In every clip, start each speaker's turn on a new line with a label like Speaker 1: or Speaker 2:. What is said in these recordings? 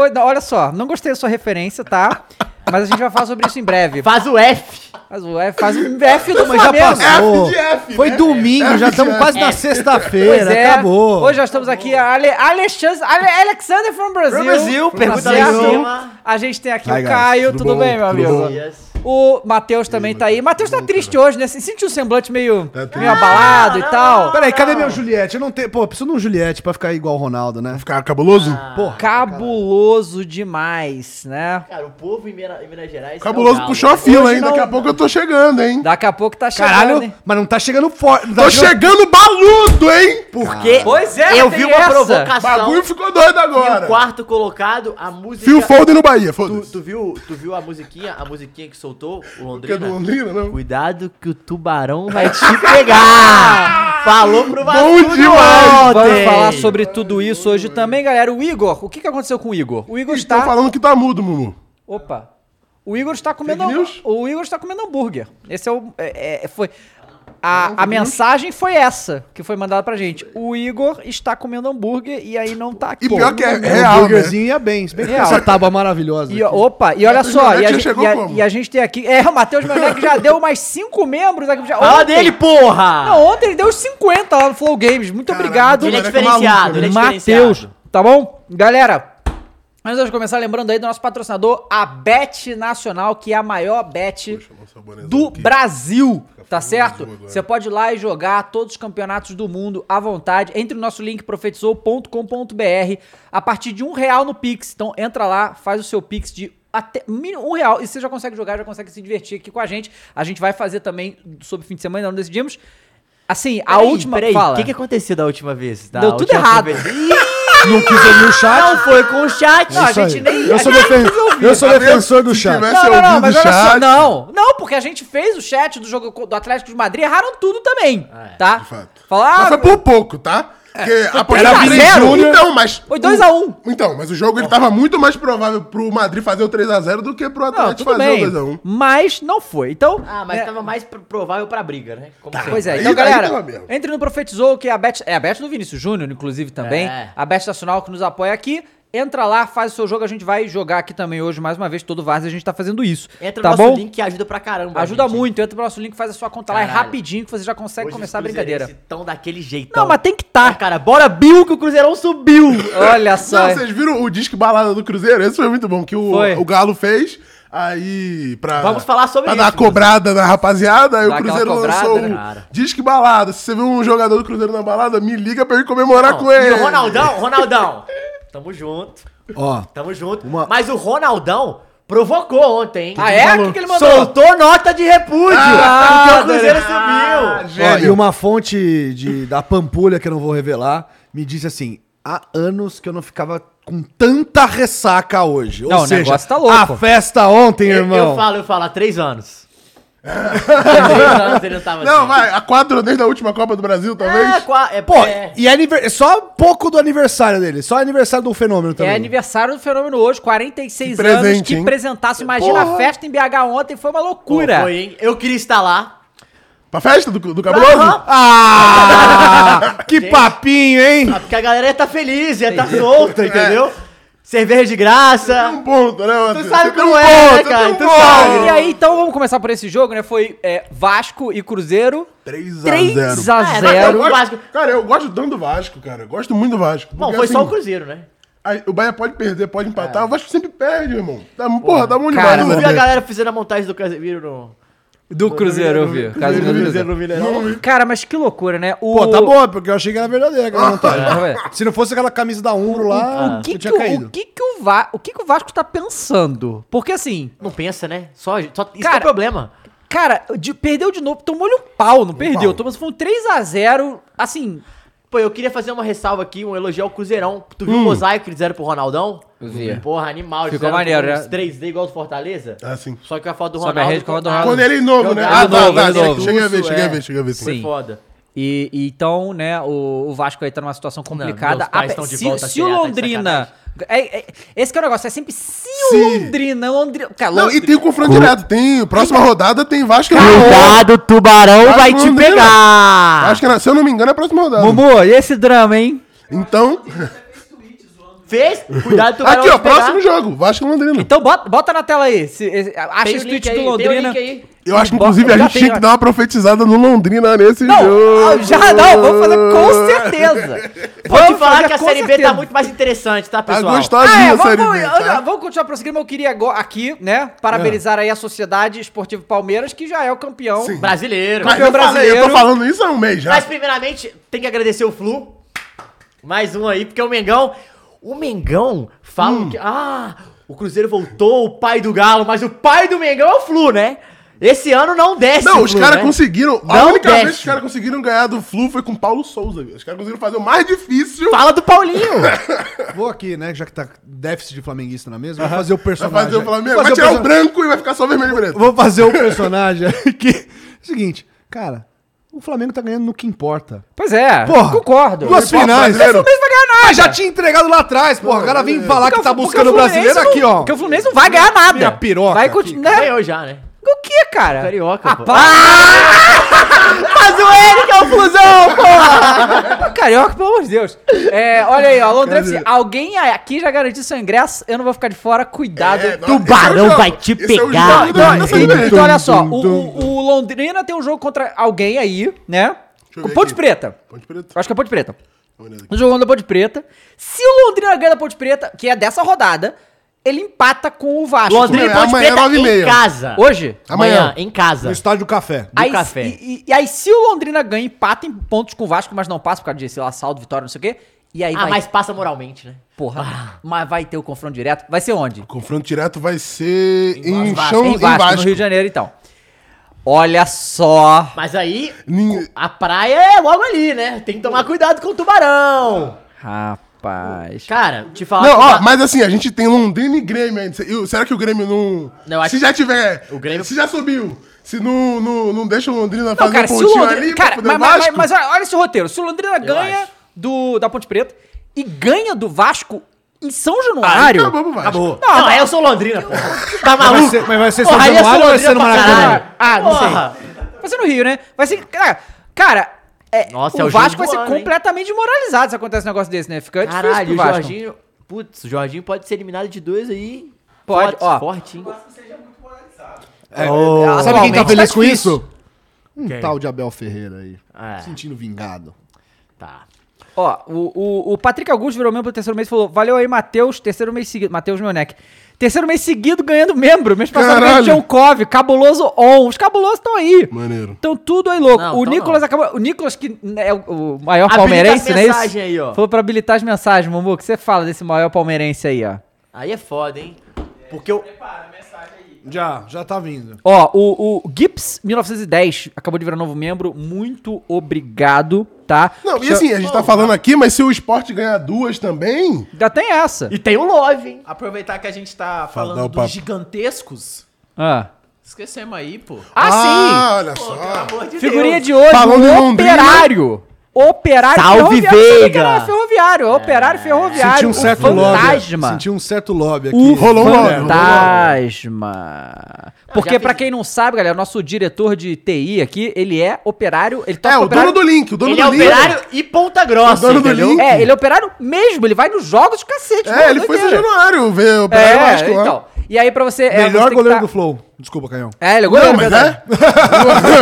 Speaker 1: Oi, não, Olha só, não gostei da sua referência, tá? Mas a gente vai falar sobre isso em breve.
Speaker 2: Faz o F.
Speaker 1: Faz o F, faz o F do
Speaker 3: Mas já
Speaker 4: É
Speaker 1: Flamengo.
Speaker 3: passou.
Speaker 2: F de F,
Speaker 3: Foi
Speaker 2: né?
Speaker 3: domingo, já estamos quase na
Speaker 1: É. Pois
Speaker 3: sexta-feira.
Speaker 1: é.
Speaker 3: né? Acabou.
Speaker 1: Hoje nós estamos aqui, a Ale, Alexandre, Ale- Alexander from Brasil.
Speaker 2: Pro Brasil,
Speaker 1: Tá
Speaker 2: pergunta
Speaker 1: certo?
Speaker 2: lá em cima.
Speaker 1: A gente tem aqui
Speaker 3: Hi,
Speaker 1: o
Speaker 3: guys.
Speaker 1: Caio,
Speaker 3: Tudo
Speaker 1: tudo,
Speaker 3: bom?
Speaker 1: bem, meu
Speaker 3: Tudo
Speaker 1: amigo?
Speaker 2: Yes.
Speaker 1: O Matheus também tá aí. Matheus tá triste hoje, né? Você Sente um semblante meio,
Speaker 3: Tá
Speaker 1: meio abalado
Speaker 2: Ah,
Speaker 1: e tal.
Speaker 3: Peraí, cadê meu Juliette? Eu não tenho. Pô, eu preciso de um Juliette pra ficar igual o Ronaldo, né?
Speaker 4: Ficar cabuloso?
Speaker 1: Ah,
Speaker 3: Porra.
Speaker 1: Cabuloso demais, né?
Speaker 2: Cara, o povo em Minas, em Minas
Speaker 1: é
Speaker 2: Gerais.
Speaker 4: Cabuloso puxou a fila, hein? Daqui a pouco eu tô chegando, hein?
Speaker 1: Daqui a pouco tá chegando.
Speaker 3: Caralho,
Speaker 1: hein?
Speaker 3: mas não tá chegando forte. não tá
Speaker 4: Tô chegando baludo, hein? Porque
Speaker 1: Pois é,
Speaker 2: Eu
Speaker 1: tem
Speaker 2: vi uma
Speaker 1: essa.
Speaker 4: o
Speaker 2: provocação.
Speaker 4: bagulho ficou doido
Speaker 2: E o
Speaker 4: agora.
Speaker 2: quarto colocado, a música.
Speaker 4: Fio Folden no Bahia,
Speaker 2: tu,
Speaker 4: foda-se.
Speaker 2: tu viu, tu viu a musiquinha, a musiquinha que soltou o
Speaker 4: Que é do
Speaker 2: Londrina?
Speaker 4: Londrina, não?
Speaker 2: Cuidado que o tubarão vai te pegar. Falou pro Vasco
Speaker 4: demais.
Speaker 1: Vamos falar sobre tudo isso hoje também, galera. O Igor, o que, que aconteceu com o Igor? O Igor
Speaker 4: Estão
Speaker 1: está.
Speaker 4: falando que tá mudo, Mumu.
Speaker 1: Opa! O Igor está comendo.
Speaker 4: Fake news?
Speaker 1: O Igor está comendo hambúrguer. Esse é o. é- é- foi. A, a mensagem foi essa que foi mandada pra gente. O Igor está comendo hambúrguer e aí não tá aqui.
Speaker 4: E pior que é
Speaker 3: É,
Speaker 4: real, né?
Speaker 3: hambúrguerzinho ia bem. Se bem que
Speaker 1: Real.
Speaker 3: essa tábua maravilhosa.
Speaker 1: E,
Speaker 3: aqui.
Speaker 1: opa, e olha só, e a,
Speaker 4: Juliette
Speaker 1: gente,
Speaker 4: chegou
Speaker 1: e, a,
Speaker 4: como?
Speaker 1: e a gente tem aqui. É, o Matheus Manek já deu mais cinco membros aqui. Já,
Speaker 2: Fala
Speaker 1: ontem-
Speaker 2: dele, porra!
Speaker 1: Não, ontem ele deu os 50 lá no Flow Games. Muito
Speaker 4: Caraca,
Speaker 1: obrigado.
Speaker 2: ele é
Speaker 4: Maneco é
Speaker 2: diferenciado, ele é diferenciado.
Speaker 1: Matheus, Ah, tá bom? Galera, antes de começar, lembrando aí do nosso patrocinador, a Bet Nacional, que é a maior bet do Brasil, tá certo? Você pode ir lá e jogar todos os campeonatos do mundo à vontade. Entre no nosso link profetizou.com.br a partir de um real no Pix. Então entra lá, faz o seu Pix de até mínimo um real e você já consegue jogar, já consegue se divertir aqui com a gente. A gente vai fazer também sobre o fim de semana, ainda não decidimos. Assim, a última fala.
Speaker 2: O que, que aconteceu da última vez? Da
Speaker 1: Deu tudo
Speaker 2: última
Speaker 1: errado.
Speaker 2: vez-
Speaker 3: Não quis ouvir o chat.
Speaker 2: Não foi com o chat.
Speaker 3: É isso aí. Eu sou, defen- eu sou defensor do chat.
Speaker 4: tivesse-
Speaker 1: Não,
Speaker 4: Você
Speaker 1: não, não,
Speaker 4: ouviu
Speaker 1: mas
Speaker 4: do
Speaker 1: olha só,
Speaker 4: chat?
Speaker 1: não. Não, porque a gente fez o chat do jogo co- do Atlético de Madrid, erraram tudo também,
Speaker 2: Ah, é.
Speaker 1: tá?
Speaker 4: fato. Mas foi
Speaker 1: Falaram,
Speaker 4: por pouco, tá?
Speaker 1: É.
Speaker 4: Porque a partir
Speaker 1: três a
Speaker 4: de
Speaker 1: zero?
Speaker 4: 3 Júnior. Então, mas.
Speaker 1: foi 2x1.
Speaker 4: Então, mas o jogo ele tava muito mais provável pro Madrid fazer o 3x0 do que pro
Speaker 1: Não,
Speaker 4: Atlético
Speaker 1: tudo
Speaker 4: fazer
Speaker 1: bem,
Speaker 4: o 2x1.
Speaker 1: mas não foi. Então,
Speaker 2: Ah, mas tava mais pro- provável pra briga, né? Como sempre.
Speaker 1: Pois é,
Speaker 4: Tá, Aí-
Speaker 1: então
Speaker 4: aí
Speaker 1: galera,
Speaker 4: tava mesmo.
Speaker 1: entre no Profetizou, que é a Bet. É a Bet do Vinícius Júnior, inclusive, também.
Speaker 2: É.
Speaker 1: A Bet Nacional que nos apoia aqui. Entra lá, faz o seu jogo, a gente vai jogar aqui também hoje, mais uma vez, todo Vars a gente tá fazendo isso.
Speaker 2: Entra
Speaker 1: tá
Speaker 2: no nosso
Speaker 1: bom?
Speaker 2: link que ajuda pra caramba.
Speaker 1: Ajuda
Speaker 2: gente.
Speaker 1: muito, entra no nosso link, faz a sua conta lá, é
Speaker 2: Caralho.
Speaker 1: rapidinho que você já consegue
Speaker 2: Hoje
Speaker 1: começar a
Speaker 2: os
Speaker 1: brincadeira.
Speaker 2: cruzeirenses Tão daquele jeitão.
Speaker 1: Não, mas tem que tá.
Speaker 2: Ah, cara, bora Bill que o Cruzeirão subiu.
Speaker 1: Olha só.
Speaker 4: Não, vocês viram o disque balada do Cruzeiro? Esse foi muito bom, que o,
Speaker 1: Foi.
Speaker 4: o Galo fez. Aí, pra.
Speaker 2: Vamos falar sobre
Speaker 4: pra
Speaker 2: isso,
Speaker 4: dar a
Speaker 2: inclusive.
Speaker 4: cobrada na rapaziada, aí
Speaker 1: Dá
Speaker 4: o
Speaker 1: aquela
Speaker 4: Cruzeiro
Speaker 1: cobrada,
Speaker 4: lançou
Speaker 1: né,
Speaker 4: o
Speaker 2: cara?
Speaker 4: disque balada. Se você viu um jogador do Cruzeiro na balada, me liga pra eu ir comemorar
Speaker 2: Não,
Speaker 4: com ele.
Speaker 2: E o Ronaldão, Ronaldão. Tamo junto.
Speaker 3: Ó,
Speaker 2: Tamo junto.
Speaker 3: Uma-
Speaker 2: Mas o Ronaldão provocou ontem, hein?
Speaker 1: Ah, é? O que, que ele mandou?
Speaker 2: Soltou nota de repúdio.
Speaker 1: Ah,
Speaker 2: porque o Cruzeiro subiu.
Speaker 3: ó, e
Speaker 4: Gênio.
Speaker 3: uma fonte de, da Pampulha, que eu não vou revelar, me disse assim: há anos que eu não ficava com tanta ressaca hoje. Ou
Speaker 1: Não, o
Speaker 3: seja,
Speaker 1: negócio tá louco.
Speaker 3: A festa ontem,
Speaker 2: Eu,
Speaker 3: irmão.
Speaker 2: eu falo, eu falo, há três anos. há três anos ele não tava
Speaker 4: Não,
Speaker 2: assim.
Speaker 4: vai, a quatro desde a última Copa do Brasil, talvez.
Speaker 2: É, qua- é,
Speaker 3: Pô,
Speaker 2: é,
Speaker 3: e é aniver- só pouco do aniversário dele. Só aniversário do fenômeno também.
Speaker 1: É aniversário do fenômeno hoje, 46
Speaker 4: Que presente,
Speaker 1: anos, que
Speaker 4: hein?
Speaker 1: presentasse. Imagina a festa em BH ontem, foi uma loucura.
Speaker 2: Pô, foi, hein? Eu queria estar lá.
Speaker 4: Pra festa do, do cabuloso?
Speaker 2: Aham.
Speaker 3: Ah! que papinho, hein?
Speaker 2: Ah, Porque a galera ia tá feliz, ia tá solta,
Speaker 1: É.
Speaker 2: entendeu? Cerveja de graça.
Speaker 4: Tem um ponto, né? Matheus?
Speaker 2: Tu sabe
Speaker 4: Você tem
Speaker 2: como
Speaker 4: um
Speaker 2: é, né,
Speaker 4: ponto,
Speaker 2: cara?
Speaker 4: tem um
Speaker 2: Tu
Speaker 4: ponto.
Speaker 2: sabe.
Speaker 1: E aí, então vamos começar por esse jogo, né? Foi é, Vasco e Cruzeiro.
Speaker 4: Tá 3x0.
Speaker 1: 3 a 0
Speaker 2: É, mas-
Speaker 4: Eu
Speaker 2: O Vasco-
Speaker 4: gosto- Cara, eu gosto tanto do Vasco, cara. Eu gosto muito do Vasco.
Speaker 2: Bom,
Speaker 4: Porque,
Speaker 2: foi só
Speaker 4: assim,
Speaker 2: o Cruzeiro, né?
Speaker 4: aí o Bahia pode perder, pode
Speaker 1: É.
Speaker 4: empatar. O Vasco sempre perde, irmão. Tá, porra, dá bom
Speaker 2: Cara,
Speaker 4: demais.
Speaker 2: eu vi a
Speaker 4: mano.
Speaker 2: galera fazendo a montagem do Casemiro no...
Speaker 1: Do Cruzeiro, eu vi. Caso do Cruzeiro.
Speaker 2: no Mineirão.
Speaker 1: Cara, mas que loucura, né? O...
Speaker 3: Pô, tá bom, é porque eu achei que era verdadeira aquela montagem.
Speaker 1: Tá vendo?
Speaker 3: Se não fosse aquela camisa da Umbro lá,
Speaker 1: O
Speaker 3: eu
Speaker 1: que que
Speaker 3: Ah, tinha
Speaker 1: o,
Speaker 3: caído.
Speaker 1: o que que o, Va- o que que o Vasco tá pensando? Porque assim,
Speaker 2: Não pensa, né? Só, só,
Speaker 1: Cara,
Speaker 2: isso que é o problema.
Speaker 1: cara, de- perdeu de novo, tomou-lhe um pau, não perdeu. Tomou, foi um 3x0, assim,
Speaker 2: Pô, eu queria fazer uma ressalva aqui, um elogio ao Cruzeirão. Tu
Speaker 4: Hum.
Speaker 2: viu o mosaico que eles fizeram pro Ronaldão?
Speaker 1: Eu vi.
Speaker 2: Porra, animal. eles
Speaker 1: Ficou
Speaker 2: fizeram
Speaker 1: maneiro,
Speaker 2: com
Speaker 1: né?
Speaker 2: Uns 3D igual do Fortaleza.
Speaker 4: Ah, sim.
Speaker 2: Só que a foto do
Speaker 1: Sobe a
Speaker 2: Ronaldo... tá
Speaker 1: rede com a foto do
Speaker 4: Quando
Speaker 1: Ronaldo.
Speaker 4: ele é novo, né?
Speaker 2: Jogado,
Speaker 4: Ah, tá,
Speaker 1: novo,
Speaker 4: tá.
Speaker 1: ele é novo.
Speaker 4: Cheguei a ver, cheguei a
Speaker 2: É.
Speaker 4: ver, cheguei a ver.
Speaker 2: Foi
Speaker 1: Sim.
Speaker 2: foda.
Speaker 1: E, e então, né, o, o Vasco aí tá numa situação complicada.
Speaker 2: meus pais
Speaker 1: Ah,
Speaker 2: estão de
Speaker 1: se
Speaker 2: volta
Speaker 1: se o
Speaker 2: a ser, tá de
Speaker 1: Londrina. É, é- esse que é o negócio, é sempre se o
Speaker 4: Se.
Speaker 1: Londrina, Londrina. Cara,
Speaker 4: Não, e
Speaker 1: Londrina-
Speaker 4: tem o confronto direto. Tem, próxima rodada tem Vasco. e Londrina.
Speaker 2: Cuidado, tubarão
Speaker 1: Tá
Speaker 4: Vasco
Speaker 2: vai
Speaker 4: e
Speaker 2: te
Speaker 4: Londrina.
Speaker 2: pegar!
Speaker 4: Acho que, na- se eu não me engano, é a próxima rodada.
Speaker 1: Mumu, e esse drama, hein?
Speaker 4: Então,
Speaker 2: Fez? Cuidado, tubarão
Speaker 4: aqui,
Speaker 2: vai
Speaker 4: ó,
Speaker 2: te pegar.
Speaker 4: próximo jogo, Vasco e Londrina.
Speaker 1: Então bota, bota na tela aí. se- esse- acha
Speaker 2: Tem
Speaker 1: o
Speaker 2: o link
Speaker 1: tweet
Speaker 2: aí,
Speaker 1: do
Speaker 2: tem o
Speaker 1: Londrina.
Speaker 2: link aí.
Speaker 4: Eu acho que,
Speaker 1: Bota-
Speaker 4: inclusive,
Speaker 1: eu
Speaker 4: a
Speaker 1: já
Speaker 4: gente tinha
Speaker 1: tenho-
Speaker 4: que dar uma profetizada no Londrina nesse jogo.
Speaker 1: Não, ah, já não, vou fazer com certeza.
Speaker 2: Vou te
Speaker 1: Vamos
Speaker 2: falar
Speaker 1: fazer
Speaker 2: que a
Speaker 1: com
Speaker 2: Série B
Speaker 1: certeza.
Speaker 2: tá muito mais interessante,
Speaker 4: Tá
Speaker 2: tá, pessoal?
Speaker 1: Ah, é,
Speaker 4: gostosinha a
Speaker 1: vamos,
Speaker 4: Série
Speaker 1: vamos,
Speaker 4: B,
Speaker 1: Ana,
Speaker 4: tá?
Speaker 1: vamos continuar prosseguindo, mas eu queria agora- aqui, né,
Speaker 3: É.
Speaker 1: parabenizar aí a Sociedade Esportiva Palmeiras, que já é o campeão.
Speaker 4: Sim.
Speaker 2: Brasileiro.
Speaker 4: Mas
Speaker 1: Campeão
Speaker 4: eu, falei, eu
Speaker 1: brasileiro.
Speaker 4: tô falando isso há um mês já.
Speaker 2: Mas primeiramente, tem que agradecer o Flu. Mais um aí, porque o Mengão. O Mengão fala
Speaker 4: Hum.
Speaker 2: que. Ah, o Cruzeiro voltou, o pai do Galo, mas o pai do Mengão é o Flu, né? Esse ano não
Speaker 1: É
Speaker 2: desce.
Speaker 4: Não,
Speaker 2: o
Speaker 4: os
Speaker 2: Flu,
Speaker 4: caras
Speaker 2: né?
Speaker 4: conseguiram. a
Speaker 2: Não
Speaker 4: única vez
Speaker 2: desce.
Speaker 4: que os caras conseguiram ganhar do Flu foi com o Paulo Souza. Os caras conseguiram fazer o mais difícil.
Speaker 1: Tá.
Speaker 2: Fala do Paulinho!
Speaker 3: Vou aqui, né, já que tá déficit de flamenguista na mesa, vou fazer o
Speaker 4: Vai
Speaker 3: personagem.
Speaker 4: fazer o Flamengo. Vai
Speaker 3: Vou fazer
Speaker 4: tirar o
Speaker 3: person-
Speaker 4: branco e vai ficar só vermelho e preto.
Speaker 3: Vou fazer o personagem aqui. É Seguinte, cara, o Flamengo tá ganhando no que importa.
Speaker 1: Pois é,
Speaker 3: Porra,
Speaker 1: concordo.
Speaker 3: Duas finais.
Speaker 4: Mas esse
Speaker 1: Fluminense vai ganhar nada.
Speaker 3: Mas Ah, já tinha entregado lá atrás, porra. O cara vem falar que tá
Speaker 1: Porque
Speaker 3: buscando o
Speaker 1: Fluminense
Speaker 3: brasileiro
Speaker 1: não-
Speaker 3: aqui, ó.
Speaker 1: Porque o Fluminense não vai ganhar nada.
Speaker 3: Minha piroca
Speaker 1: Vai
Speaker 3: aqui,
Speaker 1: continuar.
Speaker 2: Ganhou já, né?
Speaker 1: O que, cara?
Speaker 2: Carioca,
Speaker 1: Ah,
Speaker 2: pô.
Speaker 1: pá,
Speaker 2: Mas o Eric é o Flusão, porra!
Speaker 1: Carioca, pelo amor de Deus. É, olha aí, ó. Londrina, FC, alguém aqui já garantiu seu ingresso, eu não vou ficar de fora, cuidado.
Speaker 4: É, não,
Speaker 2: Tubarão
Speaker 4: esse é o
Speaker 2: vai
Speaker 4: jogo.
Speaker 2: te
Speaker 4: Esse é
Speaker 1: Ah,
Speaker 4: o
Speaker 2: pegar,
Speaker 4: jogo da- da Série B.
Speaker 1: Então, olha só, o, o- o Londrina tem um jogo contra alguém aí, né?
Speaker 4: eu
Speaker 1: Com
Speaker 4: ver
Speaker 1: Ponte
Speaker 4: aqui.
Speaker 1: Preta.
Speaker 4: Ponte Preta.
Speaker 1: Eu acho que é Ponte Preta.
Speaker 4: Tô olhando aqui.
Speaker 1: No jogo da Ponte Preta. Se o Londrina ganha da Ponte Preta, que é dessa rodada, ele empata com o Vasco.
Speaker 2: Londrina e
Speaker 4: é
Speaker 2: Ponte
Speaker 4: amanhã,
Speaker 2: Preta
Speaker 4: nove e
Speaker 2: em
Speaker 4: meia.
Speaker 2: casa.
Speaker 1: Hoje?
Speaker 2: Amanhã,
Speaker 4: Amanhã.
Speaker 2: em casa.
Speaker 3: No estádio do café.
Speaker 2: do
Speaker 1: aí,
Speaker 2: café.
Speaker 1: E, e- e aí, se o Londrina ganha, empata em pontos com o Vasco, mas não passa por causa de, sei lá, saldo, vitória, não sei o quê. E aí
Speaker 2: Ah,
Speaker 1: vai.
Speaker 2: mas passa moralmente, né?
Speaker 1: Porra. Mas vai ter o confronto direto. Vai ser onde?
Speaker 4: O confronto direto vai ser em,
Speaker 2: Vasco.
Speaker 4: chão
Speaker 1: em
Speaker 4: Então, em
Speaker 1: Vasco, no
Speaker 4: Vasco.
Speaker 1: Rio de Janeiro, então. Olha só.
Speaker 2: Mas aí,
Speaker 4: Nin-
Speaker 2: a praia é logo ali, né? Tem que tomar cuidado com o tubarão.
Speaker 1: Rapaz.
Speaker 2: Cara, te falar.
Speaker 4: Não,
Speaker 2: que- tá
Speaker 4: ó, mas assim, a gente tem Londrina e Grêmio ainda. E o- Será que o Grêmio não.
Speaker 2: Não, acho
Speaker 4: se já tiver.
Speaker 2: O Grêmio-
Speaker 4: Se já subiu. Se não, não, não deixa o Londrina
Speaker 1: Não,
Speaker 4: fazer
Speaker 1: cara,
Speaker 4: um
Speaker 1: se o
Speaker 4: pontinho
Speaker 1: Londrina.
Speaker 4: ali. pra
Speaker 1: Cara,
Speaker 4: poder
Speaker 1: mas,
Speaker 4: o
Speaker 1: mas-
Speaker 4: Vasco?
Speaker 1: mas olha olha esse roteiro. Se o Londrina ganha
Speaker 2: acho.
Speaker 1: do, da Ponte Preta e ganha do Vasco em São Januário.
Speaker 4: Acabou pro Vasco.
Speaker 2: Não, não, eu sou Londrina, pô. Tá maluco?
Speaker 3: ser- mas vai ser
Speaker 2: Porra,
Speaker 3: São
Speaker 2: aí eu sou
Speaker 3: Januário ou vai ser
Speaker 2: Londrina
Speaker 3: no
Speaker 2: pra
Speaker 3: Maracanã?
Speaker 2: caralho.
Speaker 1: Ah, não
Speaker 2: Porra.
Speaker 1: sei. Vai ser no Rio, né? Vai ser. Cara, cara é,
Speaker 2: Nossa, é
Speaker 1: o,
Speaker 2: o jogo
Speaker 1: Vasco vai
Speaker 2: do
Speaker 1: ser
Speaker 2: ano, hein?
Speaker 1: completamente desmoralizado se acontece um negócio desse, né? Fica
Speaker 2: Caralho,
Speaker 1: difícil
Speaker 2: o
Speaker 1: pro Vasco.
Speaker 2: Jorginho. Putz, o Jorginho pode ser eliminado de dois aí.
Speaker 1: Pode,
Speaker 2: forte,
Speaker 1: ó.
Speaker 2: Forte, hein?
Speaker 3: Ah, Sabe quem tá
Speaker 1: Atualmente
Speaker 3: feliz
Speaker 1: tá
Speaker 3: com
Speaker 1: difícil.
Speaker 3: isso? Um tal de Abel Ferreira aí.
Speaker 2: É.
Speaker 3: Sentindo vingado.
Speaker 2: Tá.
Speaker 1: Ó, o, o, o Patrick Augusto virou membro do terceiro mês e falou: Valeu aí, Matheus, terceiro mês seguido. Matheus Mionek. Terceiro mês seguido ganhando membro. Mês passado ganhou
Speaker 4: Caralho.
Speaker 1: Tião Cove, Cabuloso On. Os cabulosos estão aí.
Speaker 4: Maneiro.
Speaker 1: Então tudo aí louco.
Speaker 2: Não,
Speaker 1: o
Speaker 2: tão
Speaker 1: Nicolas
Speaker 2: não.
Speaker 1: acabou. O Nicolas, que é o, o maior
Speaker 2: Habilita
Speaker 1: palmeirense,
Speaker 2: as
Speaker 1: né? Isso?
Speaker 2: mensagens aí, ó.
Speaker 1: Falou pra habilitar as mensagens, Mumu. O que você fala desse maior palmeirense aí, ó?
Speaker 2: Aí é foda, hein? Porque o.
Speaker 3: Já, já tá vindo.
Speaker 1: Ó, o, o Gips 1910 acabou de virar novo membro. Muito obrigado, tá?
Speaker 4: Não, e assim, a gente tá falando aqui, mas se o esporte ganhar duas também.
Speaker 1: Ainda tem essa.
Speaker 2: E tem o Love, hein?
Speaker 5: Aproveitar que a gente tá
Speaker 4: dar o
Speaker 5: falando
Speaker 4: papo.
Speaker 5: dos gigantescos.
Speaker 1: Ah.
Speaker 5: Esquecemos aí, pô.
Speaker 1: ah, sim!
Speaker 4: olha
Speaker 3: tá
Speaker 4: só.
Speaker 1: Figurinha de hoje,
Speaker 4: Falando em
Speaker 1: um
Speaker 4: Londrina.
Speaker 1: operário. Operário
Speaker 2: Salve,
Speaker 1: ferroviário. Você sabia que
Speaker 2: Veiga.
Speaker 1: era Ferroviário,
Speaker 2: É.
Speaker 1: operário ferroviário.
Speaker 3: Senti um
Speaker 1: o
Speaker 3: certo
Speaker 1: fantasma.
Speaker 3: lobby. Senti um certo lobby aqui.
Speaker 1: O
Speaker 4: Rolou um lobby,
Speaker 1: fantasma. Porque
Speaker 2: já
Speaker 1: pra
Speaker 2: fiz.
Speaker 1: quem não sabe, galera, nosso diretor de TI aqui, ele é operário, ele toca
Speaker 4: É, o
Speaker 1: operário...
Speaker 4: dono do link, o dono
Speaker 2: Ele é
Speaker 4: do link.
Speaker 2: operário e ponta grossa.
Speaker 4: O dono do
Speaker 2: entendeu?
Speaker 4: Link.
Speaker 1: É, ele é operário mesmo, ele vai nos jogos de cacete.
Speaker 4: É,
Speaker 1: mano,
Speaker 4: ele foi
Speaker 1: doideira.
Speaker 4: seu januário, ver o
Speaker 1: É,
Speaker 4: Brasil Vasco lá.
Speaker 1: então. E aí pra você... é, você tem
Speaker 3: Melhor
Speaker 1: que
Speaker 3: goleiro
Speaker 1: tá-
Speaker 3: do Flow. Desculpa, Canhão.
Speaker 1: É, ele é
Speaker 4: Não,
Speaker 1: goleiro,
Speaker 4: mas
Speaker 1: verdade.
Speaker 4: é?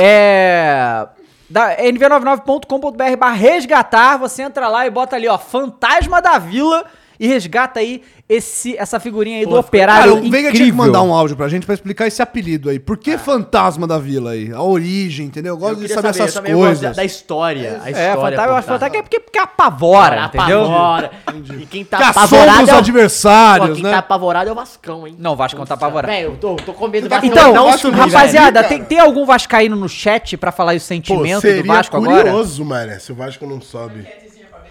Speaker 1: É. Da nv99.com.br barra resgatar, você entra lá e bota ali, ó, Fantasma da Vila. e resgata aí esse, essa figurinha aí do
Speaker 5: Pô,
Speaker 1: operário.
Speaker 3: Cara, o Veiga tinha que
Speaker 1: incrível.
Speaker 3: mandar um áudio pra gente pra explicar esse apelido aí. Por que fantasma da vila aí? A origem, entendeu? Eu
Speaker 2: Ah. Eu
Speaker 3: gosto de
Speaker 2: queria
Speaker 3: saber,
Speaker 2: eu
Speaker 3: essas
Speaker 2: também gosto da,
Speaker 3: coisas.
Speaker 2: da história. A
Speaker 1: É, fantasma,
Speaker 2: história
Speaker 1: eu acho
Speaker 2: por trás.
Speaker 1: fantasma que é porque, porque apavora, entendeu?
Speaker 2: Apavora. E quem tá
Speaker 3: Que assombra
Speaker 2: apavorado.
Speaker 3: os
Speaker 2: é o- Pô,
Speaker 3: adversários,
Speaker 2: quem
Speaker 3: né?
Speaker 2: tá apavorado é o Vascão, hein?
Speaker 1: Não, o Vascão tá apavorado.
Speaker 2: Velho, eu tô, tô com medo do Vascão
Speaker 1: Então,
Speaker 2: não
Speaker 4: Vasco
Speaker 2: subir.
Speaker 4: não vai-
Speaker 2: velho.
Speaker 1: rapaziada,
Speaker 4: velho.
Speaker 1: tem, tem algum vascaíno no chat pra falar aí o
Speaker 4: Pô,
Speaker 1: sentimento do
Speaker 4: seria
Speaker 1: Vasco agora?
Speaker 4: curioso, mano, se o Vasco não sobe.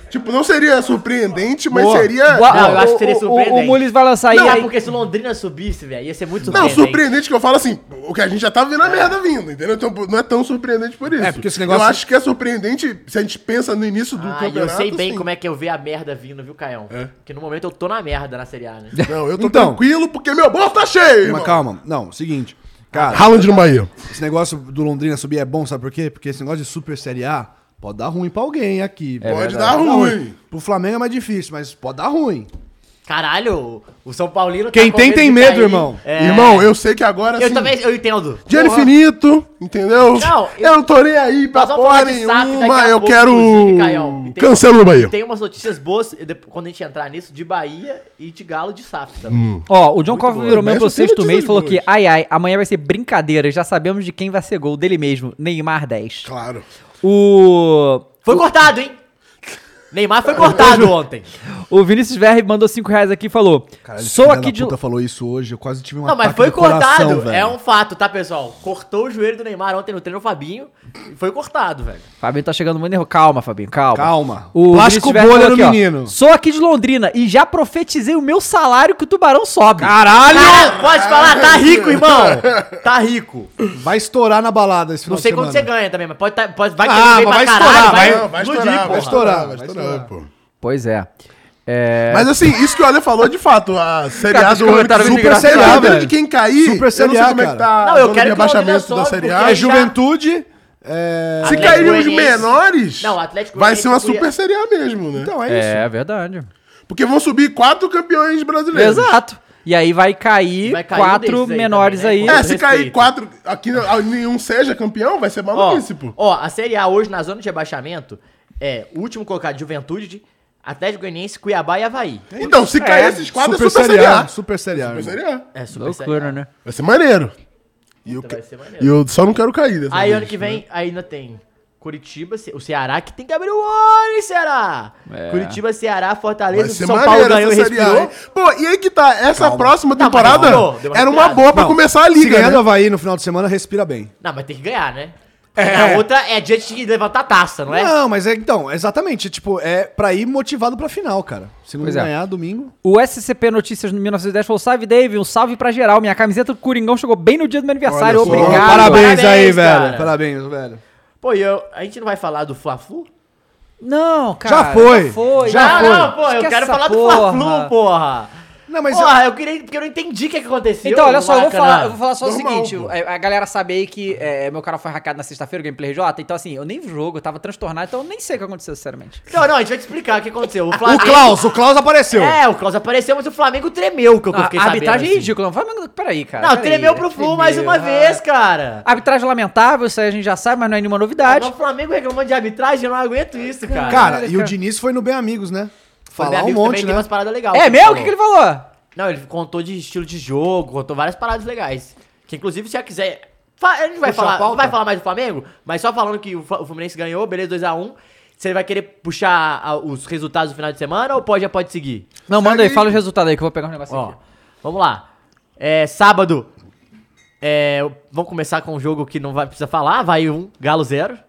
Speaker 4: Tipo, não seria surpreendente, mas seria...
Speaker 1: Boa-
Speaker 2: Não, eu acho que
Speaker 1: o-
Speaker 2: seria
Speaker 1: o-
Speaker 2: surpreendente.
Speaker 1: O, o Mules vai lançar aí.
Speaker 2: Não, é
Speaker 1: aí-
Speaker 2: porque se Londrina subisse, velho, ia ser muito
Speaker 4: Não,
Speaker 2: surpreendente.
Speaker 4: surpreendente que eu falo assim, o que a gente já tá vendo a merda vindo, entendeu? Então não é tão surpreendente por isso.
Speaker 3: É, porque esse negócio-
Speaker 4: Eu acho que é surpreendente se a gente pensa no início do
Speaker 2: Ah, e
Speaker 4: campeonato.
Speaker 2: eu sei bem
Speaker 4: sim.
Speaker 2: como é que eu vejo a merda vindo, viu, Caião?
Speaker 3: É.
Speaker 2: Porque no momento eu tô na merda na Série A, né?
Speaker 4: Não, eu tô
Speaker 3: Então.
Speaker 4: tranquilo porque meu bolso tá cheio,
Speaker 3: Mas
Speaker 4: irmão.
Speaker 3: calma, não, seguinte. Cara,
Speaker 4: Haaland no Bahia.
Speaker 2: Tá
Speaker 3: esse negócio do Londrina subir é bom, sabe por quê? Porque esse negócio de Super Série A pode dar ruim pra alguém aqui.
Speaker 4: Pode dar É ruim.
Speaker 3: Pro Flamengo é mais difícil, mas pode dar ruim.
Speaker 2: Caralho, o São Paulino tá
Speaker 3: Quem
Speaker 2: com
Speaker 3: tem, tem
Speaker 2: de
Speaker 3: medo,
Speaker 2: cair.
Speaker 3: irmão.
Speaker 2: É.
Speaker 4: Irmão, eu sei que agora,
Speaker 2: Eu
Speaker 4: assim,
Speaker 2: também, eu entendo.
Speaker 4: Dinheiro infinito, entendeu?
Speaker 2: Não,
Speaker 4: eu, não tô nem aí
Speaker 3: Tá
Speaker 4: pra
Speaker 2: Nós vamos falar
Speaker 4: porra
Speaker 2: de SAF daqui a
Speaker 4: nenhuma, eu
Speaker 2: pouco, inclusive, Caião. E
Speaker 4: quero...
Speaker 2: tem-
Speaker 4: Cancelo no Bahia.
Speaker 2: Tem umas notícias boas e depois- quando a gente entrar nisso, de Bahia e de Galo de SAF também.
Speaker 3: Hum.
Speaker 1: Ó, o John Coffey virou
Speaker 4: Mas
Speaker 1: membro do
Speaker 4: essa tem
Speaker 1: sexto
Speaker 4: notícias
Speaker 1: mês e falou que,
Speaker 4: boas.
Speaker 1: ai ai, amanhã vai ser brincadeira, já sabemos de quem vai ser gol, dele mesmo, Neymar 10.
Speaker 4: Claro.
Speaker 1: O,
Speaker 2: Foi cortado, hein? Neymar foi cortado ontem.
Speaker 1: o Vinícius Verre mandou 5 reais aqui e falou, sou aqui de...
Speaker 3: puta falou isso hoje, eu quase tive um
Speaker 2: um- Não, mas
Speaker 3: ataque
Speaker 2: foi
Speaker 3: do coração,
Speaker 2: cortado.
Speaker 3: velho.
Speaker 2: é um fato, tá, pessoal? Cortou o joelho do Neymar ontem no treino, o Fabinho. e Foi cortado, velho.
Speaker 1: Fabinho tá chegando muito... nervo- Calma, Fabinho, calma.
Speaker 3: Calma.
Speaker 1: O
Speaker 3: Plástico
Speaker 1: Vinícius Verre
Speaker 3: bolha
Speaker 1: falou aqui,
Speaker 3: no
Speaker 1: ó,
Speaker 3: menino.
Speaker 1: Sou aqui de Londrina e já profetizei o meu salário que o Tubarão sobe.
Speaker 3: Ah, Caralho!
Speaker 2: Caralho, pode falar, tá rico, irmão. Tá rico.
Speaker 3: Vai estourar na balada esse final
Speaker 2: Não sei
Speaker 3: de
Speaker 2: quanto
Speaker 3: semana.
Speaker 2: você ganha também, mas pode tá, pode, vai
Speaker 3: Ah,
Speaker 2: querer comer
Speaker 3: mas vai
Speaker 2: caralho,
Speaker 3: estourar, vai-
Speaker 4: Não, vai
Speaker 2: explodir,
Speaker 4: estourar, vai
Speaker 2: porra.
Speaker 4: estourar, vai estourar, pô.
Speaker 1: Pois é. É...
Speaker 4: Mas assim, isso que o Ale falou de fato, a Série A
Speaker 1: Cara,
Speaker 4: do
Speaker 1: os
Speaker 4: ano que
Speaker 1: comentários
Speaker 4: super
Speaker 1: muito
Speaker 4: Série A,
Speaker 3: engraçados,
Speaker 4: dependendo
Speaker 3: velho.
Speaker 4: de quem cair,
Speaker 3: Super
Speaker 4: eu não
Speaker 3: Série
Speaker 4: sei
Speaker 3: A,
Speaker 4: como é que
Speaker 3: cara.
Speaker 4: tá
Speaker 2: Não, eu
Speaker 4: o
Speaker 2: quero que o
Speaker 4: rebaixamento
Speaker 2: Londrina
Speaker 4: da
Speaker 2: sobe,
Speaker 4: Série
Speaker 2: porque
Speaker 4: A.
Speaker 3: É
Speaker 2: aí
Speaker 4: Se
Speaker 3: juventude. É...
Speaker 2: Atlético
Speaker 4: caírem os
Speaker 2: Goianiense.
Speaker 4: menores,
Speaker 2: Não, Atlético
Speaker 4: vai ser uma
Speaker 2: Goianiense
Speaker 4: Super Série A mesmo, né?
Speaker 3: Então é isso.
Speaker 1: É verdade.
Speaker 4: Porque vão subir quatro campeões brasileiros.
Speaker 1: Exato. E aí vai cair,
Speaker 2: Vai cair um
Speaker 1: quatro
Speaker 2: desses aí
Speaker 1: menores
Speaker 2: também,
Speaker 1: aí.
Speaker 2: né?
Speaker 4: É, se
Speaker 2: Respeito.
Speaker 4: cair quatro, aqui ah, nenhum seja campeão, vai ser
Speaker 2: Ó,
Speaker 4: maluquice, pô.
Speaker 2: ó, a Série A hoje na zona de rebaixamento é o último colocado Juventude, Atlético Goianiense, Cuiabá e Havaí.
Speaker 4: Então, se cair esses quatro,
Speaker 3: Super,
Speaker 4: é Super Série A.
Speaker 3: Super Série A.
Speaker 4: Super
Speaker 3: irmão.
Speaker 4: Série A.
Speaker 2: É super
Speaker 1: Loucura,
Speaker 2: Série A.
Speaker 1: né?
Speaker 4: Vai ser maneiro. E eu,
Speaker 2: Então
Speaker 4: que-
Speaker 2: vai ser maneiro.
Speaker 4: e eu só não quero cair dessa
Speaker 2: Aí
Speaker 4: vez,
Speaker 2: ano que
Speaker 4: né?
Speaker 2: vem ainda tem Curitiba, Ce- o Ceará que tem que abrir o olho, hein, Ceará?
Speaker 1: É.
Speaker 2: Curitiba, Ceará,
Speaker 4: Vai
Speaker 2: Fortaleza,
Speaker 4: ser
Speaker 2: São Paulo
Speaker 4: maneiro
Speaker 2: ganhou e
Speaker 4: essa série A.
Speaker 2: respirou.
Speaker 4: hein? Pô, e aí que tá, essa próxima
Speaker 2: Tá, mas
Speaker 4: temporada
Speaker 2: demorou, demorou
Speaker 4: era uma
Speaker 2: piada.
Speaker 4: boa pra
Speaker 3: Não,
Speaker 4: começar a
Speaker 3: Se
Speaker 4: liga,
Speaker 3: ganhar
Speaker 4: né?
Speaker 3: do Havaí no final de semana, respira bem.
Speaker 2: Não, mas tem que ganhar, né? Na outra é diante de levantar a taça, não é?
Speaker 3: Não, mas é, então, exatamente. Tipo, é pra ir motivado pra final, cara. Se não
Speaker 1: Pois é.
Speaker 3: ganhar, domingo.
Speaker 1: O SCP Notícias no 1910 falou: Salve, Dave, um salve pra geral. Minha camiseta do Coringão chegou bem no dia do meu aniversário.
Speaker 4: Olha só.
Speaker 1: Obrigado.
Speaker 3: parabéns, aí,
Speaker 2: Parabéns,
Speaker 3: velho.
Speaker 2: cara.
Speaker 3: Parabéns, velho.
Speaker 2: Pô, e eu, a gente não vai falar do Fla-Flu?
Speaker 1: Não, cara.
Speaker 3: Já foi.
Speaker 1: foi.
Speaker 3: Já
Speaker 2: não,
Speaker 3: foi.
Speaker 2: não, pô, eu
Speaker 1: Esquece
Speaker 2: quero
Speaker 1: essa
Speaker 2: falar
Speaker 1: porra.
Speaker 2: do Fla-Flu, porra.
Speaker 3: Não, mas
Speaker 2: porra, eu queria, porque eu não entendi o que, que aconteceu.
Speaker 1: Então, olha
Speaker 2: no
Speaker 1: só, eu vou,
Speaker 2: Maracanã.
Speaker 1: falar, eu vou falar só
Speaker 4: Normal,
Speaker 1: o seguinte:
Speaker 4: pô.
Speaker 1: é, a galera sabe aí que é, meu canal foi hackeado na sexta-feira, o Gameplay RJ. Então, assim, eu nem vi o jogo, eu tava transtornado, então eu nem sei o que aconteceu, sinceramente.
Speaker 2: Não, não, a gente vai te explicar o que aconteceu. O
Speaker 3: o
Speaker 2: Flamengo...
Speaker 3: Klaus, o Klaus apareceu.
Speaker 2: É, o Klaus apareceu, mas o Flamengo tremeu, que eu
Speaker 1: A
Speaker 2: fiquei
Speaker 1: arbitragem
Speaker 2: sabendo.
Speaker 1: é
Speaker 2: assim.
Speaker 1: ridícula. Não, Flamengo, peraí, cara.
Speaker 2: Não,
Speaker 1: peraí,
Speaker 2: tremeu pro Flu mais uma
Speaker 1: tremeu, ah.
Speaker 2: vez, cara.
Speaker 1: Arbitragem lamentável, isso aí a gente já sabe, mas não é nenhuma novidade.
Speaker 2: Agora o Flamengo reclamando de arbitragem, eu não aguento isso, cara.
Speaker 3: Cara, e o Diniz foi no Bem Amigos, né?
Speaker 2: Foi
Speaker 3: Falar
Speaker 2: bem
Speaker 3: um
Speaker 2: amigo
Speaker 3: monte,
Speaker 2: também, tem
Speaker 3: né?
Speaker 2: umas paradas legais.
Speaker 1: É mesmo? O que, que ele falou?
Speaker 2: Não, ele contou de estilo de jogo, contou várias paradas legais. Que inclusive, se já quiser. fa- A gente vai
Speaker 3: Puxa a
Speaker 2: falar,
Speaker 3: pauta?
Speaker 2: não vai falar mais do Flamengo, mas só falando que o Fa- o Fluminense ganhou, beleza, 2x1. Você vai querer puxar a- os resultados do final de semana ou pode, já pode seguir?
Speaker 1: Não, manda aí, fala o resultado aí que eu vou pegar um negócio
Speaker 2: Ó,
Speaker 1: aqui.
Speaker 2: vamos lá. É, sábado. É, vamos começar com um jogo que não vai precisar falar. Vai um, Galo zero.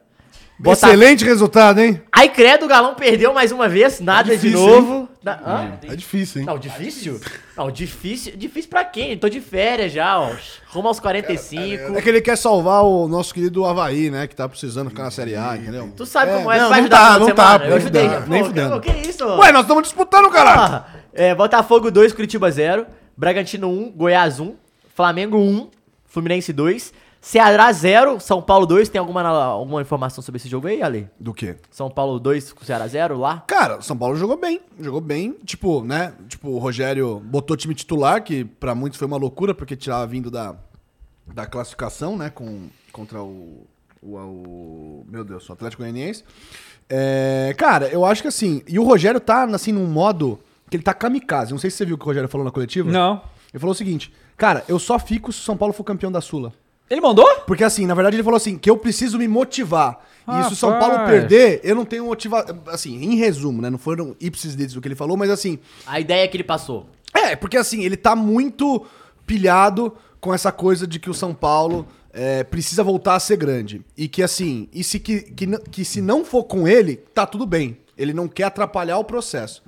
Speaker 2: Bota-
Speaker 3: Excelente resultado, hein?
Speaker 2: Aí credo, o Galão perdeu mais uma vez, nada de
Speaker 4: difícil,
Speaker 2: novo. Na- Hã?
Speaker 4: É difícil, hein?
Speaker 2: Não, difícil? Não, difícil. Difícil pra quem? Eu tô de férias já, ó. Rumo aos 45.
Speaker 3: É que ele quer salvar o nosso querido Havaí, né? Que tá precisando ficar na Série A, entendeu?
Speaker 2: Tu sabe como é,
Speaker 4: não,
Speaker 2: tu vai
Speaker 4: não
Speaker 2: ajudar
Speaker 4: tá,
Speaker 2: no
Speaker 4: não
Speaker 2: final de semana?
Speaker 4: tá,
Speaker 2: Eu
Speaker 4: não
Speaker 2: ajudei.
Speaker 4: dá,
Speaker 2: Pô,
Speaker 3: nem
Speaker 2: que-
Speaker 3: fudendo.
Speaker 2: Que isso?
Speaker 3: Ué, nós estamos disputando, caralho!
Speaker 2: Porra. É, Botafogo 2, Curitiba 0. Bragantino 1, Goiás 1. Flamengo 1, Fluminense 2. Ceará 0, São Paulo 2. Tem alguma, alguma informação sobre esse jogo aí, Ale?
Speaker 3: Do quê?
Speaker 2: São Paulo 2, com Ceará 0 lá?
Speaker 3: Cara, o São Paulo jogou bem. Jogou bem, tipo, né? Tipo, o Rogério botou time titular, que pra muitos foi uma loucura, porque tirava vindo da, da classificação, né? Com, contra o, o, o- Meu Deus, o Atlético Goianiense. É, cara, eu acho que assim. E o Rogério tá, assim, num modo que ele tá kamikaze. Não sei se você viu o que o Rogério falou na coletiva.
Speaker 1: Não.
Speaker 3: Ele falou o seguinte, cara, eu só fico se o São Paulo for campeão da Sula.
Speaker 1: Ele mandou?
Speaker 3: Porque assim, na verdade ele falou assim, que eu preciso me motivar. E se o São
Speaker 1: Rapaz.
Speaker 3: Paulo perder, eu não tenho motivação. Assim, em resumo, né? Não foram ipsis dedos o que ele falou, mas assim,
Speaker 2: A ideia que ele passou.
Speaker 3: é, porque assim, ele tá muito pilhado com essa coisa de que o São Paulo é, precisa voltar a ser grande. E que assim, e se, que, que, n- que se não for com ele, tá tudo bem. Ele não quer atrapalhar o processo.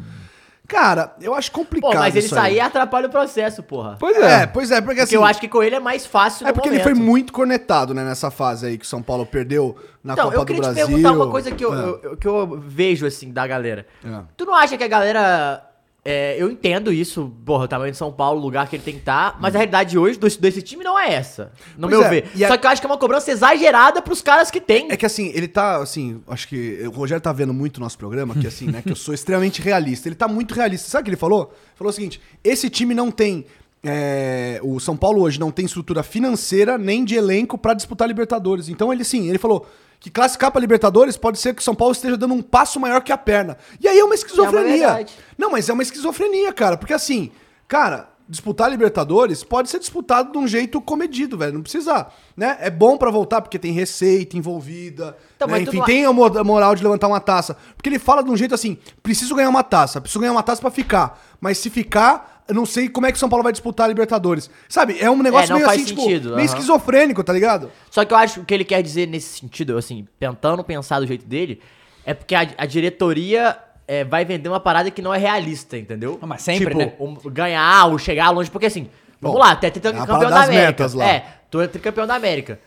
Speaker 3: Cara, eu acho
Speaker 2: Pô,
Speaker 3: complicado.
Speaker 2: mas ele
Speaker 3: isso aí.
Speaker 2: sair atrapalha o processo, porra. Porque
Speaker 1: Pois
Speaker 3: É,
Speaker 1: é.
Speaker 3: pois é, porque assim.
Speaker 2: eu acho que com ele é mais fácil
Speaker 3: É
Speaker 2: no
Speaker 3: porque ele foi
Speaker 2: momento.
Speaker 3: muito cornetado, né, nessa fase aí que o São Paulo perdeu na
Speaker 2: Então,
Speaker 3: Copa
Speaker 2: eu
Speaker 3: do
Speaker 2: queria te
Speaker 3: Brasil.
Speaker 2: perguntar uma coisa que eu,
Speaker 3: É.
Speaker 2: eu- eu- que eu vejo, assim, da galera.
Speaker 3: É.
Speaker 2: Tu não acha que a galera... é, eu entendo isso, porra, o tamanho de São Paulo, o lugar que ele tem que estar, mas a realidade hoje do- desse time não é essa, no
Speaker 3: Hum. Pois
Speaker 2: meu
Speaker 3: é,
Speaker 2: ver.
Speaker 3: e a-
Speaker 2: Só que eu acho que é uma cobrança exagerada pros caras que tem.
Speaker 3: É que assim, ele tá, assim, acho que o Rogério tá vendo muito o nosso programa, que assim, né, que eu sou extremamente realista. Ele tá muito realista. Sabe o que ele falou? Ele Falou o seguinte: esse time não tem. é, o São Paulo hoje não tem estrutura financeira nem de elenco pra disputar Libertadores. Então ele sim, ele falou que classificar pra Libertadores pode ser que o São Paulo esteja dando um passo maior que a perna. E aí é uma esquizofrenia.
Speaker 2: verdade.
Speaker 3: Não, mas é uma esquizofrenia, cara. Porque assim, cara, disputar a Libertadores pode ser disputado de um jeito comedido, velho. Não precisa, né? É bom pra voltar porque tem receita envolvida.
Speaker 2: Então,
Speaker 3: né?
Speaker 2: mas tu
Speaker 3: Enfim,
Speaker 2: não a-
Speaker 3: tem a mo- a moral de levantar uma taça. Porque ele fala de um jeito assim: preciso ganhar uma taça, preciso ganhar uma taça pra ficar. Mas se ficar, eu não sei como é que o São Paulo vai disputar a Libertadores. Sabe? É um negócio
Speaker 2: não
Speaker 3: meio
Speaker 2: faz
Speaker 3: assim, tipo,
Speaker 2: sentido,
Speaker 3: meio
Speaker 2: aham.
Speaker 3: esquizofrênico, tá ligado?
Speaker 2: Só que eu acho que o que ele quer dizer nesse sentido, assim, tentando pensar do jeito dele, é porque a, a diretoria é, vai vender uma parada que não é realista, entendeu?
Speaker 1: Ah, mas sempre,
Speaker 2: tipo,
Speaker 1: né?
Speaker 2: um- ganhar ou chegar longe, porque assim, vamos
Speaker 3: Bom,
Speaker 2: lá,
Speaker 3: é
Speaker 2: até
Speaker 3: a
Speaker 2: tricampeão
Speaker 3: parada
Speaker 2: da
Speaker 3: das
Speaker 2: América.
Speaker 3: metas lá.
Speaker 2: É, tu é tricampeão da América.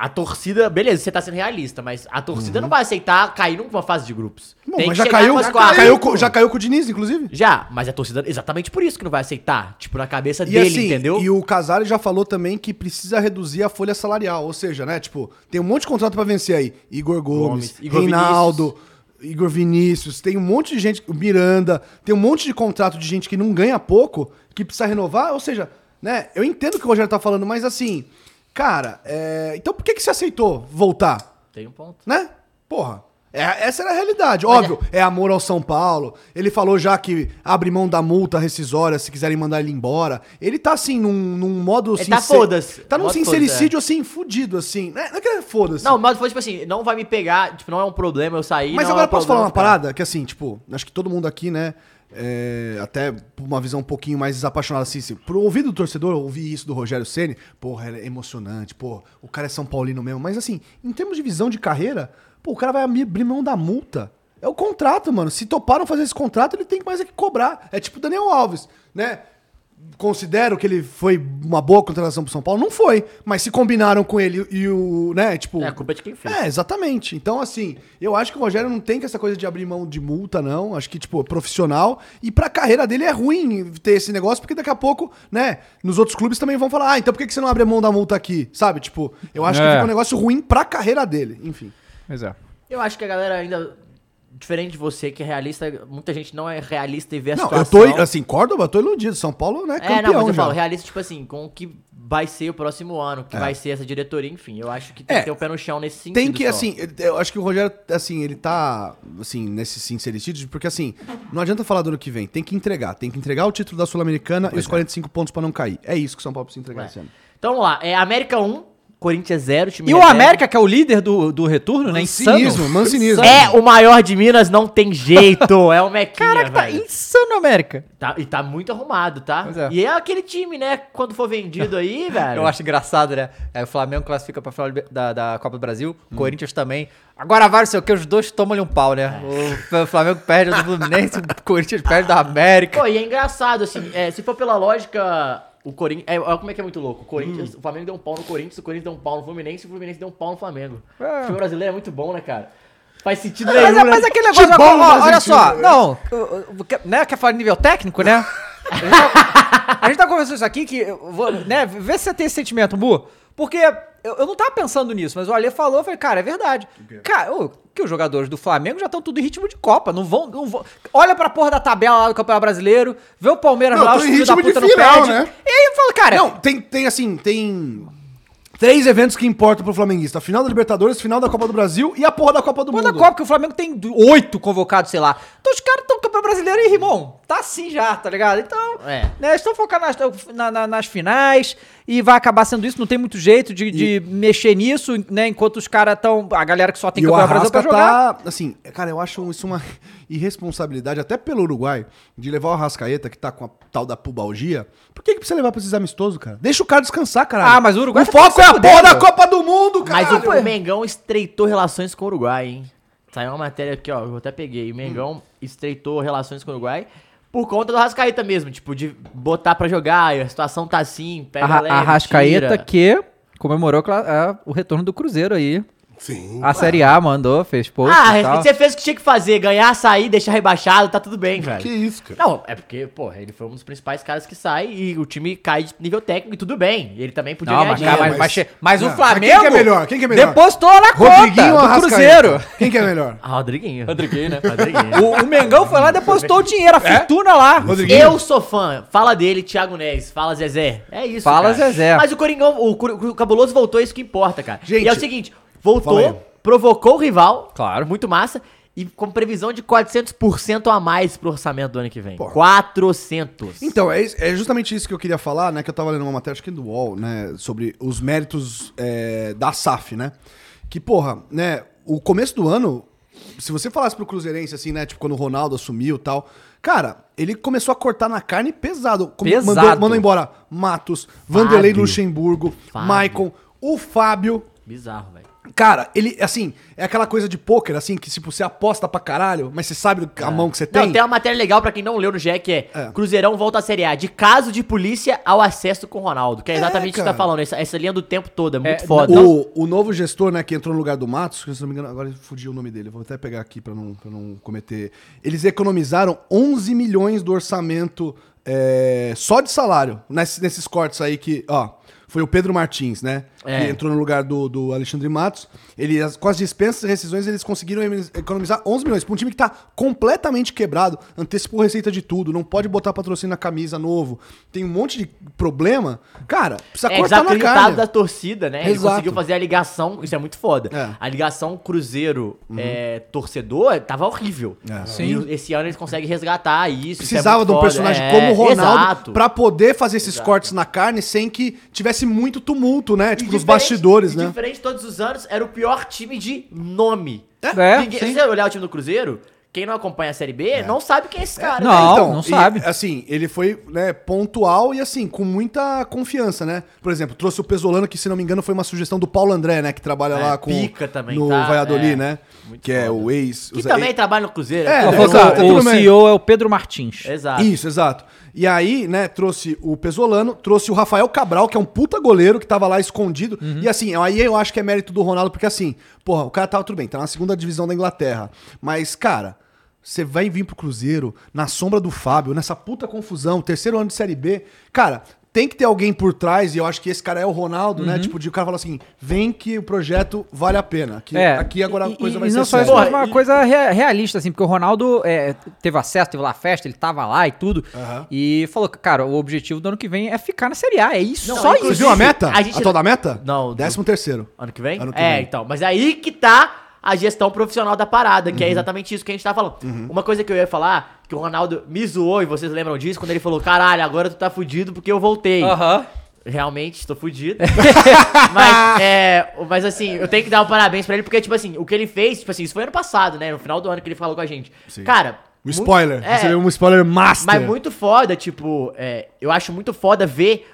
Speaker 2: A torcida, beleza, você tá sendo realista, mas a torcida não vai aceitar cair numa fase de grupos.
Speaker 3: Uhum. Bom,
Speaker 2: Tem
Speaker 3: mas
Speaker 2: que
Speaker 3: já
Speaker 2: chegar
Speaker 3: caiu,
Speaker 2: numas
Speaker 3: já
Speaker 2: quartas.
Speaker 3: caiu, co- já caiu com o Diniz, inclusive.
Speaker 2: Já, mas a torcida, exatamente por isso que não vai aceitar. Tipo, na cabeça
Speaker 3: E
Speaker 2: dele,
Speaker 3: assim,
Speaker 2: entendeu?
Speaker 3: e o Casares já falou também que precisa reduzir a folha salarial, ou seja, né, tipo, tem um monte de contrato pra vencer aí. Igor Gomes,
Speaker 2: Gomes, Igor
Speaker 3: Reinaldo, Igor Vinícius, tem um monte de gente, o Miranda, tem um monte de contrato de gente que não ganha pouco, que precisa renovar, ou seja, né, eu entendo o que o Rogério tá falando, mas assim, cara, é, então por que que você aceitou voltar?
Speaker 2: Tem um ponto.
Speaker 3: né? Porra. É- essa era a realidade. Óbvio, é amor ao São Paulo. Ele falou já que abre mão da multa rescisória se quiserem mandar ele embora. Ele tá assim, num, num modo.
Speaker 2: Ele tá foda-se.
Speaker 3: Tá num
Speaker 2: Modo é.
Speaker 3: sincericídio assim, fudido, assim. Não é, não é que é foda-se.
Speaker 2: Não, mas foi tipo assim, não vai me pegar, tipo, não é um problema eu sair.
Speaker 3: Mas
Speaker 2: não
Speaker 3: agora
Speaker 2: é um
Speaker 3: posso falar
Speaker 2: problema
Speaker 3: uma
Speaker 2: ficar.
Speaker 3: parada? Que assim, tipo, acho que todo mundo aqui, né? é, até por uma visão um pouquinho mais desapaixonada, assim, se pro ouvido do torcedor, ouvir isso do Rogério Ceni, porra, é emocionante, pô, o cara é São Paulino mesmo. Mas assim, em termos de visão de carreira, pô, o cara vai abrir mão da multa. É o contrato, mano. Se toparam fazer esse contrato, ele tem mais é que cobrar. É tipo o Daniel Alves, né? Considero que ele foi uma boa contratação pro São Paulo? Não foi. Mas se combinaram com ele e o, né, tipo...
Speaker 2: É, a culpa é de quem fez.
Speaker 3: É, exatamente. Então, assim, eu acho que o Rogério não tem que essa coisa de abrir mão de multa, não. Acho que, tipo, é profissional. E pra carreira dele é ruim ter esse negócio, porque daqui a pouco, né, nos outros clubes também vão falar, ah, então por que que você não abre mão da multa aqui? Sabe? Tipo, eu acho que
Speaker 1: É.
Speaker 3: fica um negócio ruim pra carreira dele. Enfim.
Speaker 1: Pois é.
Speaker 2: Eu acho que a galera ainda. Diferente de você, que é realista, muita gente não é realista e vê a
Speaker 3: Não, eu
Speaker 2: situação.
Speaker 3: tô, assim, Córdoba, eu tô iludido. São Paulo, né, campeão
Speaker 2: É, não, mas eu
Speaker 3: já.
Speaker 2: falo, realista, tipo assim, com o que vai ser o próximo ano, o que vai ser essa diretoria, enfim. Eu acho que tem
Speaker 3: É.
Speaker 2: que ter o pé no chão nesse sentido.
Speaker 3: Tem que,
Speaker 2: só.
Speaker 3: assim, eu acho que o Rogério, assim, ele tá, assim, nesse sincericídio, porque, assim, não adianta falar do ano que vem, tem que entregar. Tem que entregar o título da Sul-Americana e os 45 pontos pra não cair. É isso que o São Paulo precisa entregar esse ano.
Speaker 2: Então vamos lá, é América 1, Corinthians 0, time
Speaker 1: E o
Speaker 2: reserva.
Speaker 1: América, que é o líder do, do retorno, né?
Speaker 3: Mancinismo,
Speaker 1: Insano.
Speaker 3: mancinismo.
Speaker 2: É o maior de Minas, não tem jeito. É o Mequinha,
Speaker 1: Caraca, tá
Speaker 2: velho.
Speaker 1: insano, América.
Speaker 2: Tá- e tá muito arrumado, tá?
Speaker 1: Pois é.
Speaker 2: E é aquele time, né? Quando for vendido aí, velho.
Speaker 6: Eu acho engraçado, né? É, o Flamengo classifica pra final da, da Copa do Brasil,
Speaker 1: Hum.
Speaker 6: o Corinthians também. Agora vai, não sei o que, os dois tomam-lhe um pau,
Speaker 1: É.
Speaker 6: né? O Flamengo perde do Fluminense, o Corinthians perde da América.
Speaker 2: Pô, e é engraçado, assim, é, se for pela lógica, o Corinthians. É, olha como é que é muito louco. O, Corinthians,
Speaker 1: Hum.
Speaker 2: o Flamengo deu um pau no Corinthians, o Corinthians deu um pau no Fluminense, o Fluminense deu um pau no Flamengo. O time brasileiro é muito bom, né, cara? Faz sentido
Speaker 1: Mas,
Speaker 2: nenhum,
Speaker 1: é- mas
Speaker 2: né?
Speaker 1: aquele negócio,
Speaker 3: Futebol
Speaker 1: ó, ó, olha
Speaker 3: brasileiro.
Speaker 1: só,
Speaker 4: um-
Speaker 1: não, eu- eu- quer- né, quer falar de nível técnico, né? A gente tá- A gente tá conversando isso aqui, que, eu vou, né, vê se você tem esse sentimento, Bu, porque eu, eu não tava pensando nisso, mas o Ale falou, eu falei, cara, é verdade. Cara, ô, que os jogadores do Flamengo já estão tudo em ritmo de Copa, não vão, não vão... Olha pra porra da tabela lá do Campeonato Brasileiro, vê o Palmeiras
Speaker 4: Não,
Speaker 1: lá,
Speaker 4: tô
Speaker 1: os
Speaker 4: em
Speaker 1: filhos da
Speaker 4: ritmo de
Speaker 1: puta não
Speaker 4: final,
Speaker 1: perde,
Speaker 4: né?
Speaker 1: e aí eu falo, cara...
Speaker 3: Não, tem, tem assim, tem. Três eventos que importam pro flamenguista. Final da Libertadores, final da Copa do Brasil e a porra da Copa do
Speaker 1: Pô, da
Speaker 3: Mundo.
Speaker 1: Copa, que o Flamengo tem do- oito convocados, sei lá. Então os caras estão campeão brasileiro e, irmão, tá assim já, tá ligado? Então,
Speaker 2: É.
Speaker 1: né, estão focados nas, na- na- nas finais e vai acabar sendo isso, não tem muito jeito de, de mexer nisso, né? Enquanto os caras estão. A galera que só tem
Speaker 3: e o
Speaker 1: campeão brasileiro pra
Speaker 3: Arrasca
Speaker 1: jogar.
Speaker 3: tá, assim, cara, eu acho isso uma irresponsabilidade, até pelo Uruguai, de levar o Arrascaeta, que tá com a tal da pubalgia. Por que, que precisa levar pra esses amistosos, cara? Deixa o cara descansar, caralho.
Speaker 1: Ah, mas o Uruguai
Speaker 3: O
Speaker 1: tá
Speaker 3: foco é a
Speaker 1: se
Speaker 3: porra da
Speaker 1: fudendo.
Speaker 3: Copa do Mundo, cara!
Speaker 2: Mas o- o Mengão estreitou relações com o Uruguai, hein? Saiu uma matéria aqui, ó, eu até peguei. O Mengão
Speaker 1: Hum.
Speaker 2: estreitou relações com o Uruguai por conta do Arrascaeta mesmo, tipo, de botar pra jogar, e a situação tá assim, pega
Speaker 1: Arra-
Speaker 2: leve,
Speaker 6: Arrascaeta
Speaker 2: tira.
Speaker 6: que comemorou cla- a- o retorno do Cruzeiro aí.
Speaker 4: Sim.
Speaker 6: A Série A mandou, fez post e
Speaker 2: Ah,
Speaker 6: tal.
Speaker 2: você fez o que tinha que fazer, ganhar, sair, deixar rebaixado, tá tudo bem, velho.
Speaker 4: Que isso, cara.
Speaker 2: Não, é porque, porra, ele foi um dos principais caras que sai e o time cai de nível técnico e tudo bem. Ele também podia
Speaker 6: Não,
Speaker 2: ganhar
Speaker 6: mas,
Speaker 2: dinheiro.
Speaker 6: cara, mas,
Speaker 4: mas-
Speaker 6: mas che- mas
Speaker 3: não,
Speaker 6: o
Speaker 3: mas
Speaker 6: Flamengo...
Speaker 3: quem que é melhor? Quem que é melhor?
Speaker 6: Depositou na
Speaker 3: Rodriguinho ou
Speaker 6: conta do
Speaker 3: Arrascaeta?
Speaker 6: Cruzeiro.
Speaker 3: Quem que é melhor?
Speaker 2: Ah, Rodriguinho.
Speaker 6: Rodriguinho, né?
Speaker 2: Rodriguinho.
Speaker 1: O, o Mengão foi lá e depositou o dinheiro, a
Speaker 3: É?
Speaker 1: fortuna lá.
Speaker 3: Rodriguinho?
Speaker 2: Eu sou fã. Fala dele, Thiago Neves. Fala Zezé. É isso.
Speaker 6: Fala,
Speaker 2: cara.
Speaker 6: Zezé.
Speaker 2: Mas o Coringão, o, Cur- o Cabuloso voltou, é isso que importa, cara.
Speaker 3: Gente,
Speaker 2: e é o seguinte:
Speaker 3: fala aí.
Speaker 2: voltou, provocou o rival.
Speaker 6: Claro.
Speaker 2: Muito massa. E com previsão de 400% a mais pro orçamento do ano que vem.
Speaker 3: Porra.
Speaker 2: 400.
Speaker 3: Então, é, isso- é justamente isso que eu queria falar, né? Que eu tava lendo uma matéria, acho que do UOL, né? Sobre os méritos é, da SAF, né? Que, porra, né? O começo do ano, se você falasse pro Cruzeirense, assim, né? Tipo, quando o Ronaldo assumiu e tal. Cara, ele começou a cortar na carne pesado. Como-
Speaker 6: Pesado.
Speaker 3: Mandou, mandou embora Matos, Vanderlei
Speaker 2: Fábio.
Speaker 3: Luxemburgo,
Speaker 2: Fábio.
Speaker 3: Maicon, o Fábio.
Speaker 2: Bizarro, velho.
Speaker 3: Cara, ele, assim, é aquela coisa de pôquer, assim, que, tipo, você aposta pra caralho, mas você sabe a mão que você tem.
Speaker 2: É. Não, tem uma matéria legal pra quem não leu no GE que é,
Speaker 3: É.
Speaker 2: Cruzeirão volta à Série A, de caso de polícia ao acesso com Ronaldo. Que é exatamente o que você
Speaker 3: cara.
Speaker 2: tá falando, essa, essa linha do tempo todo, é muito
Speaker 6: É,
Speaker 2: foda.
Speaker 3: O, o novo gestor, né, que entrou no lugar do Matos, que, se não me engano, agora fugiu o nome dele, vou até pegar aqui pra não, pra não cometer. Eles economizaram 11 milhões do orçamento é, só de salário, nesse- nesses cortes aí que, ó, foi o Pedro Martins, né, que
Speaker 2: É.
Speaker 3: entrou no lugar do, do Alexandre Matos. Ele, as- com as dispensas e rescisões, eles conseguiram emis- economizar 11 milhões pra um time que tá completamente quebrado, antecipou receita de tudo, não pode botar patrocínio na camisa novo, tem um monte de problema. Cara, precisa
Speaker 2: É
Speaker 3: cortar na
Speaker 2: desacreditado
Speaker 3: cara.
Speaker 2: da torcida, né? Ele
Speaker 3: Exato.
Speaker 2: conseguiu fazer a ligação, isso é muito foda.
Speaker 3: É. Uhum.
Speaker 2: A ligação Cruzeiro-torcedor tava horrível.
Speaker 3: É.
Speaker 2: Sim. E esse ano eles conseguem resgatar isso. isso é
Speaker 3: precisava
Speaker 2: muito
Speaker 3: de um
Speaker 2: foda.
Speaker 3: personagem
Speaker 2: É,
Speaker 3: como o Ronaldo
Speaker 2: exato.
Speaker 3: pra poder fazer esses cortes na carne sem que tivesse muito tumulto, né?
Speaker 2: E
Speaker 3: Tipo, nos
Speaker 2: diferente-
Speaker 3: bastidores,
Speaker 2: e
Speaker 3: né?
Speaker 2: Diferente de todos os anos, era o pior time de nome.
Speaker 6: É,
Speaker 2: Ninguém-
Speaker 6: sim.
Speaker 2: se você olhar o time do Cruzeiro, quem não acompanha a Série B não sabe quem é esse cara.
Speaker 6: Não,
Speaker 2: né?
Speaker 6: não
Speaker 3: e,
Speaker 6: sabe.
Speaker 3: assim, ele foi né, pontual e assim, com muita confiança, né? Por exemplo, trouxe o Pesolano, que se não me engano foi uma sugestão do Paulo André, né? Que trabalha lá com...
Speaker 2: É, pica também,
Speaker 3: No
Speaker 2: tá?
Speaker 3: Valladolid,
Speaker 2: É.
Speaker 3: né?
Speaker 2: Muito
Speaker 3: que é
Speaker 2: foda.
Speaker 3: o ex...
Speaker 2: Que
Speaker 3: os-
Speaker 2: também trabalha no Cruzeiro.
Speaker 3: É,
Speaker 2: pô.
Speaker 1: Ô,
Speaker 3: Exato,
Speaker 1: Foca,
Speaker 3: tudo
Speaker 1: o
Speaker 3: bem.
Speaker 1: CEO é o Pedro Martins.
Speaker 2: Exato.
Speaker 3: Isso, exato. E aí, né, trouxe o Pesolano, trouxe o Rafael Cabral, que é um puta goleiro que tava lá escondido.
Speaker 2: Uhum.
Speaker 3: E assim, aí eu acho que é mérito do Ronaldo, porque assim, porra, o cara tava tudo bem, tá na segunda divisão da Inglaterra. Mas, cara, você vai vir pro Cruzeiro, na sombra do Fábio, nessa puta confusão, terceiro ano de Série B. Cara. Tem que ter alguém por trás, e eu acho que esse cara é o Ronaldo,
Speaker 2: Uhum.
Speaker 3: né? Tipo, de o cara fala assim: vem que o projeto vale a pena. Que
Speaker 6: É,
Speaker 3: aqui agora a
Speaker 6: e-
Speaker 3: coisa
Speaker 6: e-
Speaker 3: vai
Speaker 6: e
Speaker 3: ser
Speaker 6: não só isso,
Speaker 3: séria.
Speaker 6: mas uma coisa rea- realista, assim, porque o Ronaldo é, teve acesso, teve lá a festa, ele tava lá e tudo. E falou, que, cara, o objetivo do ano que vem é ficar na Série A. É isso, só
Speaker 3: Você
Speaker 6: isso.
Speaker 3: viu a meta?
Speaker 2: A gente-
Speaker 3: A toda meta?
Speaker 2: Não, do-
Speaker 3: Décimo terceiro.
Speaker 2: Ano que vem?
Speaker 3: Ano que
Speaker 2: é,
Speaker 3: vem.
Speaker 2: então. Mas aí que tá a gestão profissional da parada,
Speaker 3: Uhum.
Speaker 2: que é exatamente isso que a gente tá falando. Uma coisa que eu ia falar, que o Ronaldo me zoou, e vocês lembram disso, quando ele falou, caralho, agora tu tá fudido porque eu voltei.
Speaker 6: Aham.
Speaker 2: Realmente, tô fudido. mas, é, mas assim, eu tenho que dar um parabéns pra ele, porque, tipo assim, o que ele fez, tipo assim, isso foi ano passado, né? No final do ano que ele falou com a gente. Cara.
Speaker 3: Um
Speaker 2: mu-
Speaker 3: spoiler.
Speaker 2: É,
Speaker 3: Recebeu um spoiler master.
Speaker 2: mas muito foda, tipo, é, eu acho muito foda ver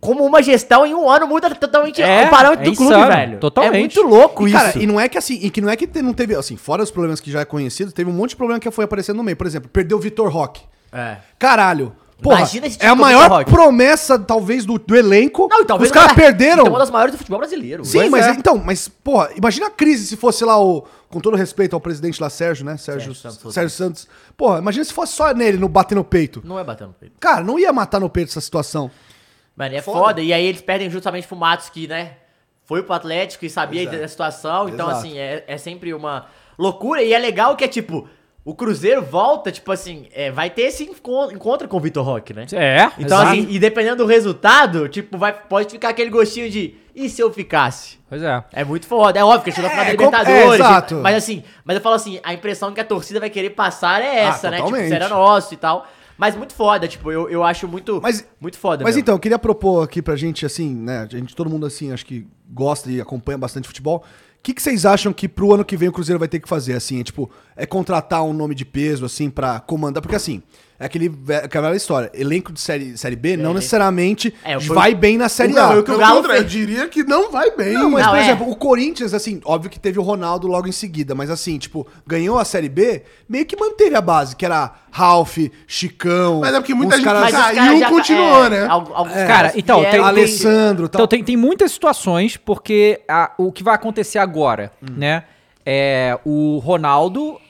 Speaker 2: como uma gestão em um ano muda totalmente
Speaker 6: É,
Speaker 2: o um parâmetro
Speaker 6: é
Speaker 2: do clube,
Speaker 6: insano,
Speaker 2: velho.
Speaker 6: totalmente.
Speaker 2: É muito louco
Speaker 3: E,
Speaker 2: isso.
Speaker 3: cara, e não é que assim, e que não é que te- não teve, assim, fora os problemas que já é conhecido, teve um monte de problema que foi aparecendo no meio. Por exemplo, perdeu o Vitor Roque.
Speaker 2: É.
Speaker 3: Caralho. Porra,
Speaker 2: Imagina esse
Speaker 3: é a
Speaker 2: time com o Vitor
Speaker 3: maior
Speaker 2: Roque.
Speaker 3: promessa, talvez, do, do elenco.
Speaker 2: Não, e talvez
Speaker 3: Os caras
Speaker 2: uma da-
Speaker 3: perderam.
Speaker 2: Então, uma das maiores do futebol brasileiro.
Speaker 3: Sim,
Speaker 2: Pois
Speaker 3: mas
Speaker 2: é.
Speaker 3: então, mas, porra, imagina a crise se fosse lá o. Com todo respeito ao presidente lá, Sérgio, né? Sérgio,
Speaker 2: Sérgio Santos.
Speaker 3: Sérgio, Santos. Porra, imagina se fosse só nele, no bater no peito.
Speaker 2: Não é batendo peito.
Speaker 3: Cara, não ia matar no peito essa situação.
Speaker 2: Mano, é
Speaker 3: Foda.
Speaker 2: foda. E aí eles perdem justamente pro Matos, que, né, foi pro Atlético e sabia
Speaker 3: Exato.
Speaker 2: da situação. Então,
Speaker 3: Exato.
Speaker 2: assim, é, é sempre uma loucura. E é legal que é tipo, O Cruzeiro volta, tipo assim, é, vai ter esse enco- encontro com o Vitor Roque, né?
Speaker 1: É,
Speaker 2: Então,
Speaker 1: exato.
Speaker 2: assim, e dependendo do resultado, tipo, vai, pode ficar aquele gostinho de. E se eu ficasse?
Speaker 1: Pois é.
Speaker 2: É muito foda. É óbvio que a gente tá falando da
Speaker 7: É,
Speaker 2: Libertadores.
Speaker 7: é, exato.
Speaker 2: Mas assim, mas eu falo assim, a impressão que a torcida vai querer passar é
Speaker 3: Ah,
Speaker 2: essa, né? Tipo,
Speaker 7: totalmente.
Speaker 2: será nosso e tal. Mas muito foda, tipo, eu, eu acho muito, muito foda
Speaker 3: Mas
Speaker 2: mesmo.
Speaker 3: então, eu queria propor aqui pra gente, assim, né? A gente, todo mundo, assim, acho que gosta e acompanha bastante futebol. O que, que vocês acham que pro ano que vem o Cruzeiro vai ter que fazer, assim? É, tipo, é contratar um nome de peso, assim, pra comandar? Porque, assim, é aquele, ve- aquela história. Elenco de Série, série B não necessariamente
Speaker 4: É, foi-
Speaker 3: vai bem na Série
Speaker 4: Não,
Speaker 3: A.
Speaker 4: é o que o Galo Contra, fez. eu
Speaker 3: diria que não vai bem. Não, mas,
Speaker 4: Não,
Speaker 3: por
Speaker 4: é.
Speaker 3: exemplo, o Corinthians, assim, óbvio que teve o Ronaldo logo em seguida, mas, assim, tipo, ganhou a Série B, meio que manteve a base, que era Ralf, Chicão...
Speaker 4: Mas é porque muita
Speaker 3: uns
Speaker 4: gente
Speaker 3: caras-
Speaker 4: caiu Mas os caras e já- continuou, é, né? al- alguns
Speaker 3: É.
Speaker 1: Cara, então, tem, tem-
Speaker 3: Alessandro, tal.
Speaker 1: então tem, tem muitas situações, porque a- o que vai acontecer agora,
Speaker 2: Hum.
Speaker 1: né? É, o Ronaldo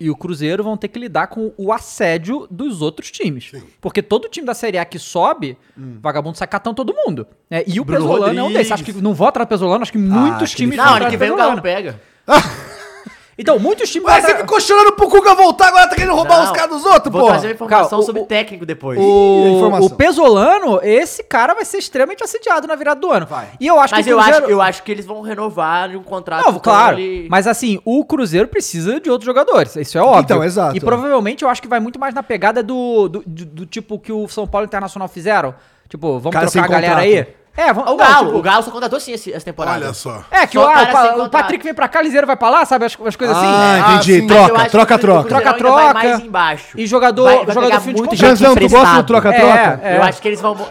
Speaker 1: e o Cruzeiro vão ter que lidar com o assédio dos outros times. Porque todo time da Série A que sobe, vagabundo sai catando todo mundo. né? E o
Speaker 2: Hum. Bruno
Speaker 1: Pesolano é um
Speaker 2: Rodrigues.
Speaker 1: desses. Acho que não vão atrás do Pesolano, acho que muitos times
Speaker 2: Não,
Speaker 1: vão
Speaker 2: ano
Speaker 1: atrás
Speaker 2: que
Speaker 1: do
Speaker 2: vem o
Speaker 1: Pesolano.
Speaker 2: Galo pega.
Speaker 1: Então, muitos times.
Speaker 3: Mas você ficou chorando pro Cuca voltar, agora tá querendo roubar
Speaker 2: Não,
Speaker 3: os caras dos outros, pô.
Speaker 2: Vou trazer uma informação
Speaker 1: Cara, o-
Speaker 2: sobre técnico depois.
Speaker 1: O, o Pesolano, esse cara vai ser extremamente assediado na virada do ano. E eu acho
Speaker 2: mas
Speaker 1: que o
Speaker 2: eu,
Speaker 1: Cruzeiro...
Speaker 2: acho, eu acho que eles vão renovar um contrato.
Speaker 1: Não,
Speaker 2: com
Speaker 1: claro.
Speaker 2: ele.
Speaker 1: Mas assim, o Cruzeiro precisa de outros jogadores. Isso é óbvio.
Speaker 3: Então, exato.
Speaker 1: E provavelmente eu acho que vai muito mais na pegada do, do, do- do tipo que o São Paulo Internacional fizeram. Tipo, vamos
Speaker 2: Cara
Speaker 1: trocar a
Speaker 2: sem
Speaker 1: galera
Speaker 2: contrato.
Speaker 1: aí. É, vamos,
Speaker 2: O Galo, o Galo só contratou sim esse- essa temporada.
Speaker 4: Olha só.
Speaker 1: É, que o,
Speaker 2: Só
Speaker 1: ah,
Speaker 2: cara
Speaker 1: o Pa-
Speaker 2: sem
Speaker 1: o
Speaker 2: contrato.
Speaker 1: Patrick vem pra cá, Liseiro vai pra lá, sabe? As, as coisas assim.
Speaker 3: Ah, entendi.
Speaker 1: sim.
Speaker 3: Troca,
Speaker 1: Mas eu acho
Speaker 3: troca,
Speaker 1: que o
Speaker 3: troca.
Speaker 1: Troca,
Speaker 2: Cruzeiro ainda vai
Speaker 1: troca.
Speaker 2: mais embaixo.
Speaker 1: E jogador,
Speaker 2: Vai- vai
Speaker 1: jogador
Speaker 2: pegar
Speaker 1: fim de
Speaker 2: muito
Speaker 1: contrato.
Speaker 2: gente
Speaker 3: Janzão, tu gosta do
Speaker 2: emprestado.
Speaker 3: troca-troca?
Speaker 1: É, é.
Speaker 2: Eu acho que eles vão. mu-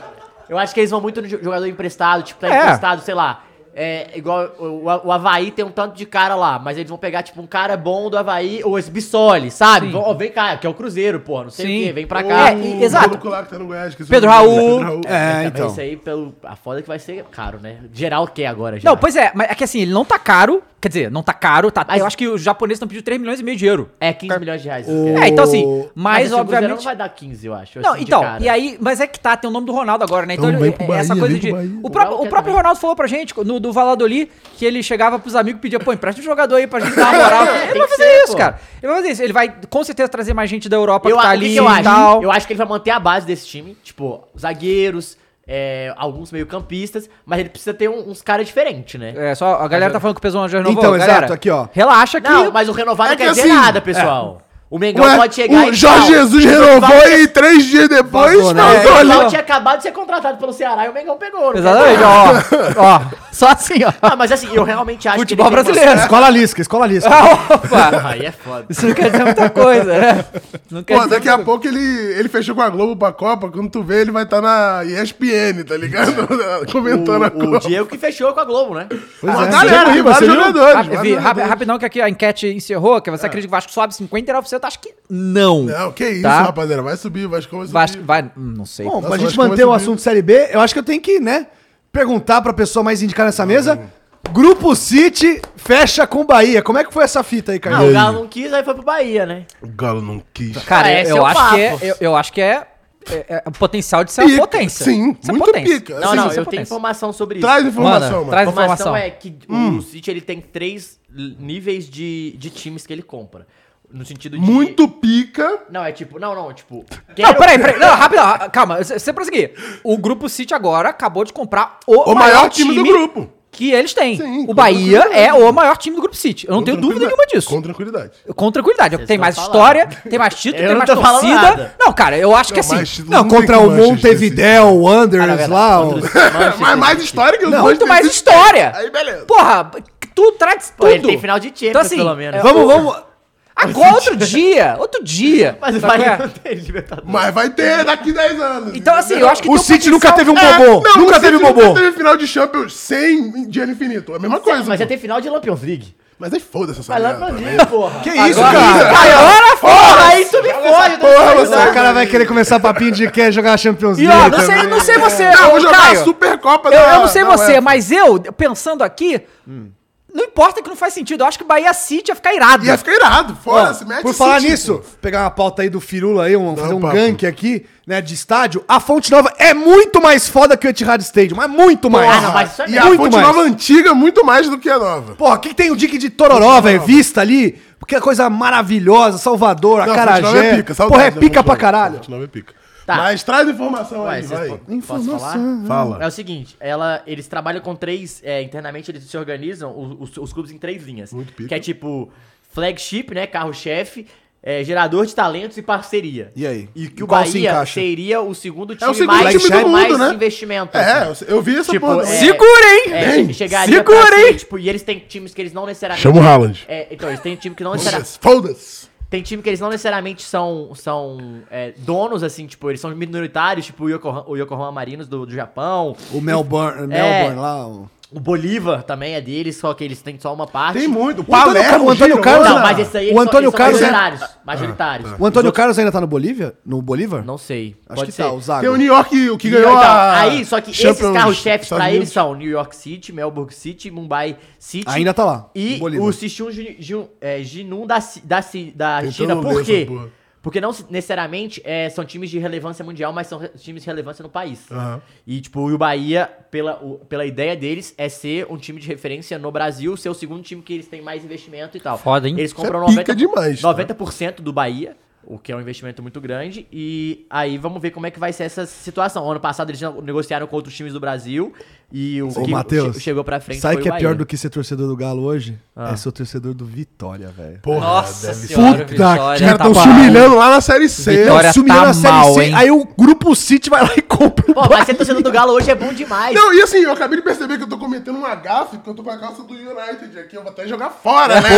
Speaker 2: Eu acho que eles vão muito no jo- jogador emprestado, tipo, tá
Speaker 1: É.
Speaker 2: emprestado, sei lá. É igual o, o o Havaí tem um tanto de cara lá, mas eles vão pegar, tipo, um cara bom do Havaí, ou esse Bissoli, sabe?
Speaker 1: Sim.
Speaker 2: Vão, ó, vem cá, que é o Cruzeiro, pô, não sei
Speaker 1: Sim.
Speaker 2: o quê, vem pra cá.
Speaker 1: É, e- exato.
Speaker 4: O maluco lá que tá no Goiás, esqueci
Speaker 1: Pedro
Speaker 4: o nome dele,
Speaker 1: Raul.
Speaker 2: É,
Speaker 1: É,
Speaker 2: então.
Speaker 1: então.
Speaker 2: Isso aí, pelo, a foda é que vai ser caro, né? Geral quer agora, já.
Speaker 1: Não, pois é, mas é que assim, ele não tá caro. Quer dizer, não tá caro, tá. eu acho que os japoneses estão pedindo 3 milhões e meio de euro.
Speaker 2: É, 15 milhões de reais.
Speaker 1: É, então assim, mas,
Speaker 2: esse Cruzeiro
Speaker 1: obviamente.
Speaker 2: não vai dar 15, eu acho.
Speaker 1: Não,
Speaker 2: assim, de
Speaker 1: então,
Speaker 2: cara.
Speaker 1: e aí, mas é que tá, tem o nome do Ronaldo agora, né? Então,
Speaker 2: Então vem
Speaker 1: ele-
Speaker 2: pro
Speaker 1: é
Speaker 2: Bahia,
Speaker 1: essa coisa
Speaker 2: vem pro
Speaker 1: de.
Speaker 2: Bahia.
Speaker 1: O, próprio- o próprio Ronaldo falou pra gente, no, do Valladolid, que ele chegava pros amigos e pedia, pô, empresta um jogador aí pra gente dar uma moral.
Speaker 2: É,
Speaker 1: ele vai fazer isso, cara. Ele vai fazer isso. Ele vai com certeza trazer mais gente da Europa
Speaker 2: Eu,
Speaker 1: que tá
Speaker 2: a- o que
Speaker 1: ali
Speaker 2: que eu
Speaker 1: e
Speaker 2: acho?
Speaker 1: tal.
Speaker 2: Eu acho que ele vai manter a base desse time. Tipo, zagueiros, é, alguns meio-campistas. Mas ele precisa ter um- uns caras diferentes, né?
Speaker 1: É, só a galera tá falando que o Pesolano já renovou.
Speaker 2: Então,
Speaker 1: Galera,
Speaker 2: exato, aqui,
Speaker 3: ó.
Speaker 1: Relaxa que...
Speaker 2: Não, mas o renovado
Speaker 1: É
Speaker 2: não quer
Speaker 1: que
Speaker 2: dizer
Speaker 1: assim,
Speaker 2: nada, pessoal. O Mengão
Speaker 4: Ué,
Speaker 2: pode chegar
Speaker 4: o
Speaker 2: e
Speaker 4: Jorge
Speaker 2: tal.
Speaker 4: Jesus
Speaker 2: O Dorival
Speaker 4: renovou
Speaker 2: tinha-
Speaker 4: e três dias depois,
Speaker 2: Vazou, né?
Speaker 4: nós
Speaker 2: É, o Dorival
Speaker 4: olhamos.
Speaker 2: tinha acabado de ser contratado pelo Ceará e o Mengão pegou. não
Speaker 1: Exatamente,
Speaker 2: pegou?
Speaker 1: ó. ó, só assim, ó.
Speaker 2: Ah, mas assim, eu realmente acho
Speaker 1: Futebol
Speaker 2: que ele tem
Speaker 1: brasileiro.
Speaker 3: É, Escola Lisca, escola Lisca.
Speaker 1: Opa!
Speaker 2: Aí é foda.
Speaker 1: Isso não quer dizer muita coisa, né? Não quer
Speaker 4: Pô,
Speaker 1: dizer
Speaker 4: daqui a pouco ele, ele fechou com a Globo pra Copa, quando tu vê ele vai estar na ESPN, tá ligado? Comentando a
Speaker 2: O,
Speaker 4: Copa.
Speaker 2: o Diego que fechou com a Globo, né?
Speaker 4: Pois
Speaker 2: Ah,
Speaker 4: é. Galera, aí, vários jogadores,
Speaker 1: Rap-
Speaker 4: vários
Speaker 1: vi- rap-
Speaker 4: jogadores.
Speaker 1: Rapidão que aqui a enquete encerrou,
Speaker 4: É.
Speaker 1: que você acredita que o Vasco sobe 59%, acho que não.
Speaker 4: Não, que isso,
Speaker 1: Tá?
Speaker 4: rapaziada. Vai subir, vai subir.
Speaker 1: Vasco vai... hum, Não sei.
Speaker 3: Bom,
Speaker 4: Nossa,
Speaker 3: pra
Speaker 4: eu acho
Speaker 3: gente
Speaker 4: que vai
Speaker 3: manter o
Speaker 4: subir.
Speaker 3: assunto Série B, eu acho que eu tenho que, né, perguntar pra pessoa mais indicada nessa mesa. Grupo City fecha com Bahia. Como é que foi essa fita aí, cara?
Speaker 2: Não, o Galo não quis, aí foi pro Bahia, né?
Speaker 4: O Galo não quis.
Speaker 1: Cara,
Speaker 2: Ah, esse
Speaker 1: eu,
Speaker 2: é o
Speaker 1: acho
Speaker 2: papo.
Speaker 1: que é, eu, eu acho que é, é- é o potencial de ser
Speaker 4: Pica,
Speaker 1: uma potência.
Speaker 4: sim,
Speaker 1: Isso é
Speaker 4: muito
Speaker 1: potência.
Speaker 4: pica.
Speaker 2: Não,
Speaker 4: Sim,
Speaker 2: não,
Speaker 4: sim,
Speaker 2: eu
Speaker 4: sim.
Speaker 2: tenho informação sobre isso.
Speaker 4: Traz informação, mano.
Speaker 1: traz
Speaker 2: A informação
Speaker 1: informação.
Speaker 2: é que o
Speaker 4: Hum.
Speaker 2: City ele tem três l- níveis de, de times que ele compra. No sentido de.
Speaker 4: Muito pica.
Speaker 2: Não, é tipo. Não, não, tipo.
Speaker 1: Não, peraí, peraí. Não, rápido, ah, calma. Você você prosseguir. O Grupo City agora acabou de comprar o,
Speaker 4: O maior time do grupo.
Speaker 1: que eles têm. o
Speaker 4: com
Speaker 1: Bahia é
Speaker 4: tranquilidade.
Speaker 1: o maior time do Grupo City. Eu não tenho dúvida nenhuma disso.
Speaker 4: Com tranquilidade.
Speaker 1: Com tranquilidade. tem mais
Speaker 4: estão
Speaker 1: história, tem mais título,
Speaker 4: Eu
Speaker 1: tem
Speaker 4: não
Speaker 1: mais
Speaker 4: tô falando
Speaker 1: torcida.
Speaker 4: nada.
Speaker 1: Não, cara, eu acho que
Speaker 4: É,
Speaker 1: assim.
Speaker 3: Não, contra o Montevidéu, o
Speaker 1: Ah, é
Speaker 3: Wanderers lá. o-
Speaker 4: É, Mas mais história que os
Speaker 1: Não,
Speaker 4: dois
Speaker 1: muito mais
Speaker 4: desistem.
Speaker 1: história.
Speaker 4: Aí, beleza.
Speaker 1: Porra, tu traz tudo. Então,
Speaker 2: ele tem final de Champions, pelo menos.
Speaker 1: é,
Speaker 2: Vamos,
Speaker 1: o-
Speaker 2: vamos-
Speaker 1: Agora, outro dia, outro dia.
Speaker 2: Mas
Speaker 1: Sabe
Speaker 2: vai
Speaker 1: qual é?
Speaker 2: ter Libertadores.
Speaker 4: Mas vai ter daqui 10 anos.
Speaker 1: Então, assim, eu acho que
Speaker 3: O
Speaker 1: tem
Speaker 3: City nunca teve um
Speaker 4: É,
Speaker 3: bobô.
Speaker 4: não,
Speaker 3: nunca
Speaker 4: o
Speaker 3: teve um
Speaker 4: City
Speaker 3: bobô.
Speaker 4: teve final de Champions sem dinheiro infinito. É a mesma coisa.
Speaker 2: Mas
Speaker 4: pô.
Speaker 2: já tem final de Lampions League.
Speaker 4: Mas aí foda-se essa
Speaker 2: Mas
Speaker 4: merda,
Speaker 2: Lampions
Speaker 4: né?
Speaker 2: League, porra.
Speaker 3: Que isso,
Speaker 2: Agora-
Speaker 3: cara?
Speaker 1: Agora,
Speaker 2: porra,
Speaker 3: Porra,
Speaker 2: aí tu me fode. tá
Speaker 3: Porra, você,
Speaker 4: é
Speaker 3: o cara vai querer começar papinho de quer jogar Champions
Speaker 1: E
Speaker 3: League.
Speaker 1: ó, não sei,
Speaker 3: também.
Speaker 1: não sei você.
Speaker 3: Não,
Speaker 1: ô,
Speaker 3: vou jogar
Speaker 1: Caio.
Speaker 3: a Supercopa
Speaker 1: eu,
Speaker 3: da-
Speaker 1: eu não sei
Speaker 3: da
Speaker 1: você,
Speaker 3: UEFA.
Speaker 1: mas eu, pensando aqui,
Speaker 3: Hum.
Speaker 1: não importa que não faz sentido. Eu acho que Bahia City ia ficar irado.
Speaker 4: Ia ficar irado, foda-se,
Speaker 3: Ó,
Speaker 4: mete
Speaker 3: Por
Speaker 4: esse
Speaker 3: falar
Speaker 4: time.
Speaker 3: nisso, pegar uma pauta aí do Firula aí, um, fazer um
Speaker 4: papo.
Speaker 3: gank aqui, né, de estádio. A Fonte Nova é muito mais foda que o Etihad Stadium, mas muito mais.
Speaker 4: Porra, mas isso é
Speaker 3: e a
Speaker 4: mesmo.
Speaker 3: Fonte
Speaker 4: Muito mais.
Speaker 3: Nova
Speaker 4: antiga, muito mais do que a nova.
Speaker 3: Porra, o que, que tem o dique de Tororó, velho? Vista ali. Que coisa maravilhosa, Salvador,
Speaker 4: Não,
Speaker 3: Acarajé.
Speaker 4: 29 é pica, saudade
Speaker 3: Porra, é
Speaker 4: da
Speaker 3: pica pra
Speaker 4: 29,
Speaker 3: caralho.
Speaker 4: 29 é pica.
Speaker 2: Tá.
Speaker 4: Mas traz informação
Speaker 2: Ué,
Speaker 4: aí,
Speaker 2: vocês
Speaker 4: vai.
Speaker 2: po- posso falar?
Speaker 4: Fala.
Speaker 2: É o seguinte, ela, eles trabalham com três. é, internamente eles se organizam o- os, os clubes em três linhas.
Speaker 4: Muito pica.
Speaker 2: Que é tipo flagship, né? Carro-chefe, é, gerador de talentos e parceria.
Speaker 3: E aí?
Speaker 2: E que
Speaker 3: Em
Speaker 2: o
Speaker 3: qual se
Speaker 2: Bahia
Speaker 3: encaixa?
Speaker 2: seria o segundo time
Speaker 4: É o segundo
Speaker 2: mais,
Speaker 4: time do mundo,
Speaker 2: mais
Speaker 4: né?
Speaker 2: investimento.
Speaker 4: É,
Speaker 2: assim.
Speaker 4: eu- eu vi essa
Speaker 2: Tipo,
Speaker 4: porra.
Speaker 2: é,
Speaker 6: Segura,
Speaker 2: é,
Speaker 4: Bem,
Speaker 2: chegaria
Speaker 6: segura,
Speaker 2: pra
Speaker 6: hein?
Speaker 2: ser, tipo, e eles têm times que eles não necessariamente.
Speaker 4: Chama o Haaland.
Speaker 2: É, então, eles têm time que não necessariamente.
Speaker 4: Foda-se. Foda-se.
Speaker 2: Tem time que eles não necessariamente são, são é, donos, assim, tipo, eles são minoritários, tipo o Yokohama, o Yokohama Marinos do, do Japão.
Speaker 3: O Melbourne,
Speaker 2: É.
Speaker 3: Melbourne lá. O...
Speaker 2: O Bolívar também é deles, só que eles têm só uma parte.
Speaker 4: Tem muito. O
Speaker 3: Antônio
Speaker 4: Palermo,
Speaker 3: Carlos- o Antônio
Speaker 4: Girona.
Speaker 3: Carlos-
Speaker 2: Não, mas esse aí
Speaker 3: O Antônio
Speaker 2: são
Speaker 3: Carlos é-
Speaker 2: majoritários.
Speaker 4: Ah,
Speaker 2: Majoritários.
Speaker 3: O Antônio Carlos ainda tá no Bolívia? No Bolívar?
Speaker 2: Não sei.
Speaker 3: Acho
Speaker 2: pode
Speaker 3: que
Speaker 2: ser.
Speaker 3: tá, o Zago.
Speaker 4: Tem um o New York, o que
Speaker 2: New
Speaker 4: ganhou
Speaker 2: York,
Speaker 4: a...
Speaker 2: não. então, Aí, só que esses
Speaker 4: Champions
Speaker 2: carros-chefes
Speaker 4: Estados
Speaker 2: pra eles
Speaker 4: Unidos.
Speaker 2: são New York City, Melbourne City, Mumbai City.
Speaker 3: Ainda tá lá,
Speaker 2: E
Speaker 3: no Bolívar.
Speaker 2: o Sichun Jun- Jun- é, Jinun da, Ci- da, Ci- da
Speaker 4: Tentando
Speaker 2: China.
Speaker 4: ler
Speaker 2: Por
Speaker 4: essa
Speaker 2: quê?
Speaker 4: porra.
Speaker 2: Porque não se- necessariamente é, são times de relevância mundial, mas são re- times de relevância no país.
Speaker 4: Aham.
Speaker 2: E, tipo, e o Bahia, pela, o- pela ideia deles, é ser um time de referência no Brasil, ser o segundo time que eles têm mais investimento e tal.
Speaker 6: Foda, hein?
Speaker 2: Eles
Speaker 4: é
Speaker 2: compram
Speaker 4: pica
Speaker 2: 90%,
Speaker 4: demais, tá?
Speaker 2: 90% do Bahia, o que é um investimento muito grande. E aí vamos ver como é que vai ser essa situação. Ano passado eles nego- negociaram com outros times do Brasil e o
Speaker 3: Ô,
Speaker 2: que
Speaker 3: Matheus,
Speaker 2: che- chegou pra frente
Speaker 3: Sabe
Speaker 2: foi
Speaker 3: que
Speaker 2: o
Speaker 3: é pior
Speaker 2: Bahia. Ah.
Speaker 3: do que ser torcedor do Galo hoje? É ser o torcedor do Vitória, velho.
Speaker 4: Porra,
Speaker 6: Nossa
Speaker 4: deve ser.
Speaker 6: senhora,
Speaker 3: Puta
Speaker 4: Os
Speaker 6: Vitória.
Speaker 4: caras
Speaker 6: tá
Speaker 4: estão se
Speaker 6: pra-
Speaker 4: humilhando lá na Série C.
Speaker 6: Vitória tá
Speaker 4: Se humilhando na
Speaker 6: mal,
Speaker 4: Série C.
Speaker 6: hein?
Speaker 3: Aí o grupo City vai lá e compra.
Speaker 2: Pô, mas ser torcedor do Galo hoje é bom demais.
Speaker 4: Não, e assim, eu acabei de perceber que eu tô cometendo um agafe, porque eu tô com a calça do United aqui. Eu vou até jogar fora, né?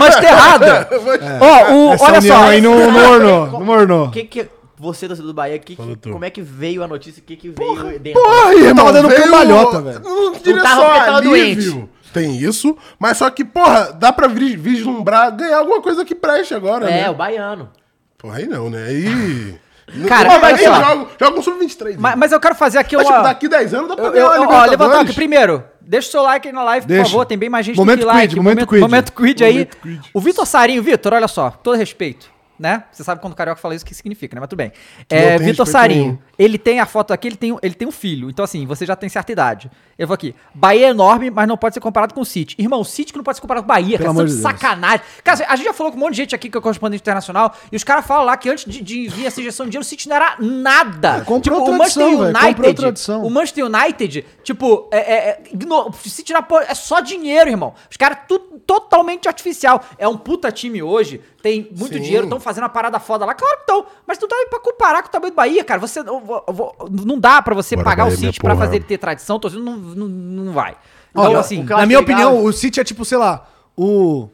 Speaker 6: Mas tá errado. Ó, o-
Speaker 3: Essa
Speaker 6: olha
Speaker 3: união
Speaker 6: só.
Speaker 3: aí não, não ornou, não ornou.
Speaker 2: Que que você torcedor do Bahia, que, que-
Speaker 4: Fala tu.
Speaker 2: como é que veio a notícia? O que que veio dentro?
Speaker 4: Porra, irmão.
Speaker 3: tava dando
Speaker 4: veio- um-
Speaker 3: cambalhota, velho.
Speaker 4: Não diria
Speaker 2: Não É tava
Speaker 4: só
Speaker 2: porque tava
Speaker 4: alívio. Tem isso, mas só que, porra, dá pra vi- vislumbrar, ganhar alguma coisa que preste agora,
Speaker 2: É,
Speaker 4: né?
Speaker 2: o baiano.
Speaker 4: Porra, aí não, né? Aí...
Speaker 1: Cara,
Speaker 4: Pô,
Speaker 1: olha
Speaker 4: mas quem
Speaker 1: só.
Speaker 4: joga, joga um sub-23.
Speaker 1: Mas,
Speaker 4: né?
Speaker 1: mas eu quero fazer aqui uma...
Speaker 4: Mas, tipo, daqui 10 anos dá pra
Speaker 1: Eu,
Speaker 4: ganhar
Speaker 1: eu,
Speaker 4: uma
Speaker 1: eu, ó,
Speaker 4: Libertadores.
Speaker 1: levantar aqui. Primeiro, deixa o seu like aí na live,
Speaker 3: Deixa.
Speaker 1: por favor. Tem bem mais gente
Speaker 3: Momento
Speaker 1: que
Speaker 3: quid,
Speaker 1: like.
Speaker 3: momento quid.
Speaker 1: Momento quid aí.
Speaker 3: Momento quid.
Speaker 1: O Vitor Sarinho, Vitor, olha só, todo respeito, né? Você sabe quando o carioca fala isso, o que significa, né? Mas tudo bem. É,
Speaker 4: tem
Speaker 1: Vitor
Speaker 4: respeito
Speaker 1: Sarinho,
Speaker 4: nenhum.
Speaker 1: ele tem a foto aqui, ele tem, um- ele tem um filho. Então, assim, você já tem certa idade. Eu vou aqui. Bahia é enorme, mas não pode ser comparado com o City. Irmão, o City que não pode ser comparado com o Bahia,
Speaker 3: Pelo
Speaker 1: cara,
Speaker 3: amor
Speaker 1: são
Speaker 3: de Deus.
Speaker 1: sacanagem. Cara, a gente já falou com um monte de gente aqui que é correspondente internacional, e os caras falam lá que antes de, de vir essa injeção de dinheiro, o City não era nada.
Speaker 3: É, comprou
Speaker 1: tipo,
Speaker 3: a
Speaker 1: o Manchester
Speaker 3: tradição, velho, comprou a
Speaker 1: United,
Speaker 3: tradição.
Speaker 1: o Manchester United, tipo, é, é, é, igno- se tirar por, é só dinheiro, irmão. Os caras tudo totalmente artificial. É um puta time hoje, tem muito
Speaker 4: Sim.
Speaker 1: dinheiro, estão fazendo uma parada foda lá. Claro que estão, mas não dá pra comparar com o tamanho do Bahia, cara. Você não- vo- vo- não dá pra você
Speaker 4: Bora,
Speaker 1: pagar
Speaker 4: Bahia,
Speaker 1: o
Speaker 4: minha
Speaker 1: City pra
Speaker 4: porra.
Speaker 1: fazer ele ter tradição, torcida não, não, não vai.
Speaker 3: Ó,
Speaker 1: Então,
Speaker 3: eu-
Speaker 1: assim,
Speaker 3: na minha opinião, o City é tipo, sei lá, o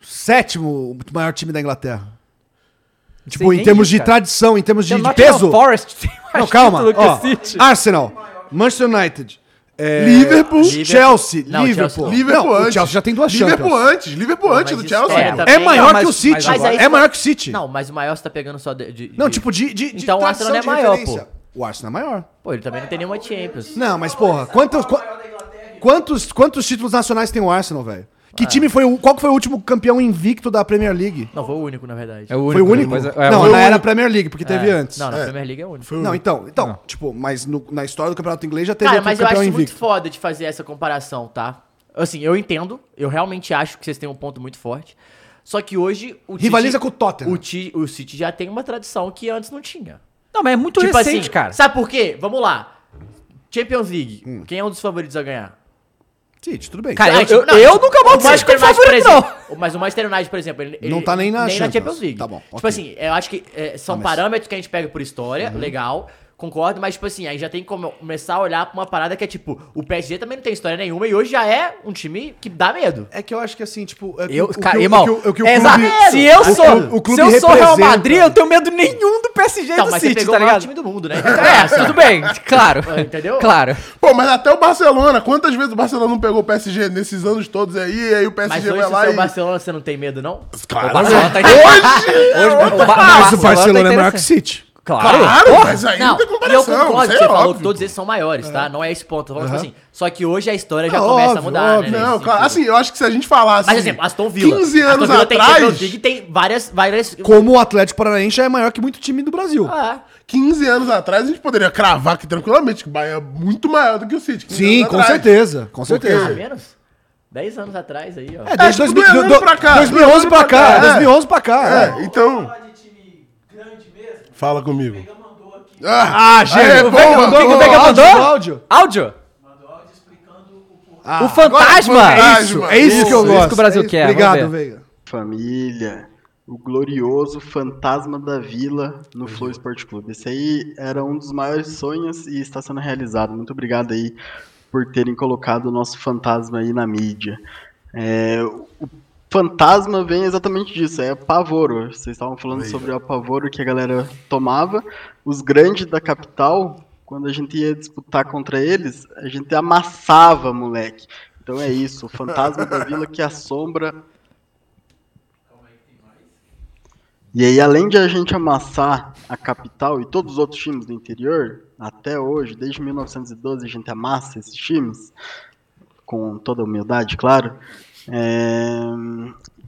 Speaker 3: sétimo maior time da Inglaterra. Tipo, em
Speaker 1: nem
Speaker 3: termos
Speaker 1: isso,
Speaker 3: de
Speaker 1: cara.
Speaker 3: tradição, em termos de,
Speaker 1: tem o
Speaker 3: de
Speaker 1: Nottingham
Speaker 3: peso.
Speaker 1: Forest tem mais
Speaker 3: Não, calma.
Speaker 1: título que o
Speaker 3: ó, Ah,
Speaker 1: City.
Speaker 3: Arsenal, Manchester United, é,
Speaker 4: Liverpool.
Speaker 3: Chelsea,
Speaker 2: Não, o Chelsea
Speaker 3: Liverpool.
Speaker 2: não.
Speaker 4: Liverpool
Speaker 3: Não,
Speaker 4: antes.
Speaker 3: o Chelsea já tem duas
Speaker 4: Liverpool
Speaker 3: Champions.
Speaker 4: antes. Liverpool antes do
Speaker 2: isso
Speaker 4: Chelsea.
Speaker 2: é,
Speaker 4: pô.
Speaker 2: tá
Speaker 3: É
Speaker 2: bem,
Speaker 3: maior
Speaker 1: mas-
Speaker 3: que o City.
Speaker 1: mas
Speaker 2: aí
Speaker 3: é
Speaker 2: você- tá-
Speaker 3: maior que o City.
Speaker 2: Não, mas o maior você tá pegando só de. de-
Speaker 3: Não, tipo, de, de, de
Speaker 2: Então o Arsenal
Speaker 3: tradição,
Speaker 2: não é maior,
Speaker 3: referência. O Arsenal é maior.
Speaker 2: Pô, ele também não tem nenhuma Champions.
Speaker 3: Não, mas porra, quantos, qua- quantos, quantos títulos nacionais tem o Arsenal, velho? Que time foi o. Qual que foi o último campeão invicto da Premier League?
Speaker 2: Não, foi o único, na verdade.
Speaker 6: É o único.
Speaker 3: Foi o único? né?
Speaker 6: depois é- é
Speaker 3: não,
Speaker 6: o único. É.
Speaker 3: na era Premier League, porque teve antes.
Speaker 2: Não,
Speaker 3: Não,
Speaker 2: na Premier League é o único.
Speaker 3: então, então, tipo, mas no- na história do Campeonato Inglês já teve
Speaker 2: Cara,
Speaker 3: outro
Speaker 2: mas eu
Speaker 3: campeão
Speaker 2: acho muito
Speaker 3: invicto.
Speaker 2: foda de fazer essa comparação, tá? Assim, eu entendo, eu realmente acho que vocês têm um ponto muito forte. Só que hoje o
Speaker 3: Rivaliza com o Tottenham.
Speaker 2: O, Ti- o City já tem uma tradição que antes não tinha.
Speaker 1: Não, mas é muito
Speaker 2: tipo
Speaker 1: recente,
Speaker 2: assim,
Speaker 1: cara.
Speaker 2: sabe por quê? Vamos lá. Champions League, quem é um dos favoritos a ganhar?
Speaker 3: City, tudo bem.
Speaker 1: Cara,
Speaker 2: Ah,
Speaker 1: eu,
Speaker 2: tipo,
Speaker 1: eu, eu nunca boto
Speaker 2: o
Speaker 1: mais como
Speaker 2: Manchester United, por
Speaker 1: favorito, não.
Speaker 2: exemplo- Mas o Manchester United, por exemplo, ele,
Speaker 3: Não
Speaker 2: ele-
Speaker 3: tá nem na
Speaker 2: nem
Speaker 3: Champions.
Speaker 2: na Champions League.
Speaker 3: Tá bom,
Speaker 2: Tipo
Speaker 3: ok.
Speaker 2: assim, eu acho que é, são parâmetros que a gente pega por história,
Speaker 1: Uhum.
Speaker 2: legal, concordo, mas tipo assim, aí já tem que come- começar a olhar pra uma parada que é tipo, o PSG também não tem história nenhuma e hoje já é um time que dá medo.
Speaker 3: É que eu acho que assim, tipo. é que
Speaker 1: Eu,
Speaker 3: o- o
Speaker 1: cara,
Speaker 3: que o-
Speaker 1: irmão,
Speaker 3: o que o- o que o
Speaker 1: é
Speaker 3: clube-
Speaker 1: exato. se eu
Speaker 3: o
Speaker 1: sou,
Speaker 3: clube- o clube
Speaker 1: se eu sou Real
Speaker 3: representa-
Speaker 1: Madrid, eu tenho medo nenhum do PSG e
Speaker 2: Então,
Speaker 1: do
Speaker 2: mas você
Speaker 1: City,
Speaker 2: pegou
Speaker 1: tá
Speaker 2: o maior
Speaker 1: ligado?
Speaker 2: time do mundo, né?
Speaker 1: É, tudo bem, claro.
Speaker 2: Entendeu?
Speaker 1: Claro.
Speaker 4: Pô, mas até o Barcelona. Quantas vezes o Barcelona não pegou o PSG nesses anos todos aí? E aí o
Speaker 2: Mas
Speaker 4: PSG
Speaker 2: hoje
Speaker 4: vai
Speaker 2: se
Speaker 4: lá
Speaker 2: você é o
Speaker 4: e...
Speaker 2: Barcelona, você não tem medo, não?
Speaker 4: Claro,
Speaker 1: Barcelona tá
Speaker 4: Hoje!
Speaker 1: Ba-
Speaker 3: Mas o
Speaker 1: Barcelona
Speaker 3: Barcelona
Speaker 1: tá
Speaker 3: é maior
Speaker 1: interessante.
Speaker 3: que o City.
Speaker 1: Claro.
Speaker 4: Claro, mas ainda
Speaker 2: Não,
Speaker 4: tem
Speaker 2: e eu
Speaker 4: comparação.
Speaker 2: concordo,
Speaker 4: isso
Speaker 2: você
Speaker 4: é
Speaker 2: falou
Speaker 4: óbvio.
Speaker 2: que todos esses são maiores, tá? Não é esse ponto. eu tô falando, tipo assim, só que hoje a história já
Speaker 3: Não,
Speaker 2: começa
Speaker 3: óbvio,
Speaker 2: a mudar,
Speaker 3: óbvio.
Speaker 2: né?
Speaker 4: É Não,
Speaker 2: nesse
Speaker 4: claro.
Speaker 2: sentido.
Speaker 4: Assim, eu acho que se a gente falasse...
Speaker 2: Mas, por exemplo, Aston Villa.
Speaker 4: 15 anos
Speaker 2: Aston Villa Tem,
Speaker 4: atrás...
Speaker 2: Champions League, tem várias, várias...
Speaker 3: Como o Atlético Paranaense já é maior que muito time do Brasil.
Speaker 2: Ah,
Speaker 4: 15 anos atrás, a gente poderia cravar aqui tranquilamente que o Bahia é muito maior do que o City. 15
Speaker 3: Sim,
Speaker 4: anos
Speaker 3: com
Speaker 4: atrás.
Speaker 3: certeza. Com
Speaker 4: Porque-
Speaker 3: certeza.
Speaker 2: menos? 10 anos atrás aí, ó.
Speaker 3: É, desde
Speaker 4: tipo,
Speaker 3: 2000
Speaker 4: do-
Speaker 3: do-
Speaker 4: pra cá.
Speaker 3: 2011 pra cá,
Speaker 4: É.
Speaker 3: 2011 pra cá,
Speaker 4: É, então. Fala comigo.
Speaker 3: Ah, Diego,
Speaker 4: é,
Speaker 3: vem
Speaker 4: boa,
Speaker 3: que mandou,
Speaker 4: boa.
Speaker 3: vem que
Speaker 1: Áudio,
Speaker 3: mandou?
Speaker 1: áudio. Áudio? o fantasma!
Speaker 4: agora-
Speaker 3: É isso, é isso que eu
Speaker 1: Isso, isso
Speaker 3: gosto.
Speaker 1: que o Brasil
Speaker 3: é isso.
Speaker 1: quer, vamos
Speaker 3: Obrigado,
Speaker 1: ver.
Speaker 3: Veiga.
Speaker 7: Família, o glorioso fantasma da vila no Flow Esporte Clube. Esse aí era um dos maiores sonhos e está sendo realizado. Muito obrigado aí por terem colocado o nosso fantasma aí na mídia. É, o fantasma vem exatamente disso, é apavoro. Vocês estavam falando sobre o apavoro que a galera tomava. Os grandes da capital, quando a gente ia disputar contra eles, a gente amassava, moleque. Então é isso, o fantasma da vila que assombra E aí, além de a gente amassar a capital e todos os outros times do interior, até hoje, desde 1912, a gente amassa esses times, com toda a humildade, claro. é,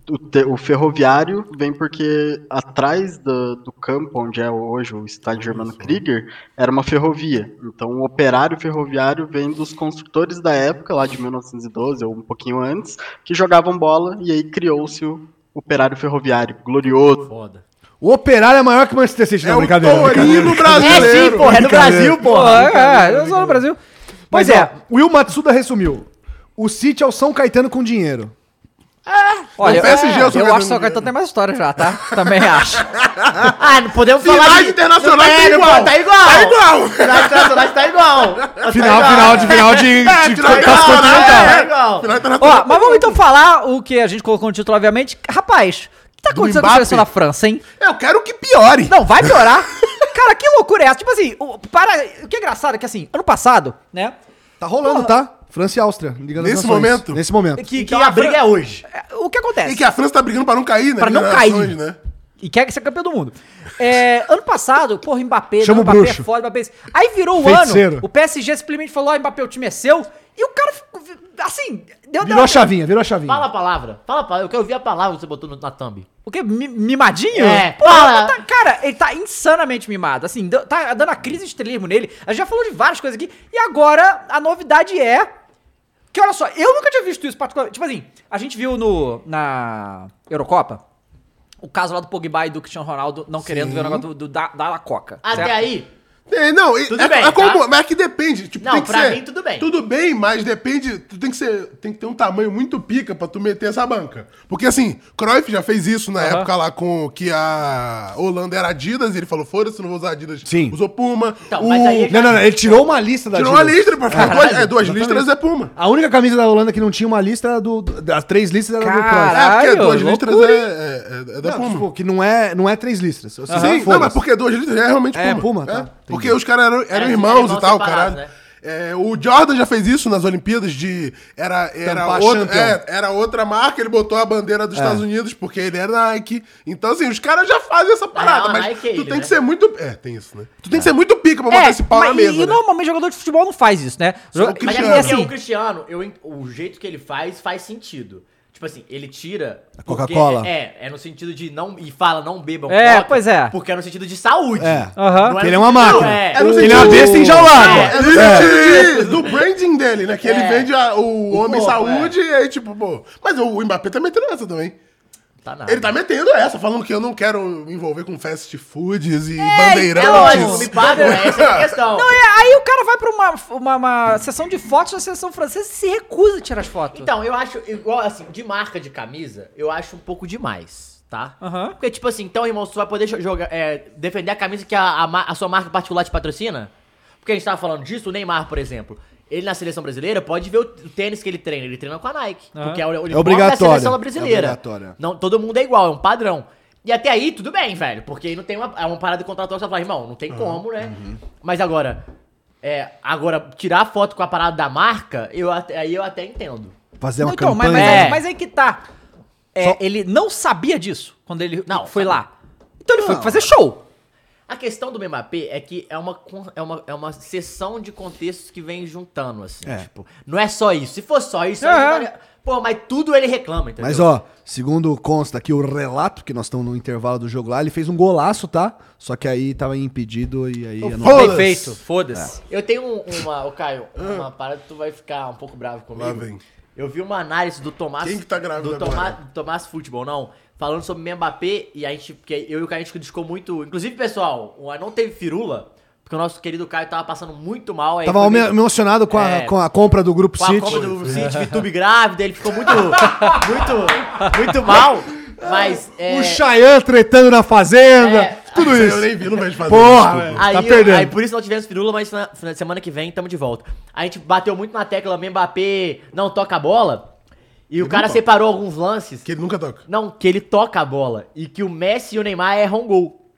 Speaker 7: O, te- o ferroviário vem porque atrás da- do campo onde é hoje o estádio Germano Krieger era uma ferrovia. Então o operário ferroviário vem dos construtores da época, lá de 1912 ou um pouquinho antes, que jogavam bola e aí criou-se o operário ferroviário, glorioso.
Speaker 2: Foda.
Speaker 3: O Operário é maior que o Manchester City,
Speaker 4: É
Speaker 3: não,
Speaker 4: o
Speaker 3: brincadeira. brincadeira.
Speaker 4: Torino brasileiro.
Speaker 2: É sim, porra, é no Brasil, porra.
Speaker 1: É, é, eu sou no Brasil.
Speaker 3: Mas é, o Will Matsuda resumiu. O City é o São Caetano com dinheiro.
Speaker 1: Olha,
Speaker 4: O PSG é o
Speaker 1: eu,
Speaker 4: São
Speaker 1: eu
Speaker 4: Caetano
Speaker 1: acho que o São
Speaker 4: do
Speaker 1: Caetano tem mais história já, tá? Também acho.
Speaker 2: Ah, não podemos falar.
Speaker 4: Finais
Speaker 2: de-
Speaker 4: internacionais
Speaker 2: É,
Speaker 4: tá
Speaker 2: não
Speaker 4: igual.
Speaker 2: pode- Tá igual.
Speaker 4: Tá igual.
Speaker 2: Finais internacionais tá igual. Tá
Speaker 3: Final,
Speaker 2: igual.
Speaker 3: final de final de, de, de
Speaker 4: final de-
Speaker 3: Copa Continental.
Speaker 2: Tá igual.
Speaker 4: Final internacional.
Speaker 1: Ó, mas vamos então falar o que a gente colocou no título, obviamente. Rapaz, o que tá
Speaker 4: Do
Speaker 1: acontecendo com a seleção da
Speaker 4: Mbappé?
Speaker 1: França, hein?
Speaker 4: Eu quero que piore.
Speaker 1: Não, vai piorar. Cara, que loucura é essa? Tipo assim, o, para, o que é engraçado é que assim, ano passado, né?
Speaker 3: Tá rolando, tá? França e Áustria. Liga das
Speaker 4: Nesse
Speaker 3: Nações.
Speaker 4: momento?
Speaker 3: Nesse momento.
Speaker 1: Que,
Speaker 2: Então a briga é hoje.
Speaker 1: O que
Speaker 2: é.
Speaker 1: acontece?
Speaker 4: E que a França tá brigando pra não cair, né?
Speaker 1: Pra não
Speaker 4: Nas
Speaker 1: cair.
Speaker 4: nações, Né?
Speaker 1: E quer ser campeão do mundo. É, ano passado, porra, Mbappé,
Speaker 3: Chama
Speaker 1: não,
Speaker 3: o
Speaker 1: Mbappé
Speaker 3: bruxo.
Speaker 1: é foda, Mbappé. é isso. Aí virou o
Speaker 3: Feiticeiro.
Speaker 1: ano, o PSG simplesmente falou: ó, Mbappé, o time é seu. E o cara ficou. Assim, deu.
Speaker 3: Virou a
Speaker 1: deu
Speaker 3: chavinha, virou a chavinha.
Speaker 2: Fala a palavra. Fala a palavra. Eu quero ouvir a palavra que você botou no- na thumb.
Speaker 1: o quê? Mi- Mimadinho?
Speaker 2: É,
Speaker 1: Porra,
Speaker 2: fala.
Speaker 1: tá- cara, ele tá insanamente mimado. Assim, deu- tá dando a crise de estrelismo nele. A gente já falou de várias coisas aqui. E agora, a novidade é. Que olha só, eu nunca tinha visto isso particularmente. Tipo assim, a gente viu no, na Eurocopa o caso lá do Pogba e do Cristiano Ronaldo não querendo ver o negócio do, do, da, da La Coca.
Speaker 2: Até
Speaker 1: certo?
Speaker 2: aí.
Speaker 4: É, não, e-
Speaker 2: Tudo
Speaker 4: é,
Speaker 2: bem,
Speaker 4: é como,
Speaker 2: tá?
Speaker 4: mas é que depende. Tipo,
Speaker 2: Não,
Speaker 4: tem que
Speaker 2: pra
Speaker 4: ser-
Speaker 2: mim, tudo bem.
Speaker 4: Tudo bem, mas depende. Tu tem que ser, tem que ter um tamanho muito pica pra tu meter essa banca. Porque assim, Cruyff já fez isso na época lá com que a Holanda era Adidas, e ele falou: foda-se, não vou usar Adidas.
Speaker 3: Sim.
Speaker 4: Usou Puma.
Speaker 2: Então, mas aí é
Speaker 3: Não, não, não. Ele tirou uma lista da
Speaker 4: Tirou uma
Speaker 3: Adidas.
Speaker 4: listra pra ficar duas, é, duas
Speaker 3: exatamente.
Speaker 4: listras é Puma.
Speaker 3: A única camisa da Holanda que não tinha uma lista era do. do- Das três listras era do Cruyff.
Speaker 1: Caralho,
Speaker 4: é, porque duas
Speaker 1: loucura,
Speaker 4: listras é, é, é da
Speaker 3: Não,
Speaker 4: Puma.
Speaker 3: tipo, que não é, não é três listras. Ou seja,
Speaker 4: Sim, não,
Speaker 3: foda-se.
Speaker 4: mas porque duas listras é realmente Puma.
Speaker 3: É, Puma, tá.
Speaker 4: Porque os caras eram, eram
Speaker 2: Era-
Speaker 4: irmãos
Speaker 2: eram
Speaker 4: e tal,
Speaker 2: separados,
Speaker 4: caralho.
Speaker 2: né?
Speaker 4: É, o Jordan já fez isso nas Olimpíadas de. Era, era,
Speaker 3: Tampar
Speaker 4: outra,
Speaker 3: champion. É.
Speaker 4: é, era outra marca, ele botou a bandeira dos Estados Unidos, porque ele é Nike. Então, assim, os caras já fazem essa parada,
Speaker 2: a
Speaker 4: mas
Speaker 2: Nike
Speaker 4: tu
Speaker 2: é ele,
Speaker 4: tem
Speaker 2: né?
Speaker 4: que ser muito. É, tem isso, né? Tu tem que ser muito pica pra botar
Speaker 1: É,
Speaker 4: esse pau na
Speaker 1: mas e-
Speaker 4: mesa.
Speaker 1: E,
Speaker 4: né?
Speaker 1: normalmente jogador de futebol não faz isso, né? Joga-
Speaker 4: o
Speaker 2: Mas
Speaker 4: Cristiano.
Speaker 2: é porque
Speaker 1: e assim,
Speaker 2: o Cristiano, eu en- o jeito que ele faz, faz sentido. Tipo assim, ele tira. A
Speaker 3: Coca-Cola.
Speaker 2: É, é no sentido de não. E fala, não bebam.
Speaker 1: É, pois é.
Speaker 2: Porque é no sentido de saúde.
Speaker 3: É.
Speaker 1: Aham.
Speaker 2: Não
Speaker 3: Porque
Speaker 2: no
Speaker 3: ele é uma
Speaker 2: sentido-
Speaker 3: máquina.
Speaker 4: É
Speaker 2: É.
Speaker 4: no
Speaker 3: Ele é uma
Speaker 4: sentido-
Speaker 3: besta
Speaker 4: Não,
Speaker 3: enjaulada.
Speaker 4: é no sentido de- do branding dele, né? Que ele
Speaker 2: É.
Speaker 4: vende a- o, homem
Speaker 2: corpo, é.
Speaker 4: saúde e aí, tipo, pô. Mas o Mbappé tá metendo essa também.
Speaker 2: Tá nada.
Speaker 4: Ele tá metendo essa, falando que eu não quero me envolver com fast foods e
Speaker 2: É lógico, não me
Speaker 4: bandeirantes.
Speaker 2: paga, né? Essa é a questão.
Speaker 1: Não, é, aí o cara vai pra uma, uma, uma sessão de fotos da seleção francesa e se recusa a tirar as fotos.
Speaker 2: Então, eu acho, igual assim, de marca de camisa, eu acho um pouco demais, tá?
Speaker 1: Aham.
Speaker 2: Porque, tipo assim, então, irmão, você vai poder jo- jogar, é, defender a camisa que a, a ma- a sua marca particular te patrocina? Porque a gente tava falando disso, o Neymar, por exemplo. Ele na seleção brasileira pode ver o t- o tênis que ele treina. Ele treina com a Nike. Porque é o uniforme da
Speaker 3: obrigatório.
Speaker 2: seleção brasileira.
Speaker 3: É obrigatório.
Speaker 2: Não, todo mundo é igual, é um padrão. E até aí, tudo bem, velho. Porque aí não tem uma, é uma parada contratual que você fala, irmão, não tem como, né? Mas agora, é, agora, tirar foto com a parada da marca, eu, até- aí eu até entendo.
Speaker 3: Fazer uma
Speaker 1: então, mas,
Speaker 3: campanha.
Speaker 1: mas,
Speaker 2: É.
Speaker 1: aí, mas aí que tá. É, Ele não sabia disso quando ele
Speaker 2: Não,
Speaker 1: foi
Speaker 2: sabe.
Speaker 1: lá. Então ele foi fazer show.
Speaker 2: A questão do Mbappé é que é uma, con- é uma, é uma sessão de contextos que vem juntando, assim.
Speaker 3: É.
Speaker 2: Tipo, não é só isso. Se for só isso,
Speaker 1: É.
Speaker 2: aí não daria- pô, mas tudo ele reclama, entendeu?
Speaker 3: Mas ó, segundo consta aqui o relato, que nós estamos no intervalo do jogo lá, ele fez um golaço, tá? Só que aí tava impedido e aí... eu não- É.
Speaker 1: Bem
Speaker 4: Foda-se.
Speaker 1: feito, foda-se.
Speaker 3: Ah.
Speaker 2: Eu tenho um- uma, ô Caio, uma parada que tu vai ficar um pouco bravo comigo.
Speaker 4: Lá vem.
Speaker 2: Eu vi uma análise do Tomás.
Speaker 4: Quem que tá grávida
Speaker 2: do Tomás,
Speaker 4: agora?
Speaker 2: do Tomás Futebol, não. Falando sobre o Mbappé e a gente. Porque eu e o Caio a gente criticou muito. Inclusive, pessoal, o- não teve firula, porque o nosso querido Caio tava passando muito mal. aí
Speaker 3: Tava
Speaker 2: foi
Speaker 3: emo-
Speaker 2: meio-
Speaker 3: emocionado com a,
Speaker 2: É.
Speaker 3: com a compra do Grupo
Speaker 2: com a
Speaker 3: City.
Speaker 2: compra do
Speaker 4: É.
Speaker 2: City, VTube grávida, ele ficou muito, muito, muito mal. Mas é,
Speaker 3: O Chayan tretando na fazenda. Tudo
Speaker 4: Isso aí
Speaker 3: isso.
Speaker 4: eu nem vi, não vejo fazer.
Speaker 3: Porra,
Speaker 4: desculpa.
Speaker 3: tá
Speaker 2: aí,
Speaker 3: perdendo.
Speaker 2: aí por isso não tivemos firula, mas na, na semana que vem estamos de volta. A gente bateu muito na tecla Mbappé não toca a bola. E o cara separou alguns lances. Que
Speaker 4: ele nunca toca.
Speaker 2: Não, que ele toca a bola. E que o Messi e o Neymar erram um gol.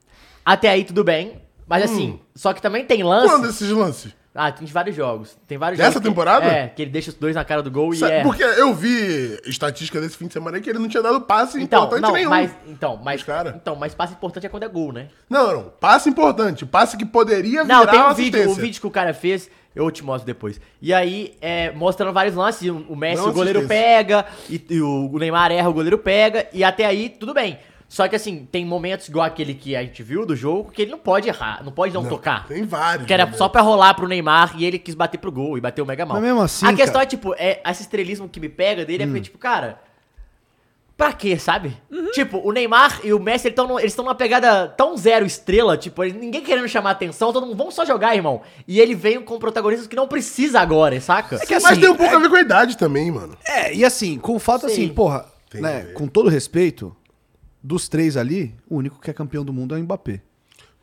Speaker 2: Até aí tudo bem. Mas assim, só que também tem lances.
Speaker 4: Hum. Quando esses lances?
Speaker 2: Ah, tem de vários jogos. Tem vários
Speaker 4: Dessa
Speaker 2: jogos. que-
Speaker 4: temporada?
Speaker 2: É, que ele deixa os dois na cara do gol e
Speaker 4: Sabe,
Speaker 2: erra.
Speaker 4: Porque eu vi estatística desse fim de semana que ele não tinha dado passe
Speaker 2: Então,
Speaker 4: importante
Speaker 2: não,
Speaker 4: nenhum.
Speaker 2: mas, então, mas, então, mas passe importante é quando é gol, né?
Speaker 4: Não, não, passe importante, passe que poderia É virar
Speaker 2: Não, tem
Speaker 4: uma
Speaker 2: um vídeo, o
Speaker 4: assistência.
Speaker 2: vídeo que o cara fez, eu te mostro depois. E aí, é, mostrando vários lances, e o o Messi,
Speaker 4: Não é
Speaker 2: o goleiro
Speaker 4: assistência.
Speaker 2: pega, e, e o Neymar erra, o goleiro pega, e até aí, tudo bem. Só que assim, tem momentos igual aquele que a gente viu do jogo, que ele não pode errar, não pode não, tocar.
Speaker 4: Tem vários.
Speaker 2: Que era só pra rolar pro Neymar e ele quis bater pro gol e bateu mega mal.
Speaker 3: Mas mesmo assim,
Speaker 2: A questão
Speaker 3: cara- Hum.
Speaker 2: é, tipo, é, esse estrelismo que me pega dele é porque, tipo, cara. Pra quê, sabe?
Speaker 3: Uhum.
Speaker 2: Tipo, o Neymar e o Messi, eles estão eles tão numa pegada tão zero estrela, tipo, eles- ninguém querendo chamar atenção, todo mundo, vamos só jogar, irmão. E ele veio com protagonistas que não precisa agora, saca?
Speaker 4: É que assim, Mas tem um pouco a ver com a idade também, mano.
Speaker 3: É, e assim, com o fato assim, porra, né, com todo respeito, dos três ali, o único que é campeão do mundo é o Mbappé.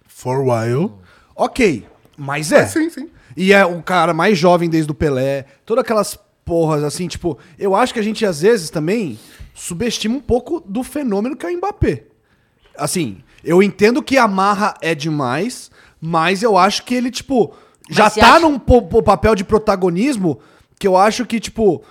Speaker 4: For a while.
Speaker 3: Ok, mas é.
Speaker 4: sim, sim.
Speaker 3: E é um cara mais jovem desde o Pelé, todas aquelas porras assim, tipo, eu acho que a gente às vezes também subestima um pouco do fenômeno que é o Mbappé. Assim, eu entendo que a marra é demais, mas eu acho que ele, tipo, já
Speaker 2: você
Speaker 3: tá
Speaker 2: acha-
Speaker 3: num po- po- papel de protagonismo que eu acho que, tipo.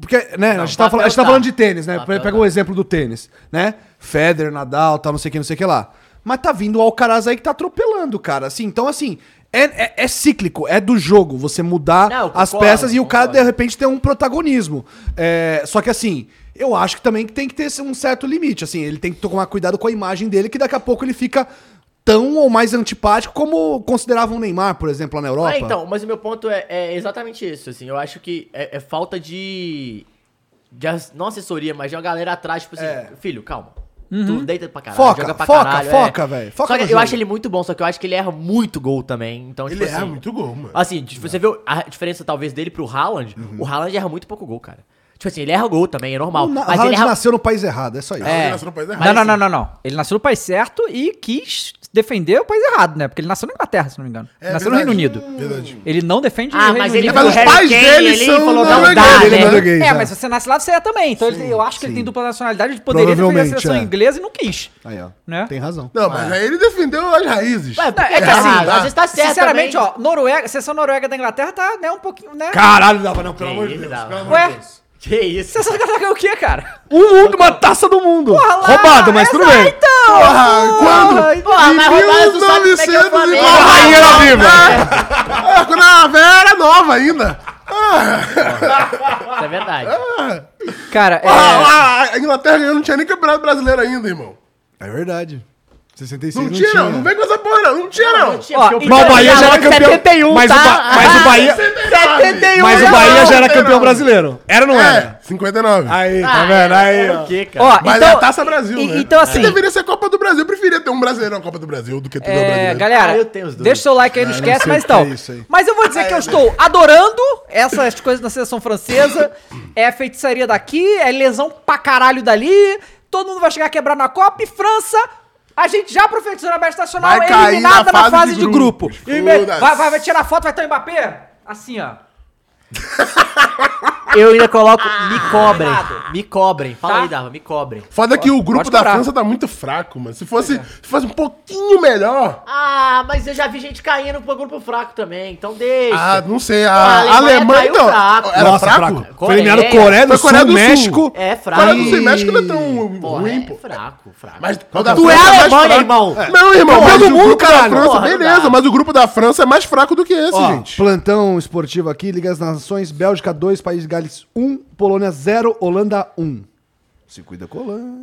Speaker 3: Porque, né, a gente, tava, falando- a gente tava
Speaker 2: tá.
Speaker 3: falando de tênis, né?
Speaker 2: Papel tá.
Speaker 3: Pega o exemplo do tênis, né? Federer, Nadal, tal, não sei o que, não sei o que lá. Mas tá vindo o Alcaraz aí que tá atropelando, cara. Assim, então, assim, é, é- é cíclico, é do jogo você mudar
Speaker 2: Não, eu
Speaker 3: as
Speaker 2: concordo,
Speaker 3: peças e o cara,
Speaker 2: concordo.
Speaker 3: de repente, tem um protagonismo. É, só que, assim, eu acho que também que tem que ter um certo limite. Assim, ele tem que tomar cuidado com a imagem dele, que daqui a pouco ele fica tão ou mais antipático como consideravam o Neymar, por exemplo, lá na Europa.
Speaker 2: É, então, mas o meu ponto é, é exatamente isso, assim, eu acho que é, é falta de, de ass- não assessoria, mas de uma galera atrás, tipo assim, filho, calma, tu deita pra caralho,
Speaker 3: É. Uhum. Foca,
Speaker 2: joga pra
Speaker 3: foca,
Speaker 2: caralho. é."
Speaker 3: foca, velho, foca
Speaker 2: Só que
Speaker 3: no
Speaker 2: eu
Speaker 3: jogo.
Speaker 2: acho ele muito bom, só que eu acho que ele erra muito gol também, então, tipo
Speaker 4: Ele
Speaker 2: assim...
Speaker 4: erra muito gol, mano.
Speaker 2: Assim, tipo, você vê a diferença talvez dele pro Haaland, o Haaland erra muito pouco gol, cara. Tipo assim, ele erra gol também, é normal,
Speaker 3: Na-
Speaker 2: mas ele
Speaker 3: Haaland
Speaker 2: erra...
Speaker 3: nasceu no país errado, é só isso.
Speaker 4: Ele nasceu no país errado.
Speaker 1: Não,
Speaker 2: assim-
Speaker 1: não, não, não, não. Ele nasceu no país certo e quis defender o país errado, né? Porque ele nasceu na Inglaterra, se não me engano.
Speaker 4: É,
Speaker 1: nasceu no Reino
Speaker 4: verdade.
Speaker 3: Hum.
Speaker 1: Unido.
Speaker 4: Verdade.
Speaker 1: Ele não defende
Speaker 2: Ah,
Speaker 1: o Reino
Speaker 2: mas ele
Speaker 1: Unido.
Speaker 2: falou
Speaker 4: Mas os pais
Speaker 2: Harry
Speaker 4: dele
Speaker 2: ele
Speaker 4: são
Speaker 2: falou, não
Speaker 4: norueguês,
Speaker 2: dá,
Speaker 3: ele é
Speaker 2: né?
Speaker 3: norueguês,
Speaker 1: É,
Speaker 3: é.
Speaker 1: mas se você nasce lá, você é também. Então ele- eu acho que ele tem dupla nacionalidade, ele poderia defender a
Speaker 3: Provavelmente,
Speaker 1: seleção
Speaker 3: é.
Speaker 1: inglesa e não quis.
Speaker 3: Aí, ó.
Speaker 1: Né?
Speaker 3: Tem razão.
Speaker 4: Não, mas aí ele defendeu as raízes.
Speaker 2: Ah. Ué,
Speaker 1: Não, é que
Speaker 2: tá
Speaker 1: assim,
Speaker 2: errado, às vezes tá certo
Speaker 1: Sinceramente,
Speaker 2: também.
Speaker 1: ó, Noruega, a seleção noruega da Inglaterra tá, né, um pouquinho, né?
Speaker 3: Caralho, dava não, pelo
Speaker 2: Que
Speaker 3: amor de
Speaker 2: isso,
Speaker 3: Deus.
Speaker 2: dava.
Speaker 3: pelo amor de
Speaker 1: Ué,
Speaker 2: Que isso?
Speaker 1: seleção da Inglaterra é o quê, cara?
Speaker 3: Um mundo, uma taça do mundo.
Speaker 1: lá,
Speaker 3: Roubado, mas tudo bem.
Speaker 4: Porra, então, quando?
Speaker 1: é
Speaker 2: Porra, então, mas roubado, tu sabe como é que é o
Speaker 4: 1900 e-
Speaker 2: Flamengo.
Speaker 4: Ah,
Speaker 3: Rainha era viva.
Speaker 2: né?
Speaker 4: Ah, Quando a véia era nova ainda. Ah,
Speaker 2: Isso é verdade.
Speaker 1: Cara, é...
Speaker 4: Ah, ah, a Inglaterra ganhou, não tinha nem campeonato brasileiro ainda, irmão.
Speaker 3: É verdade. 66
Speaker 4: Não, tinha, não. Não vem com essa porra, não. Não tinha, não.
Speaker 1: Ó,
Speaker 2: Então, Porque
Speaker 1: mas
Speaker 3: o Bahia já era
Speaker 2: Flamengo
Speaker 3: campeão.
Speaker 2: 71,
Speaker 3: mas, o Ba-
Speaker 2: tá?
Speaker 3: mas o Bahia,
Speaker 4: 71,
Speaker 3: mas o
Speaker 4: não,
Speaker 3: Bahia já era
Speaker 4: não,
Speaker 3: campeão
Speaker 4: não.
Speaker 3: brasileiro. Era ou não
Speaker 4: É,
Speaker 3: era?
Speaker 4: 59.
Speaker 3: Aí,
Speaker 2: Ah,
Speaker 3: tá vendo? Aí,
Speaker 2: é o
Speaker 3: ó.
Speaker 2: quê, cara?
Speaker 1: Ó,
Speaker 4: Mas é
Speaker 1: então,
Speaker 4: a Taça Brasil,
Speaker 1: e-
Speaker 4: né?
Speaker 1: então, assim-
Speaker 4: Que deveria ser Copa do Brasil. Eu preferia ter um brasileiro na Copa do Brasil do que ter um
Speaker 1: É,
Speaker 4: brasileiro.
Speaker 1: galera,
Speaker 2: Ah, eu tenho os dois.
Speaker 1: deixa o seu like aí, não
Speaker 3: Ah, não
Speaker 1: esquece,
Speaker 3: sei
Speaker 1: mas
Speaker 3: o que é
Speaker 1: então.
Speaker 3: isso aí.
Speaker 1: mas eu vou dizer que eu estou adorando essas coisas da seleção francesa. É feitiçaria daqui, é lesão pra caralho dali. Todo mundo vai chegar quebrar na Copa e França. A gente já profetizou na Best Nacional,
Speaker 4: Vai cair
Speaker 1: eliminada na fase, de grupo.
Speaker 4: grupos.
Speaker 1: E me-
Speaker 4: Foda-se.
Speaker 1: vai, vai, vai tirar foto, vai ter o Mbappé? Assim, ó.
Speaker 2: Eu ainda coloco. Me cobrem. Me cobrem. Fala
Speaker 1: Tá?
Speaker 2: aí, Dava, me cobrem.
Speaker 4: Foda é que o grupo
Speaker 1: pode
Speaker 4: da
Speaker 1: cobrar.
Speaker 4: França tá muito fraco, mano. Se fosse, se fosse um pouquinho melhor.
Speaker 2: Ah, mas eu já vi gente caindo pro grupo fraco também, então deixa.
Speaker 4: Ah, não sei. A,
Speaker 2: A
Speaker 4: a
Speaker 2: Alemanha
Speaker 4: Alemanha,
Speaker 2: caiu
Speaker 4: então.
Speaker 2: fraco.
Speaker 4: Era
Speaker 3: Nossa,
Speaker 4: fraco?
Speaker 3: fraco.
Speaker 2: Coreia.
Speaker 3: Foi eliminado Coreia É
Speaker 4: Foi
Speaker 3: do
Speaker 4: Coreia
Speaker 3: Sul,
Speaker 4: do Sul.
Speaker 3: México.
Speaker 2: é fraco.
Speaker 4: Coreia do Sul e México não é tão
Speaker 2: Porra,
Speaker 4: ruim,
Speaker 2: é
Speaker 4: pô.
Speaker 2: fraco, fraco.
Speaker 4: Mas
Speaker 2: tu é Alemanha, irmão.
Speaker 4: Não, irmão,
Speaker 3: Porra,
Speaker 4: mas
Speaker 3: do
Speaker 4: o
Speaker 3: mundo,
Speaker 4: grupo da
Speaker 3: caralho.
Speaker 4: França,
Speaker 2: Porra, não
Speaker 4: beleza,
Speaker 2: dá.
Speaker 4: mas o grupo da França é mais fraco do que esse,
Speaker 3: Ó,
Speaker 4: gente.
Speaker 3: plantão esportivo aqui, Ligas das Nações, Bélgica 2, País de Gales 1, Polônia 0, Holanda 1. Se cuida colando.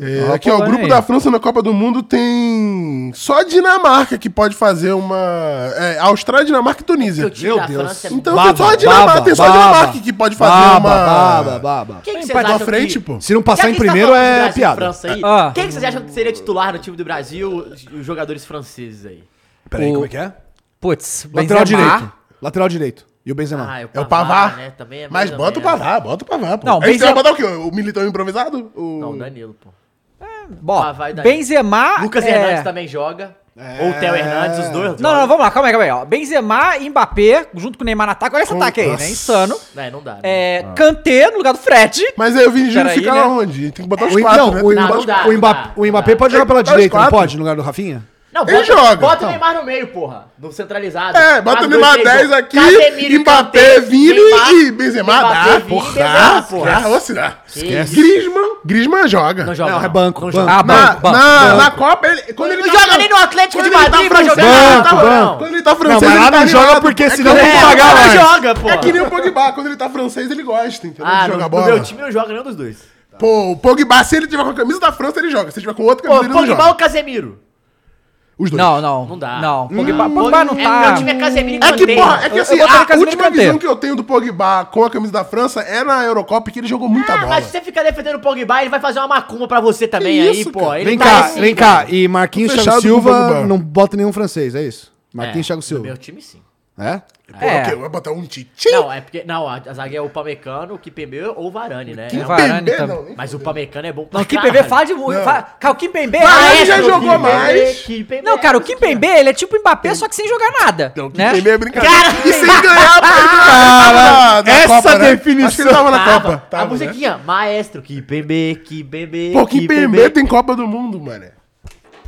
Speaker 4: É, aqui, ó, o grupo da França na Copa do Mundo tem só a Dinamarca que pode fazer uma. É, Austrália, Dinamarca e Tunísia.
Speaker 3: Porque o time Meu da Deus. França é
Speaker 4: Então
Speaker 3: baba,
Speaker 4: tem só a Dinamarca,
Speaker 3: baba,
Speaker 4: tem só a
Speaker 3: baba,
Speaker 4: Dinamarca que pode fazer
Speaker 3: baba,
Speaker 4: uma.
Speaker 3: baba, baba.
Speaker 2: Quem que
Speaker 4: Tem
Speaker 2: vocês
Speaker 4: pra
Speaker 2: acham
Speaker 4: frente,
Speaker 2: que-
Speaker 4: pô.
Speaker 3: Se não passar
Speaker 2: Já
Speaker 3: em
Speaker 2: que a gente
Speaker 3: primeiro,
Speaker 2: tá falando do
Speaker 3: é
Speaker 2: Brasil e
Speaker 3: piada.
Speaker 2: França aí,
Speaker 3: Ah.
Speaker 2: Quem que vocês acham que seria titular no time do Brasil, os jogadores franceses aí?
Speaker 3: Peraí, como é que é?
Speaker 1: Putz,
Speaker 3: Lateral
Speaker 1: Benzema.
Speaker 3: direito. Lateral direito. E o Benzema?
Speaker 2: Ah, é o
Speaker 4: É o Pavar.
Speaker 2: né? Também é
Speaker 4: Mas
Speaker 2: mais ou
Speaker 4: bota o
Speaker 2: menos.
Speaker 4: Pavar, bota o Pavar, pô.
Speaker 1: Não,
Speaker 4: Não, Aí você
Speaker 3: é-
Speaker 1: Benzema-
Speaker 4: vai botar o quê? O militão improvisado? O...
Speaker 2: assim, Não, Danilo, pô.
Speaker 1: Bom,
Speaker 2: Pavar e Danilo.
Speaker 4: Ah,
Speaker 1: Benzema.
Speaker 2: Ah, Lucas
Speaker 1: é,
Speaker 2: Hernandes tá né? também joga.
Speaker 4: É.
Speaker 2: Ou o Theo Hernandes, os dois.
Speaker 1: Não, não, vamos lá, calma aí, calma aí. Ó. Benzema, Mbappé, junto com o Neymar no ataque. Olha esse ataque aí, né? Insano.
Speaker 2: É, não dá. né?
Speaker 1: É, Kanté no lugar do Fred.
Speaker 4: Mas aí o Vini
Speaker 1: Peraí,
Speaker 4: fica
Speaker 1: né?
Speaker 4: onde? Tem que botar os
Speaker 3: O,
Speaker 4: quatro,
Speaker 3: não,
Speaker 4: né?
Speaker 3: o,
Speaker 4: Tem que
Speaker 3: Mba-
Speaker 4: botar
Speaker 2: não
Speaker 4: os-
Speaker 2: dá,
Speaker 3: o
Speaker 2: não
Speaker 3: Mbappé,
Speaker 2: dá,
Speaker 3: o
Speaker 2: não
Speaker 3: Mbappé
Speaker 2: dá.
Speaker 3: pode jogar
Speaker 4: Tem
Speaker 3: pela
Speaker 4: que botar os
Speaker 3: direita, não
Speaker 4: quatro.
Speaker 3: pode? No lugar do Rafinha?
Speaker 2: Não,
Speaker 4: Ele
Speaker 2: bota,
Speaker 4: joga.
Speaker 2: bota o
Speaker 4: Não.
Speaker 2: Neymar no meio, porra. No centralizado.
Speaker 4: É, bota o
Speaker 2: Faz
Speaker 4: Neymar
Speaker 2: dois, três
Speaker 4: 10
Speaker 2: jogos.
Speaker 4: aqui,
Speaker 2: Casemiro,
Speaker 4: Mbappé,
Speaker 2: Kanté,
Speaker 4: Vini
Speaker 2: Neymar,
Speaker 4: e Benzema.
Speaker 2: Mbappé,
Speaker 4: Dá,
Speaker 2: Vini,
Speaker 4: porra. é
Speaker 2: Benzema,
Speaker 4: Dá,
Speaker 2: porra.
Speaker 4: porra. Ah, Ou será?
Speaker 2: Esquece.
Speaker 4: Griezmann, Griezmann joga.
Speaker 2: Não joga.
Speaker 3: Não, é banco,
Speaker 2: Não
Speaker 3: banco.
Speaker 2: joga.
Speaker 1: Ah,
Speaker 4: Na,
Speaker 1: banco, banco,
Speaker 4: na,
Speaker 1: banco.
Speaker 4: na Copa, ele, quando ele tá
Speaker 2: Não joga nem no Atlético de Madrid pra jogar.
Speaker 3: Banco,
Speaker 2: não, tá
Speaker 3: banco.
Speaker 2: bom,
Speaker 4: Quando ele tá
Speaker 3: Não,
Speaker 4: francês,
Speaker 3: mas
Speaker 4: ele
Speaker 3: lá
Speaker 4: tá
Speaker 2: Ah,
Speaker 3: não joga
Speaker 4: animado.
Speaker 3: porque
Speaker 4: É
Speaker 3: senão
Speaker 4: que
Speaker 3: tem
Speaker 4: nem-
Speaker 3: que
Speaker 2: não.
Speaker 3: pagar
Speaker 2: Não
Speaker 3: mais.
Speaker 2: joga, porra.
Speaker 4: É que nem o Pogba, quando ele tá francês, ele gosta, entendeu?
Speaker 2: Ah,
Speaker 4: de
Speaker 2: no,
Speaker 4: jogar
Speaker 2: no
Speaker 4: bola.
Speaker 2: meu time não joga nenhum dos dois.
Speaker 4: Pô, o Pogba, se ele tiver com a camisa da França, ele joga. Se ele tiver com outra
Speaker 2: Pô,
Speaker 4: camisa, ele não
Speaker 2: Pogba ou
Speaker 4: joga.
Speaker 2: Casemiro?
Speaker 4: Os dois.
Speaker 1: Não, não.
Speaker 2: Não dá.
Speaker 1: Não, Pogba, Pogba não
Speaker 2: É,
Speaker 1: tá.
Speaker 2: Meu time é Casemiro Ah, e
Speaker 4: É que,
Speaker 2: Kanté.
Speaker 4: porra, é que
Speaker 1: Eu-
Speaker 4: assim,
Speaker 1: eu botaria
Speaker 4: a
Speaker 1: Casemiro e
Speaker 4: última
Speaker 1: Kanté.
Speaker 4: visão que eu tenho do Pogba com a camisa da França é na Eurocopa, que ele jogou muita
Speaker 2: Ah,
Speaker 4: bola.
Speaker 2: mas se você ficar defendendo o Pogba, ele vai fazer uma macumba pra você também
Speaker 4: Que
Speaker 2: aí,
Speaker 4: isso,
Speaker 2: pô.
Speaker 4: cara?
Speaker 2: Ele
Speaker 3: Vem
Speaker 2: tá
Speaker 3: cá,
Speaker 2: assim,
Speaker 3: vem
Speaker 2: cara.
Speaker 3: cá. E Marquinhos
Speaker 4: Tô
Speaker 3: Thiago
Speaker 4: fechado com o
Speaker 3: Silva
Speaker 4: Pogba.
Speaker 3: não bota nenhum francês, é isso?
Speaker 2: É,
Speaker 3: Marquinhos Thiago
Speaker 2: No meu
Speaker 3: Silva.
Speaker 2: time, sim.
Speaker 3: É?
Speaker 4: É.
Speaker 1: É.
Speaker 4: O quê? Vai botar um titi?
Speaker 2: Não, é porque. Não, a a zaga é o Pamecano, o Kipembe ou o Varane, né? É
Speaker 1: Kim
Speaker 2: um-
Speaker 1: Varane
Speaker 4: Pembe,
Speaker 1: também.
Speaker 4: não, nem
Speaker 2: Mas o
Speaker 4: fudeu.
Speaker 2: Pamecano é bom pra
Speaker 1: Não, o Kim
Speaker 2: caralho.
Speaker 1: Pembe fala de. Fala, cara, o Kim Pembe
Speaker 4: Varane
Speaker 1: é
Speaker 4: Ah, já
Speaker 1: extra.
Speaker 4: jogou mais.
Speaker 2: Kimpembe
Speaker 1: Não,
Speaker 2: é
Speaker 1: cara, o Kim
Speaker 2: isso,
Speaker 1: Pembe, ele é tipo Mbappé, só que sem jogar nada.
Speaker 4: Não, que
Speaker 1: né?
Speaker 4: tem meio brincadeira. E sem ganhar, porque ele tava na- na
Speaker 3: essa
Speaker 4: Copa, né?
Speaker 3: definição.
Speaker 4: Acho que ele tava na
Speaker 2: Tava.
Speaker 4: Copa.
Speaker 2: a
Speaker 4: Tava, né?
Speaker 2: musiquinha, maestro, Kipembe, Kipembe.
Speaker 4: Pô, que PMB tem Copa do Mundo, mano.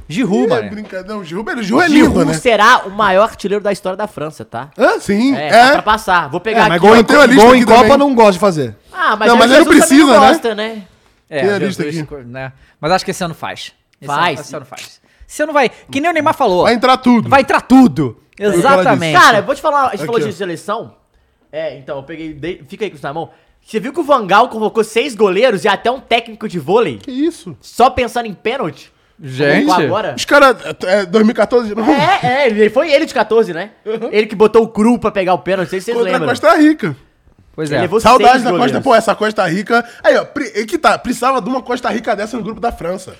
Speaker 1: Giroud,
Speaker 4: É
Speaker 1: mano.
Speaker 4: brincadeira. Não, o Giroud, o Giroud é lindo,
Speaker 2: Giroud
Speaker 4: né?
Speaker 2: será o maior artilheiro da história da França, tá?
Speaker 4: Hã? Sim,
Speaker 2: É,
Speaker 4: é.
Speaker 2: tá pra passar. Vou pegar
Speaker 3: É, mas
Speaker 2: aqui.
Speaker 3: gol em,
Speaker 4: eu tenho a lista
Speaker 3: gol em
Speaker 4: aqui
Speaker 3: Copa
Speaker 4: também.
Speaker 3: não gosta de fazer.
Speaker 2: Ah, mas,
Speaker 4: Não,
Speaker 2: aí
Speaker 4: mas
Speaker 2: o
Speaker 4: ele
Speaker 2: Jesus também
Speaker 4: precisa, né?
Speaker 2: gosta, né?
Speaker 1: É,
Speaker 4: Tem a lista aqui.
Speaker 1: co- né? Mas acho que esse ano faz. Esse
Speaker 2: Faz.
Speaker 1: Ano, esse ano faz. Esse ano vai. Que nem o Neymar falou.
Speaker 4: Vai entrar tudo.
Speaker 1: Vai entrar tudo. Exatamente.
Speaker 2: Cara, vou te falar, a gente falou
Speaker 4: Aqui,
Speaker 2: de
Speaker 4: ó.
Speaker 2: seleção. É, então, eu peguei. dei- fica aí com isso na mão. Você viu que o Vangal convocou seis goleiros e até um técnico de vôlei?
Speaker 4: Que isso?
Speaker 2: Só pensando em pênalti?
Speaker 6: Gente.
Speaker 2: Convocou agora?
Speaker 4: Os caras... É 2014 de novo?
Speaker 2: É, é, ele- foi ele de 14, né? Ele que botou o cru pra pegar o pênalti, não sei se vocês
Speaker 4: Uhum. Contra a
Speaker 2: lembram.
Speaker 4: Costa Rica.
Speaker 1: Pois
Speaker 2: Ele
Speaker 1: é.
Speaker 2: levou
Speaker 4: Saudades
Speaker 2: seis
Speaker 4: da
Speaker 2: goleiros.
Speaker 4: Costa... Pô, essa Costa Rica... Aí, ó. pre- é Que tá. Precisava de uma Costa Rica dessa no grupo da França.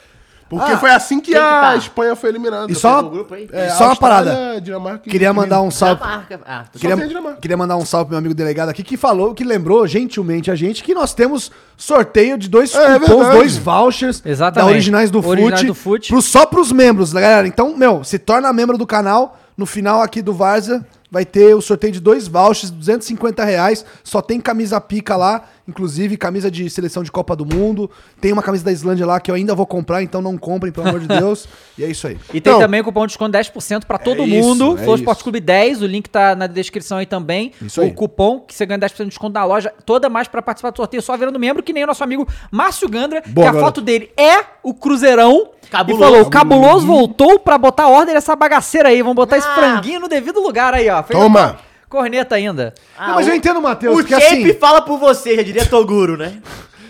Speaker 4: Porque foi assim que
Speaker 2: quem que
Speaker 4: a
Speaker 2: tá?
Speaker 4: Espanha foi eliminada.
Speaker 3: E só,
Speaker 2: pegou o grupo aí?
Speaker 4: É,
Speaker 3: e
Speaker 4: tá
Speaker 3: só uma parada. Queria mandar um
Speaker 2: Da
Speaker 3: salve.
Speaker 2: marca. Ah, tô
Speaker 3: Queria,
Speaker 4: tem a Dinamarca.
Speaker 3: queria mandar um salve pro meu amigo delegado aqui que falou, que lembrou gentilmente a gente que nós temos sorteio de dois
Speaker 4: É, é
Speaker 3: cupons,
Speaker 4: verdade.
Speaker 3: dois vouchers
Speaker 1: Exatamente.
Speaker 3: da Originais do
Speaker 1: Originais
Speaker 3: Fute,
Speaker 1: do Fute.
Speaker 3: pro- só pros membros, né, galera. Então, meu, se torna membro do canal, no final aqui do Varza vai ter o sorteio de dois vouchers, 250 reais, só tem camisa pica lá, inclusive camisa de seleção de Copa do Mundo, tem uma camisa da Islândia lá que eu ainda vou comprar, então não comprem, pelo amor de Deus. E é isso aí.
Speaker 1: E tem
Speaker 3: Então,
Speaker 1: também o cupom de desconto 10% pra todo
Speaker 3: É isso,
Speaker 1: mundo.
Speaker 3: é
Speaker 1: Flow
Speaker 3: isso.
Speaker 1: Esporte Clube 10, o link tá na descrição aí também.
Speaker 3: Isso
Speaker 1: o
Speaker 3: aí.
Speaker 1: cupom que você ganha 10% de desconto na loja toda mais pra participar do sorteio, só virando membro, que nem o nosso amigo Márcio Gandra,
Speaker 3: Boa,
Speaker 1: que a
Speaker 3: garoto.
Speaker 1: foto dele é o Cruzeirão.
Speaker 2: Cabuloso.
Speaker 1: E falou, o cabuloso voltou pra botar ordem nessa bagaceira aí. Vamos botar esse
Speaker 2: Ah.
Speaker 1: franguinho no devido lugar aí, ó. Fez
Speaker 4: Toma.
Speaker 1: uma Corneta ainda.
Speaker 2: Ah,
Speaker 3: Não, mas
Speaker 2: o-
Speaker 3: eu entendo o Matheus,
Speaker 2: O
Speaker 3: porque
Speaker 2: Shape
Speaker 3: assim...
Speaker 2: fala por você, já diria Toguro, né?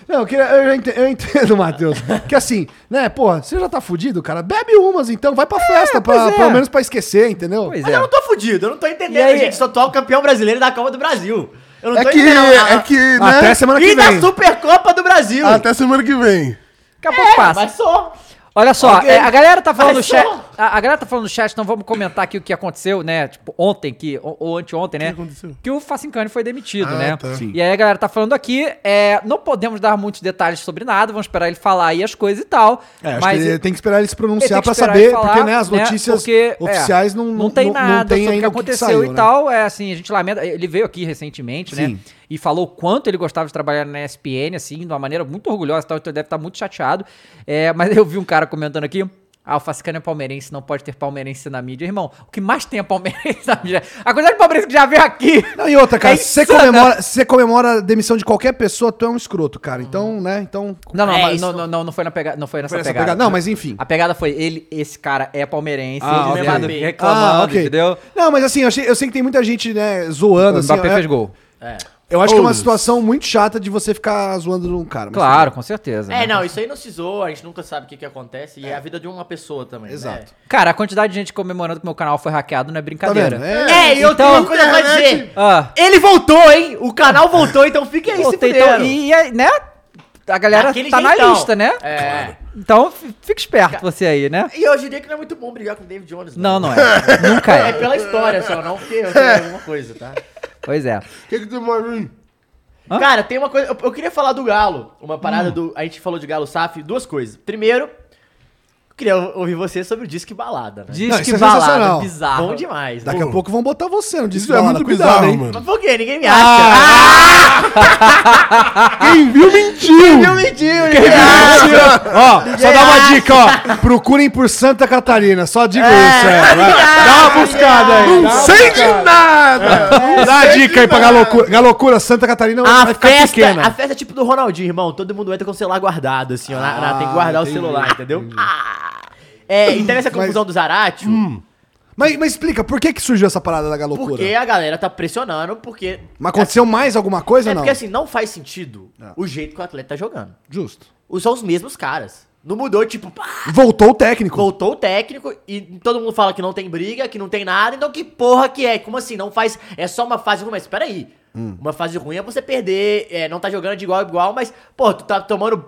Speaker 3: Não, eu, queria- eu já ente- eu entendo, Matheus. que assim, né, porra, você já tá fudido, cara? Bebe umas então, vai pra festa, pra,
Speaker 1: pois é.
Speaker 3: pelo menos pra esquecer, entendeu?
Speaker 1: Pois
Speaker 2: Mas
Speaker 1: é.
Speaker 2: eu não tô fudido, eu não tô entendendo,
Speaker 1: E aí?
Speaker 2: gente. Sou atual campeão brasileiro da Copa do Brasil. Eu não
Speaker 4: É
Speaker 2: tô
Speaker 4: que...
Speaker 2: entendendo.
Speaker 4: É que, né?
Speaker 3: Até semana que
Speaker 2: E da
Speaker 3: vem.
Speaker 2: Supercopa do
Speaker 3: é
Speaker 2: Brasil. É,
Speaker 4: Até semana que vem.
Speaker 1: Daqui a pouco passa.
Speaker 2: Mas só.
Speaker 1: Olha só,
Speaker 2: Alguém-
Speaker 1: é, a galera tá falando no
Speaker 2: Mas
Speaker 1: chat.
Speaker 2: só-
Speaker 1: A, a galera tá falando no chat, então vamos comentar aqui o que aconteceu, né? Tipo, ontem, que, ou, ou anteontem, né?
Speaker 4: que aconteceu?
Speaker 1: Que o Facincani foi demitido,
Speaker 4: Ah,
Speaker 1: né?
Speaker 4: tá. Sim.
Speaker 1: E aí a galera tá falando aqui, é, não podemos dar muitos detalhes sobre nada, vamos esperar ele falar aí as coisas e tal.
Speaker 3: É, acho
Speaker 1: mas
Speaker 3: que ele tem que esperar ele se pronunciar
Speaker 1: tem que
Speaker 3: é pra
Speaker 1: esperar
Speaker 3: saber,
Speaker 1: ele falar,
Speaker 3: porque né, as
Speaker 1: né,
Speaker 3: notícias
Speaker 1: porque, é,
Speaker 3: oficiais não,
Speaker 1: não tem nada
Speaker 3: tem
Speaker 1: sobre o que
Speaker 3: ainda o que
Speaker 1: aconteceu
Speaker 3: saiu,
Speaker 1: e
Speaker 3: né?
Speaker 1: tal. É assim, a gente lamenta. Ele veio aqui recentemente, né?
Speaker 3: Sim.
Speaker 1: E falou o quanto ele gostava de trabalhar na ESPN, assim, de uma maneira muito orgulhosa e tal. Então ele deve estar muito chateado. É, mas eu vi um cara comentando aqui. Ah, o Facicano é palmeirense, não pode ter palmeirense na mídia. Irmão, o que mais tem é palmeirense na mídia. A quantidade de palmeirense que já veio aqui.
Speaker 3: Não, e outra, cara,
Speaker 1: É
Speaker 3: se você
Speaker 1: insana.
Speaker 3: comemora, se você comemora a demissão de qualquer pessoa, tu é um escroto, cara. Então, né, então...
Speaker 1: Uhum. Não, não,
Speaker 2: É,
Speaker 1: mas
Speaker 2: isso
Speaker 1: não,
Speaker 2: não-
Speaker 1: não, não, não foi, na pega, não foi nessa
Speaker 3: Foi nessa
Speaker 1: pegada.
Speaker 3: pegada. Não, mas enfim.
Speaker 1: A pegada foi, ele, esse cara é palmeirense,
Speaker 3: Ah,
Speaker 1: ele
Speaker 3: ok. Ah,
Speaker 1: levado reclamando,
Speaker 3: ok.
Speaker 1: é entendeu?
Speaker 3: Não, mas assim, eu, achei- eu sei que tem muita gente, né, zoando,
Speaker 1: O
Speaker 3: assim...
Speaker 1: Mbappé
Speaker 3: ó, é-
Speaker 1: fez gol.
Speaker 3: Eu acho que é uma
Speaker 2: Ouros.
Speaker 3: situação muito chata de você ficar zoando num cara. mas-
Speaker 1: Claro, com certeza. né?
Speaker 2: É, não, isso aí não se zoa, a gente nunca sabe o que, que acontece. E é a vida de uma pessoa também. né? Exato.
Speaker 1: Cara, a quantidade de gente comemorando que meu canal foi hackeado não é
Speaker 3: Tá
Speaker 1: brincadeira.
Speaker 2: Tá
Speaker 1: Então,
Speaker 2: vendo? É, e eu tenho uma coisa pra dizer.
Speaker 1: Ah.
Speaker 2: Ele voltou, hein? O canal voltou, então fique aí, se
Speaker 1: Voltei,
Speaker 2: puder.
Speaker 1: então, e, e aí, né? A galera
Speaker 2: Daquele
Speaker 1: tá na
Speaker 2: jeitão.
Speaker 1: lista, né?
Speaker 2: É. Claro.
Speaker 1: Então, f- fica esperto você aí, né?
Speaker 2: E eu diria que não é muito bom brigar com o David Jones.
Speaker 1: Não, não é. Nunca
Speaker 2: É
Speaker 1: é.
Speaker 2: pela história só, não porque eu
Speaker 3: É.
Speaker 2: tenho alguma coisa, tá?
Speaker 1: Pois é.
Speaker 4: O que, que tu mora em?
Speaker 2: Cara, tem uma coisa. Eu, eu queria falar do Galo. Uma
Speaker 3: Hum.
Speaker 2: parada do. A gente falou de Galo Saf, duas coisas. Primeiro, eu queria ouvir você sobre o Disque Balada, né?
Speaker 3: Disque Não, isso é Balada, sensacional.
Speaker 2: bizarro. Bom demais,
Speaker 3: Daqui a
Speaker 2: Pô.
Speaker 3: pouco vão botar você no disco
Speaker 4: Isso é
Speaker 3: balada,
Speaker 4: muito
Speaker 3: cuidado,
Speaker 4: bizarro,
Speaker 3: hein?
Speaker 4: mano.
Speaker 2: Mas por quê? Ninguém me acha.
Speaker 3: Ah,
Speaker 2: Quem viu mentiu! Quem viu mentiu, ninguém acha!
Speaker 3: Ó, só dá uma dica, ó. Procurem por Santa Catarina. Só digo isso, é. vai. Dá uma buscada aí. dá uma buscada. É.
Speaker 4: nada!
Speaker 3: Dá a dica aí pra Galocura. Galocura, Santa Catarina
Speaker 2: A
Speaker 3: vai ficar
Speaker 2: festa,
Speaker 3: pequena.
Speaker 2: a festa é tipo do Ronaldinho, irmão. Todo mundo entra com o celular guardado, assim, ó. na- na-
Speaker 3: Ah,
Speaker 2: tem que guardar o celular, entendeu? Ah! É, e teve essa confusão do Zaratio.
Speaker 3: Hum, Mas, mas explica, por que que surgiu essa parada da Galocura?
Speaker 2: Porque a galera tá pressionando, porque.
Speaker 3: Mas aconteceu mais alguma coisa
Speaker 2: é
Speaker 3: não? É.
Speaker 2: porque assim, não faz sentido o jeito que o atleta tá jogando.
Speaker 3: Justo.
Speaker 2: Os- São os mesmos caras. Não mudou, tipo, pá,
Speaker 3: Voltou o técnico.
Speaker 2: voltou o técnico e todo mundo fala que não tem briga, que não tem nada, então que porra que é? Como assim? Não faz. É só uma fase ruim, mas peraí. Uma fase ruim é você perder, é, não tá jogando de igual a igual, mas, pô, tu tá tomando.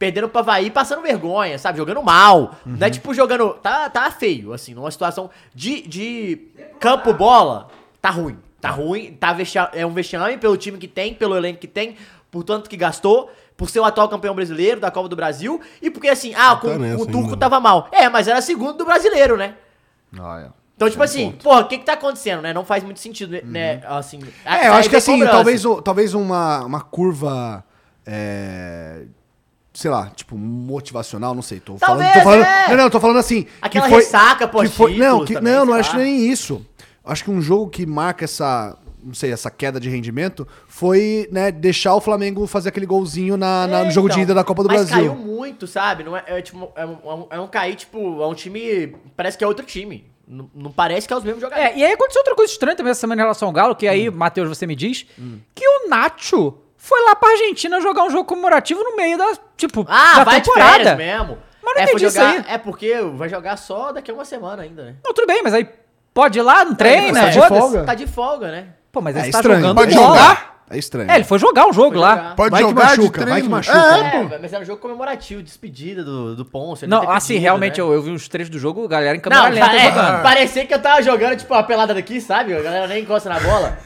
Speaker 2: Perdendo pro Havaí, passando vergonha, sabe? Jogando mal. Não é tipo jogando. Tá, tá feio, assim, numa situação de, de campo-bola. Tá ruim. Tá ruim. Tá vexa- é um vexame pelo time que tem, pelo elenco que tem, por tanto que gastou, por ser o atual campeão brasileiro da Copa do Brasil e porque, assim, ah, com-
Speaker 4: Tá nessa
Speaker 2: o Turco
Speaker 4: ainda.
Speaker 2: tava mal. É, mas era segundo do brasileiro, né?
Speaker 3: Ah, é.
Speaker 2: Então, tipo assim, porra, o que que tá acontecendo, né? Não faz muito sentido, né? Assim,
Speaker 3: Uhum. É, eu
Speaker 2: aí
Speaker 3: acho que
Speaker 2: vem
Speaker 3: assim,
Speaker 2: cobrança.
Speaker 3: talvez, o- talvez uma, uma curva. é, sei lá, tipo, motivacional, não sei. Tô falando.
Speaker 2: Talvez,
Speaker 3: tô falando-
Speaker 2: é.
Speaker 3: Não, não, tô falando assim. que
Speaker 2: Aquela ressaca
Speaker 3: que foi, Não,
Speaker 2: pós-títulos
Speaker 3: que,
Speaker 2: também,
Speaker 3: não, não
Speaker 2: sei
Speaker 3: acho
Speaker 2: lá.
Speaker 3: nem isso. Acho que um jogo que marca essa. Não sei, essa queda de rendimento foi, né, deixar o Flamengo fazer aquele golzinho na, na- no jogo
Speaker 2: Então,
Speaker 3: de ida da Copa do
Speaker 2: mas
Speaker 3: Brasil.
Speaker 2: caiu muito, sabe? Não é, é, tipo, é, um, é um- é um cair, tipo, é um time. Parece que é outro time. Não, não parece que é os mesmos jogadores.
Speaker 1: É, e aí aconteceu outra coisa estranha também essa semana em relação ao Galo, que aí,
Speaker 2: Hum.
Speaker 1: Matheus, você me diz, que o Nacho foi lá pra Argentina jogar um jogo comemorativo no meio da, tipo,
Speaker 2: ah,
Speaker 1: da
Speaker 2: vai
Speaker 1: temporada.
Speaker 2: de férias mesmo.
Speaker 1: Mas não
Speaker 2: é,
Speaker 1: entendi
Speaker 2: pra
Speaker 1: isso
Speaker 2: jogar,
Speaker 1: aí.
Speaker 2: é porque vai jogar só daqui a uma semana ainda, né?
Speaker 1: Não, tudo bem, mas aí pode ir lá, não treina,
Speaker 3: tá de
Speaker 1: foda-se.
Speaker 3: folga?
Speaker 2: Tá de folga, né?
Speaker 1: Pô, mas
Speaker 3: É
Speaker 1: ele tá
Speaker 3: estranho.
Speaker 1: jogando
Speaker 4: Pode
Speaker 1: bola.
Speaker 4: jogar?
Speaker 3: É estranho.
Speaker 1: É, ele foi jogar um jogo
Speaker 2: Foi
Speaker 1: lá.
Speaker 2: jogar.
Speaker 4: Pode
Speaker 3: Vai que
Speaker 4: jogar
Speaker 3: machuca,
Speaker 4: de treino.
Speaker 3: vai que machuca.
Speaker 4: É,
Speaker 2: É,
Speaker 4: pô.
Speaker 2: mas era um jogo comemorativo, despedida do, do Ponce. ele
Speaker 1: Não,
Speaker 2: deve ter
Speaker 1: assim,
Speaker 2: pedido,
Speaker 1: realmente,
Speaker 2: né?
Speaker 1: eu, eu vi uns trechos do jogo, galera em câmera
Speaker 2: Não,
Speaker 1: lenta
Speaker 2: é,
Speaker 1: jogando.
Speaker 2: parecia que eu tava jogando, tipo, a pelada daqui, sabe? A galera nem encosta na bola.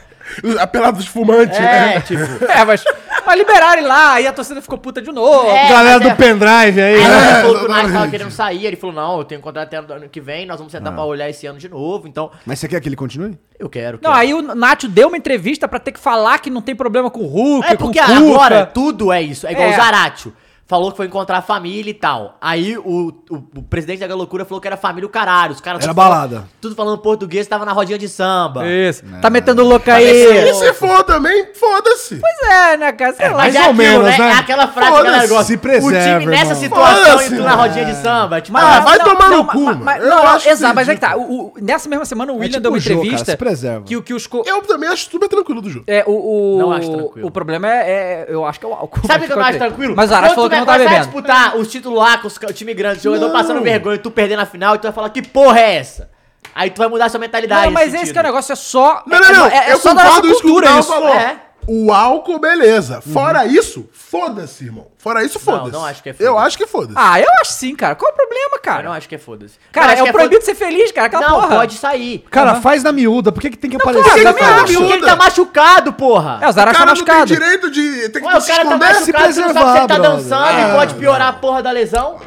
Speaker 4: A pelada É, dos fumantes,
Speaker 2: É,
Speaker 4: né?
Speaker 2: tipo.
Speaker 1: É, mas, mas liberaram ele lá, aí a torcida ficou puta de novo.
Speaker 2: É,
Speaker 3: Galera
Speaker 2: mas
Speaker 3: do
Speaker 2: é-
Speaker 3: pendrive aí.
Speaker 2: Aí
Speaker 3: né?
Speaker 2: ele falou que o Nath tava querendo sair, ele falou, não, eu tenho um contrato até ano que vem, nós vamos
Speaker 3: Ah.
Speaker 2: sentar pra olhar esse ano de novo, então,
Speaker 3: Mas você quer que ele continue?
Speaker 2: eu quero.
Speaker 1: Não,
Speaker 2: quero.
Speaker 1: aí o Nacho deu uma entrevista pra ter que falar que não tem problema com o Hulk,
Speaker 2: É porque
Speaker 1: com o Cuca.
Speaker 2: agora tudo é isso. É igual
Speaker 1: É.
Speaker 2: o Zaratio. Falou que foi encontrar a família e tal. Aí o, o, o presidente da Galocura falou que era família o caralho. Os caras
Speaker 3: Era
Speaker 2: tudo falando-
Speaker 3: balada.
Speaker 2: tudo falando português, tava na rodinha de samba.
Speaker 1: Isso. Tá metendo louco
Speaker 4: E
Speaker 1: aí.
Speaker 3: tipo,
Speaker 4: se for também, foda-se.
Speaker 1: Pois é, né, cara? Sei lá.
Speaker 2: Mas é
Speaker 3: ou
Speaker 2: aquilo,
Speaker 3: menos,
Speaker 2: né?
Speaker 3: né?
Speaker 2: É aquela frase que a galera
Speaker 3: Foda-se,
Speaker 2: gosta.
Speaker 3: se
Speaker 2: o
Speaker 3: preserva,
Speaker 2: time nessa
Speaker 3: irmão. né?
Speaker 2: situação e
Speaker 4: Foda-se,
Speaker 2: tu na rodinha de samba. Tipo,
Speaker 4: Ah,
Speaker 2: ah,
Speaker 4: vai tomar no
Speaker 1: ma-
Speaker 4: cu,
Speaker 1: ma-
Speaker 4: mano.
Speaker 1: ma-
Speaker 4: Eu
Speaker 1: não,
Speaker 4: acho
Speaker 1: exato, mas é que tá.
Speaker 4: ridículo.
Speaker 1: O, o- nessa mesma semana o William
Speaker 3: tipo
Speaker 1: deu uma
Speaker 3: o Jô, cara,
Speaker 1: entrevista
Speaker 3: se preserva.
Speaker 1: que o que os co-
Speaker 4: Eu também acho super tranquilo do jogo.
Speaker 1: é, o, o,
Speaker 2: Não acho tranquilo.
Speaker 1: o problema é, é- Eu acho que é o álcool.
Speaker 2: Sabe o
Speaker 1: Acho
Speaker 2: que eu acho
Speaker 1: é o-
Speaker 2: tranquilo?
Speaker 1: Mas o Arash
Speaker 2: Quando
Speaker 1: falou que
Speaker 2: tu vai
Speaker 1: não tá
Speaker 2: começar a
Speaker 1: bebendo.
Speaker 2: disputar os títulos lá com os ca- o time grande, o jogador passando vergonha, tu perdendo a final, e tu vai falar, que porra é essa? Aí tu vai mudar a sua mentalidade.
Speaker 1: Não, mas
Speaker 2: nesse
Speaker 1: esse
Speaker 2: sentido.
Speaker 1: que é o negócio, é só.
Speaker 4: Não, não, não.
Speaker 1: É, é
Speaker 4: eu
Speaker 1: só da nossa
Speaker 4: concordo isso que o
Speaker 1: cultura
Speaker 4: Dal
Speaker 1: isso.
Speaker 4: falou.
Speaker 2: É.
Speaker 4: O álcool, beleza. Fora isso, foda-se, irmão. Fora isso, foda-se.
Speaker 2: não acho que é foda-se.
Speaker 4: Eu acho que é foda-se.
Speaker 1: Ah, eu acho sim, cara. Qual o problema,
Speaker 2: Eu não
Speaker 1: cara?
Speaker 2: acho que é foda-se.
Speaker 1: Cara,
Speaker 2: Não, acho
Speaker 1: é
Speaker 2: que
Speaker 1: o proibido ser feliz, cara. Aquela
Speaker 2: Não,
Speaker 1: porra.
Speaker 2: pode sair.
Speaker 3: Cara, faz na miúda. Por que, que tem que
Speaker 1: claro, eu
Speaker 3: aparecer? essa
Speaker 1: também
Speaker 3: parada?
Speaker 1: acho.
Speaker 2: Porque ele tá machucado, porra.
Speaker 1: É, o Zaracho tá
Speaker 4: cara não tem
Speaker 1: machucado.
Speaker 4: direito de. Tem que
Speaker 2: Ué, o
Speaker 4: se
Speaker 2: cara tá
Speaker 4: esconder.
Speaker 2: machucado,
Speaker 3: se
Speaker 2: tu não sabe se ele tá
Speaker 3: preservar,
Speaker 2: dançando
Speaker 3: brother.
Speaker 2: e pode piorar a porra da lesão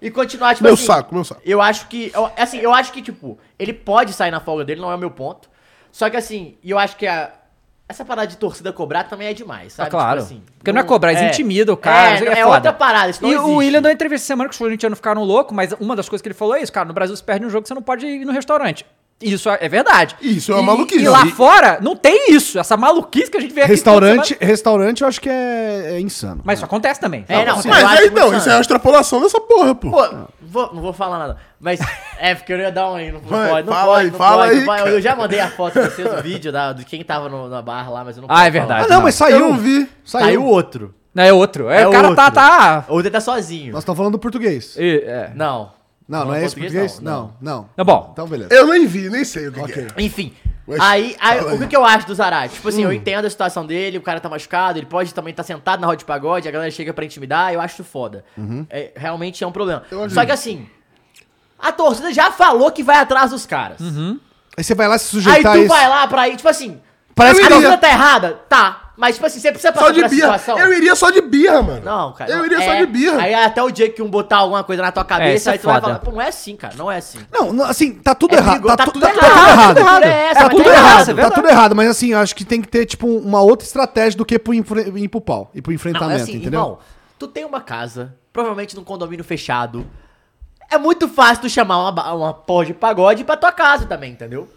Speaker 2: e continuar, tipo
Speaker 4: Meu
Speaker 2: assim.
Speaker 4: saco, meu saco.
Speaker 2: Eu acho que, eu- assim, eu acho que, tipo, ele pode sair na folga dele, não é o meu ponto. Só que, assim, e eu acho que a... Essa parada de torcida cobrar também é demais, sabe?
Speaker 1: Ah, claro.
Speaker 2: Tipo assim,
Speaker 1: Porque não é cobrar, eles intimidam o cara, isso
Speaker 2: É,
Speaker 1: aí
Speaker 2: não-
Speaker 1: é
Speaker 2: é,
Speaker 1: foda.
Speaker 2: outra parada, isso não
Speaker 1: E
Speaker 2: existe.
Speaker 1: o William deu uma é entrevista essa semana que os corintianos ficaram loucos, mas uma das coisas que ele falou é isso, cara. No Brasil, se perde um jogo, você não pode ir no restaurante. Isso é é verdade.
Speaker 4: Isso
Speaker 1: é
Speaker 4: uma maluquice.
Speaker 1: E lá
Speaker 4: E-
Speaker 1: fora não tem isso, essa maluquice É que a gente vê aqui.
Speaker 3: Restaurante,
Speaker 1: toda semana.
Speaker 3: restaurante eu acho que é, é insano.
Speaker 1: Mas isso acontece também.
Speaker 2: É, não,
Speaker 3: você-
Speaker 2: eu acho
Speaker 3: Mas aí
Speaker 2: muito
Speaker 3: não,
Speaker 2: insano.
Speaker 3: isso é uma
Speaker 4: extrapolação dessa porra, pô.
Speaker 2: vou- não vou falar nada. Mas é porque eu ia dar um aí, não
Speaker 4: Vai,
Speaker 2: pode, não
Speaker 4: fala
Speaker 2: pode,
Speaker 4: aí,
Speaker 2: não
Speaker 4: fala
Speaker 2: pode,
Speaker 4: aí,
Speaker 2: não pode.
Speaker 4: cara.
Speaker 2: Eu já mandei a foto pra vocês, o vídeo da, de quem tava no- na barra lá, mas eu não
Speaker 1: Ah, é
Speaker 2: posso
Speaker 1: verdade.
Speaker 2: falar.
Speaker 3: Ah, não, mas saiu. Eu não vi.
Speaker 2: Saiu.
Speaker 3: Saiu
Speaker 2: outro.
Speaker 1: Não, é outro. É,
Speaker 2: É
Speaker 1: o cara tá,
Speaker 2: outro.
Speaker 1: tá.
Speaker 2: O Dede tá sozinho.
Speaker 3: Nós estamos falando do português.
Speaker 2: Não.
Speaker 3: Não, não, é esse português? Não, não.
Speaker 1: Tá bom.
Speaker 3: Então, beleza.
Speaker 4: Eu nem vi, nem sei o que, que é.
Speaker 2: Enfim, Aí, aí, o que, que eu acho do Zarate? Tipo assim, eu
Speaker 4: Hum.
Speaker 2: entendo a situação dele, o cara tá machucado, ele pode também estar sentado na roda de pagode, a galera chega pra intimidar, eu acho isso foda.
Speaker 4: Uhum.
Speaker 2: É, realmente é um problema. Só que assim, a torcida já falou que vai atrás dos caras.
Speaker 3: Uhum. Aí você vai lá se
Speaker 2: Aí tu
Speaker 4: Tá
Speaker 3: sujeitar a isso.
Speaker 2: vai lá pra aí, tipo assim,
Speaker 3: Parece
Speaker 2: a
Speaker 3: que-
Speaker 2: torcida tá errada? Tá. Mas, tipo assim, você precisa
Speaker 4: Só
Speaker 2: passar
Speaker 4: de
Speaker 2: por essa
Speaker 4: birra.
Speaker 2: situação.
Speaker 4: Eu iria só de birra, mano.
Speaker 2: Não, cara.
Speaker 4: Eu
Speaker 2: não,
Speaker 4: iria só
Speaker 2: é-
Speaker 4: de birra.
Speaker 2: Aí até o dia que um botar alguma coisa na tua
Speaker 3: isso
Speaker 2: cabeça,
Speaker 3: é
Speaker 2: aí tu vai
Speaker 3: foda.
Speaker 2: falar, pô, não é assim, cara, não é assim.
Speaker 3: Não, não, assim, tá tudo errado.
Speaker 2: perigo-
Speaker 3: Tá,
Speaker 2: tá
Speaker 3: tu-
Speaker 2: tudo
Speaker 3: tá- tá
Speaker 2: errado,
Speaker 3: tudo
Speaker 2: a
Speaker 3: errado.
Speaker 2: cultura é essa,
Speaker 3: Tá
Speaker 2: mas
Speaker 3: tudo
Speaker 2: tá errado, é
Speaker 3: errado. Tá
Speaker 2: verdade.
Speaker 3: tudo errado, mas assim, eu acho que tem que ter, tipo, uma outra estratégia do que pro enfre- ir pro pau e pro
Speaker 2: Não,
Speaker 3: enfrentamento,
Speaker 2: é assim,
Speaker 3: entendeu?
Speaker 2: irmão, tu tem uma casa, provavelmente num condomínio fechado. É muito fácil tu chamar uma, ba- uma porra de pagode pra tua casa também, entendeu?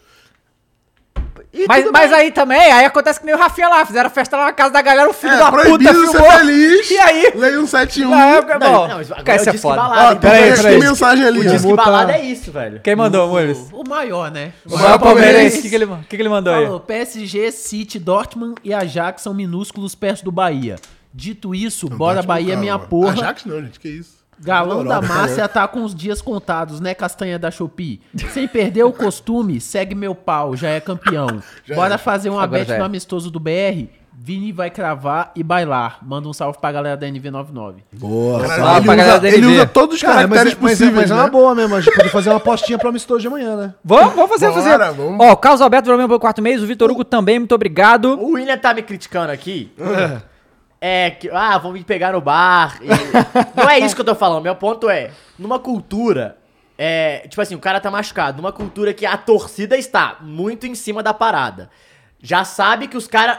Speaker 1: Mas, mas aí também, aí acontece que nem o Rafinha lá, fizeram festa lá na casa da galera, o filho
Speaker 4: É,
Speaker 1: da puta
Speaker 4: proibido ser
Speaker 1: filmou.
Speaker 4: feliz.
Speaker 1: E aí?
Speaker 4: Leia um 71.
Speaker 1: Na época,
Speaker 4: Não,
Speaker 1: bom,
Speaker 4: não, mas
Speaker 1: cara,
Speaker 4: agora
Speaker 1: isso
Speaker 4: eu
Speaker 1: é
Speaker 4: disse que
Speaker 1: foda.
Speaker 4: balada, Ó, então peraí, eu acho que peraí. mensagem ali.
Speaker 1: O disque
Speaker 4: Muta-
Speaker 1: balada
Speaker 2: é isso, velho.
Speaker 1: Quem mandou, Mules?
Speaker 8: O maior, né?
Speaker 1: O maior palmeirense. O que, que, ele, que, que ele
Speaker 2: Tá
Speaker 1: mandou aí?
Speaker 8: Falou, PSG, City, Dortmund e Ajax são minúsculos perto do Bahia. Dito isso, bora Bahia minha porra.
Speaker 4: Ajax não, gente, que isso.
Speaker 8: Galão
Speaker 4: Europa,
Speaker 8: da Márcia
Speaker 4: louco.
Speaker 8: tá com os dias contados, né, Castanha da Shopee? Sem perder o costume, segue meu pau, já é campeão.
Speaker 4: Já
Speaker 8: Bora
Speaker 4: é.
Speaker 8: fazer uma
Speaker 4: Agora
Speaker 8: bet
Speaker 4: já é.
Speaker 8: no amistoso do BR. Vini vai cravar e bailar. Manda um salve pra galera da NV99.
Speaker 3: Boa.
Speaker 8: Caralho, salve ele pra usa- galera da ele NB. usa todos os
Speaker 3: Cara, mas
Speaker 8: caracteres
Speaker 3: é- mas é-
Speaker 8: possíveis,
Speaker 3: Mas é uma
Speaker 8: né?
Speaker 3: boa mesmo, a gente pode fazer uma apostinha pro amistoso de amanhã, né?
Speaker 1: Vamos, vamos fazer, vamos
Speaker 3: Bora,
Speaker 1: fazer.
Speaker 3: vamos.
Speaker 1: Ó, o Carlos Alberto virou pelo quarto mês, o Vitor Hugo também, muito obrigado.
Speaker 2: O William tá me criticando aqui.
Speaker 1: Ah.
Speaker 2: é que, ah, vão me pegar no bar. e- não é isso que eu tô falando. Meu ponto é, numa cultura. É, tipo assim, o cara tá machucado. Numa cultura que a torcida está muito em cima da parada. Já sabe que os caras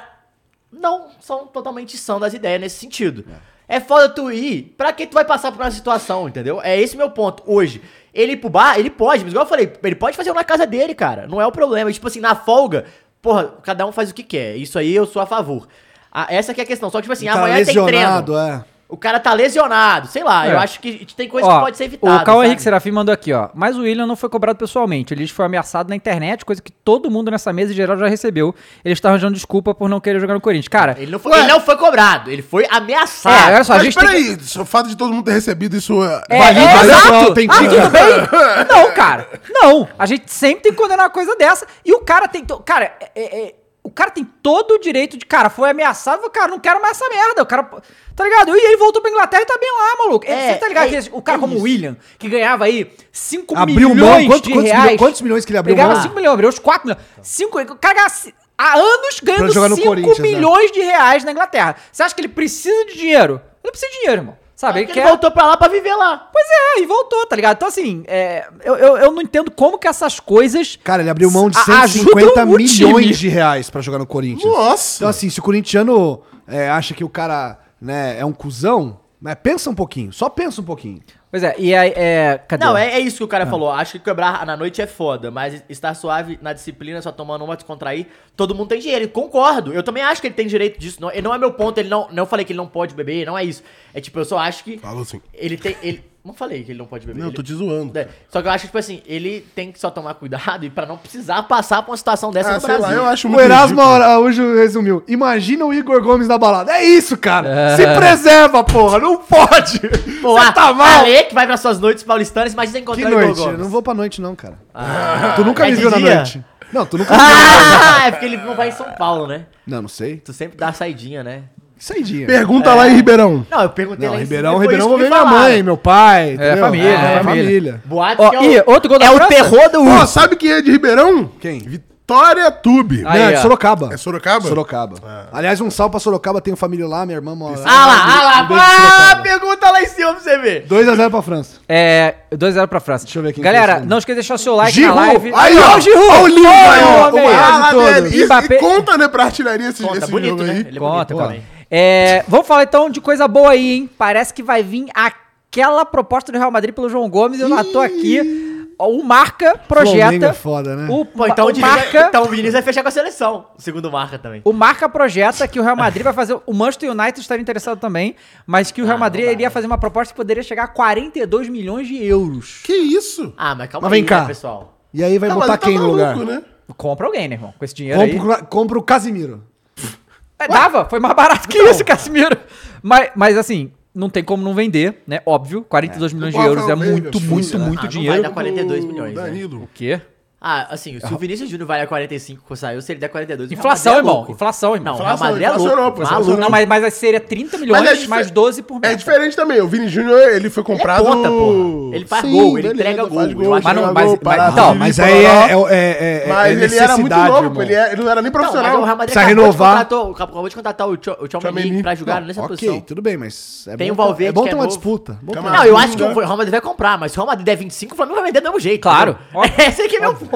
Speaker 2: não são totalmente são das ideias nesse sentido. É foda tu ir, pra que tu vai passar por uma situação, entendeu? É esse meu ponto hoje. Ele ir pro bar, ele pode, mas igual eu falei, ele pode fazer na casa dele, cara. Não é o problema. E, Tipo assim, na folga, porra, cada um faz o que quer. Isso aí eu sou a favor. Ah, essa que é a questão. Só que, tipo assim,
Speaker 3: O cara
Speaker 2: amanhã tem treino.
Speaker 3: Tá lesionado, é.
Speaker 2: O cara tá lesionado, sei lá.
Speaker 1: É.
Speaker 2: Eu acho que tem coisa
Speaker 1: Ó,
Speaker 2: que pode ser evitada.
Speaker 1: O Carl
Speaker 2: sabe?
Speaker 1: Henrique Serafim mandou aqui, ó. Mas o William não foi cobrado pessoalmente. Ele foi ameaçado na internet, coisa que todo mundo nessa mesa em geral já recebeu. Ele está arranjando desculpa por não querer jogar no Corinthians. Cara,
Speaker 2: ele não foi, ele não foi cobrado, ele foi ameaçado.
Speaker 1: É, olha só, a
Speaker 4: Ah, Mas
Speaker 1: gente tem
Speaker 4: peraí, só o fato de todo mundo ter recebido isso é...
Speaker 1: É,
Speaker 4: valida,
Speaker 1: é,
Speaker 4: né?
Speaker 1: exato.
Speaker 4: Tem
Speaker 1: Ah,
Speaker 4: que-
Speaker 1: tudo bem? Não, cara. Não. A gente sempre tem que condenar uma coisa dessa. E o cara tem... to- Cara, é- é- é- o cara tem todo o direito de... Cara, foi ameaçado. Cara, não quero mais essa merda. O cara... Tá ligado? E ele voltou pra Inglaterra e tá bem lá, maluco.
Speaker 2: É,
Speaker 1: Você tá ligado? que o cara como o William, que ganhava aí 5
Speaker 3: Abriu mão,
Speaker 1: milhões
Speaker 3: quanto-
Speaker 1: de
Speaker 3: quantos
Speaker 1: reais.
Speaker 3: milhões- quantos milhões que ele abriu
Speaker 1: Pegava
Speaker 3: mão? Tá.
Speaker 1: 5 milhões, abriu uns 4 milhões. 5... O cara ganhava ci- há anos ganhando
Speaker 3: jogar no
Speaker 1: 5
Speaker 3: Corinthians, né?
Speaker 1: milhões de reais na Inglaterra. Você acha que ele precisa de dinheiro? Ele não precisa de dinheiro, irmão. Sabe?
Speaker 2: Ele voltou pra lá pra viver lá.
Speaker 1: Pois é, e voltou, tá ligado? Então, assim, é, eu, eu, eu não entendo como que essas coisas.
Speaker 3: Cara, ele abriu mão de
Speaker 1: A- ajudam o
Speaker 3: 150
Speaker 1: time.
Speaker 3: milhões de reais pra jogar no Corinthians.
Speaker 4: Nossa!
Speaker 1: Tá
Speaker 3: Então, assim, se o corintiano é, acha que o cara né, é um cuzão, né, pensa um pouquinho, só pensa um pouquinho.
Speaker 1: Pois é, e aí, é. Cadê?
Speaker 2: Não, é, é isso que o cara
Speaker 3: Ah.
Speaker 2: falou. Acho que quebrar na noite é foda, mas estar suave na disciplina, só tomando uma, descontrair, todo mundo tem dinheiro. Concordo. Eu também acho que ele tem direito disso. Não, não é meu ponto, ele não. Não falei que ele não pode beber, não é isso. É tipo, eu só acho que.
Speaker 4: Falou
Speaker 3: assim.
Speaker 4: sim.
Speaker 2: Ele tem. Ele, não falei que ele não pode beber.
Speaker 4: Não,
Speaker 2: ele,
Speaker 4: eu tô te zoando.
Speaker 2: É, Só que eu acho que, tipo assim, ele tem que só tomar cuidado e pra não precisar passar por uma situação dessa
Speaker 4: Ah,
Speaker 2: no
Speaker 4: sei
Speaker 2: Brasil.
Speaker 4: lá, eu acho
Speaker 3: O Erasmo Araújo resumiu. Imagina o Igor Gomes na balada. É isso, cara. Se preserva, porra. Não pode.
Speaker 2: Pô,
Speaker 3: Você
Speaker 2: a-
Speaker 3: tá mal.
Speaker 2: Ale que vai pra suas noites paulistanas, imagina
Speaker 3: Que
Speaker 2: encontrar o Igor
Speaker 3: noite? Eu
Speaker 2: Gomes.
Speaker 3: não vou pra noite, não, cara.
Speaker 2: Ah,
Speaker 3: tu nunca
Speaker 2: é
Speaker 3: me
Speaker 2: de
Speaker 3: viu na
Speaker 2: dia?
Speaker 3: noite. Não, tu nunca me viu na noite.
Speaker 2: Ah, é porque ele não vai em São Paulo, né?
Speaker 3: Não, não sei.
Speaker 2: Tu sempre dá a saidinha, né?
Speaker 3: Saidinha.
Speaker 4: Pergunta lá
Speaker 2: É.
Speaker 4: em Ribeirão.
Speaker 2: Não, eu perguntei
Speaker 3: Não,
Speaker 2: lá em
Speaker 3: Ribeirão,
Speaker 2: cima, foi
Speaker 3: Ribeirão,
Speaker 2: isso
Speaker 3: vou
Speaker 2: que
Speaker 3: ver
Speaker 2: me
Speaker 3: minha
Speaker 2: falaram.
Speaker 3: mãe, meu pai.
Speaker 4: É,
Speaker 3: entendeu?
Speaker 4: família,
Speaker 3: Ah,
Speaker 4: é, família.
Speaker 2: Boate
Speaker 4: Ó,
Speaker 2: que é o-
Speaker 4: e outro gol da
Speaker 2: É o
Speaker 4: França?
Speaker 2: terror do
Speaker 4: Pô,
Speaker 2: Urso.
Speaker 4: sabe quem é de Ribeirão?
Speaker 3: Quem?
Speaker 4: Vitória Tube.
Speaker 3: Não, é de Sorocaba.
Speaker 4: É Sorocaba?
Speaker 3: Sorocaba. Aliás, um salve pra Sorocaba. Tenho família lá, minha irmã mora
Speaker 2: Ah lá, ah lá,
Speaker 3: Um beijo pra Sorocaba.
Speaker 2: ah, pergunta lá em cima pra você ver.
Speaker 3: 2x0 pra França.
Speaker 1: É, 2x0 pra França. Deixa eu ver aqui. Galera, não esqueça de deixar o seu like
Speaker 3: Giroud.
Speaker 1: na live.
Speaker 3: Aí, ó,
Speaker 1: Ó, o Giroud!
Speaker 3: ó, o lindo aí, ó,
Speaker 1: homem!
Speaker 3: o
Speaker 4: Ah,
Speaker 1: Ah,
Speaker 4: lá,
Speaker 1: todo.
Speaker 4: velho, e,
Speaker 1: Mbappé-
Speaker 4: e conta, né, pra artilharia esse, esse jogo
Speaker 2: né?
Speaker 4: aí.
Speaker 1: Conta, conta. É, vamos falar então de coisa boa aí, hein? Parece que vai vir aquela proposta do Real Madrid pelo João Gomes. Eu não tô aqui. o Marca projeta.
Speaker 9: Flamengo é foda, né?
Speaker 1: O,
Speaker 2: Pô, então,
Speaker 1: o
Speaker 2: o Diniz vai-
Speaker 1: Marca.
Speaker 2: então o Vinícius vai fechar com a seleção. O segundo marca também.
Speaker 1: O Marca projeta que o Real Madrid vai fazer. O Manchester United estaria interessado também, mas que o
Speaker 2: Ah,
Speaker 1: Real Madrid
Speaker 2: né?
Speaker 1: iria fazer uma proposta que poderia chegar a 42 milhões de euros.
Speaker 4: Que isso?
Speaker 2: Ah, mas calma
Speaker 9: Mas vem
Speaker 2: aí,
Speaker 9: cá.
Speaker 2: né, pessoal.
Speaker 9: E aí vai
Speaker 4: Tá, mas
Speaker 9: botar
Speaker 4: tá
Speaker 9: quem no
Speaker 4: maluco,
Speaker 9: lugar?
Speaker 4: né?
Speaker 1: Compra alguém, né, irmão? Com esse dinheiro aí.
Speaker 2: um-
Speaker 9: Compra, o Cla- compra o Casimiro.
Speaker 1: É, dava, foi mais barato
Speaker 2: Então.
Speaker 1: que isso, Casimiro. Mas, mas assim, não tem como não vender, né? Óbvio, 42 milhões de
Speaker 2: Igual
Speaker 1: euros é
Speaker 2: Palmeiras,
Speaker 1: muito, muito,
Speaker 2: Ah,
Speaker 1: muito
Speaker 2: não
Speaker 1: dinheiro.
Speaker 2: Vai dar 42 milhões. né?
Speaker 4: Danilo.
Speaker 1: O quê?
Speaker 2: Ah, assim, se o Vinícius Júnior vai a 45 quando saiu, se ele der 42, o Real
Speaker 1: Inflação,
Speaker 2: Madrid é
Speaker 1: irmão.
Speaker 2: louco.
Speaker 1: Inflação, irmão.
Speaker 2: Não, o Real Madrid é louco.
Speaker 4: inflacionou.
Speaker 1: Maluco. Não, mas, mas aí seria 30 milhões
Speaker 4: Mas é dife-
Speaker 1: mais 12 por mês.
Speaker 4: É diferente também. O Vini Júnior, ele foi comprado...
Speaker 2: ponta, porra. Ele faz gol, ele entrega gol. Eu
Speaker 1: Mas
Speaker 2: acho que
Speaker 1: não,
Speaker 2: é
Speaker 1: mas,
Speaker 2: gol,
Speaker 1: mas-
Speaker 2: parada.
Speaker 1: então,
Speaker 2: Ele
Speaker 9: Mas
Speaker 2: parou
Speaker 9: aí é,
Speaker 2: lá.
Speaker 9: é, é, é,
Speaker 4: Mas
Speaker 9: é
Speaker 4: ele era muito
Speaker 9: necessidade,
Speaker 4: novo,
Speaker 9: irmão.
Speaker 4: ele, é- ele não era nem
Speaker 2: Não, mas um o
Speaker 4: profissional.
Speaker 2: Real Madrid
Speaker 9: Precisa
Speaker 2: acabou de
Speaker 9: renovar.
Speaker 2: contratou- Acabou de contratar o Tchou- o Tchouameni pra jogar
Speaker 9: Não,
Speaker 2: nessa
Speaker 9: ok,
Speaker 2: posição.
Speaker 9: tudo bem, mas é
Speaker 2: Tem
Speaker 9: bom
Speaker 2: o Valverde,
Speaker 9: é bom
Speaker 2: que
Speaker 9: ter
Speaker 2: é
Speaker 9: uma
Speaker 2: novo.
Speaker 9: disputa. Bom ter uma
Speaker 2: Não, eu acho que
Speaker 4: Camavinga.
Speaker 2: o Real Madrid vai comprar, mas se o Real Madrid der 25, o Flamengo vai vender do mesmo jeito.
Speaker 1: Claro.
Speaker 2: entendeu? Esse aqui é meu ponto.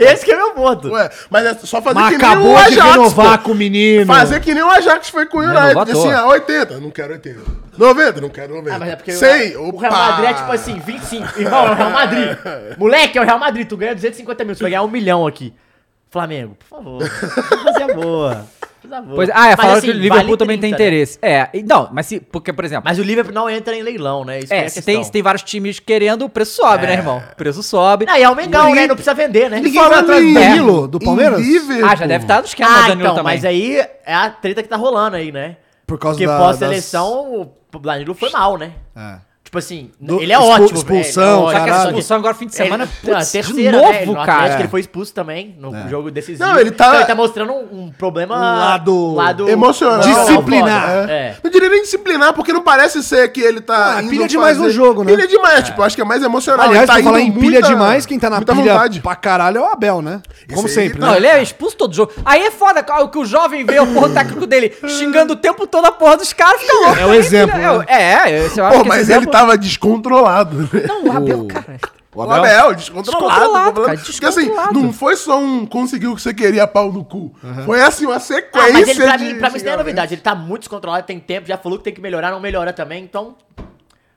Speaker 2: Esse aqui é meu ponto.
Speaker 4: Ué, mas é só fazer
Speaker 9: Mas
Speaker 4: que nem o
Speaker 9: acabou de
Speaker 4: Ajax,
Speaker 9: renovar
Speaker 4: pô.
Speaker 9: com o menino. é
Speaker 4: Fazer que nem o Ajax foi com o
Speaker 1: Renovou à
Speaker 4: United. Assim,
Speaker 1: toa.
Speaker 4: ah, 80, não quero 80. 90, não quero 90.
Speaker 2: Ah, mas é porque
Speaker 4: Sei,
Speaker 2: o, o
Speaker 4: opa.
Speaker 2: Real Madrid é tipo assim, 25. Irmão, é o Real Madrid. Moleque, é o Real Madrid. Tu ganha 250 mil, tu vai ganhar um milhão aqui. Flamengo, por favor. Fazer a boa. Fazer a boa.
Speaker 1: Pois, ah, é,
Speaker 2: Mas,
Speaker 1: falaram
Speaker 2: assim,
Speaker 1: que o Liverpool
Speaker 2: vale
Speaker 1: também tem
Speaker 2: 30, né?
Speaker 1: interesse. É, então, mas se. Porque, por exemplo.
Speaker 2: Mas o Liverpool não entra em leilão, né? Isso que
Speaker 1: é,
Speaker 2: a
Speaker 1: se tem,
Speaker 2: questão.
Speaker 1: se tem vários times querendo, o preço sobe, né, irmão? O preço sobe.
Speaker 2: Ah, e é o Mengão,
Speaker 9: Ninguém-
Speaker 2: né? Não precisa vender, né?
Speaker 9: Ninguém vai atrás do Danilo, do Palmeiras?
Speaker 1: Ah, já deve estar no esquema
Speaker 2: Ah,
Speaker 1: do Danilo
Speaker 2: então,
Speaker 1: também.
Speaker 2: mas aí é a treta que tá rolando aí, né?
Speaker 9: Por causa
Speaker 2: Porque
Speaker 9: da-
Speaker 2: pós-seleção, o Danilo foi mal, né?
Speaker 9: das- É.
Speaker 2: Tipo assim,
Speaker 9: Do-
Speaker 2: ele é
Speaker 9: expu-
Speaker 2: ótimo.
Speaker 9: expulsão,
Speaker 2: é, ele é ótimo,
Speaker 1: Só que
Speaker 9: caralho.
Speaker 1: essa
Speaker 2: só que-
Speaker 1: discussão agora, fim de
Speaker 2: Ele-
Speaker 1: semana,
Speaker 2: não,
Speaker 1: putz, de
Speaker 2: terceira,
Speaker 1: novo,
Speaker 2: né? No Atlético
Speaker 1: cara.
Speaker 2: ele foi expulso também, no
Speaker 9: É.
Speaker 2: jogo decisivo.
Speaker 4: Não, ele tá-
Speaker 2: Então ele tá mostrando um, um problema...
Speaker 9: Um lado
Speaker 4: Emocional. né?
Speaker 9: Disciplinar.
Speaker 2: foda. É.
Speaker 4: Não diria nem disciplinar, porque não parece ser que ele tá.
Speaker 9: Ah,
Speaker 4: indo
Speaker 9: pilha demais no jogo, né?
Speaker 4: Pilha demais, tipo, acho que é mais emocional.
Speaker 9: Aliás,
Speaker 4: ele
Speaker 9: pra
Speaker 4: tá
Speaker 9: falar
Speaker 4: indo
Speaker 9: em pilha
Speaker 4: muita-
Speaker 9: demais, quem tá na
Speaker 4: muita
Speaker 9: pilha
Speaker 4: vontade.
Speaker 9: pra caralho é o Abel, né? Como
Speaker 4: aí-
Speaker 9: sempre,
Speaker 1: Não,
Speaker 9: né?
Speaker 1: ele é expulso todo jogo. Aí é foda cara, o que o jovem vê, o porra técnico dele, xingando o tempo todo a porra dos caras, fica louco.
Speaker 9: É o exemplo,
Speaker 1: É, o-
Speaker 9: né?
Speaker 1: é, é, você acha
Speaker 4: Pô,
Speaker 1: que
Speaker 4: mas
Speaker 1: esse
Speaker 4: ele
Speaker 1: exemplo-
Speaker 2: tá
Speaker 4: tava descontrolado. né?
Speaker 1: Não, o Abel, cara.
Speaker 4: O Abel, descontrolado.
Speaker 1: Descontrolado,
Speaker 4: falando.
Speaker 1: cara,
Speaker 4: Porque assim,
Speaker 1: descontrolado.
Speaker 4: não foi só um conseguiu o que você queria pau no cu. Foi assim, uma
Speaker 2: Ah,
Speaker 4: sequência.
Speaker 2: mas ele, pra,
Speaker 4: de
Speaker 2: mim, pra mim isso não é
Speaker 4: xingamento.
Speaker 2: novidade. Ele tá muito descontrolado, tem tempo, já falou que tem que melhorar, não melhora também, então...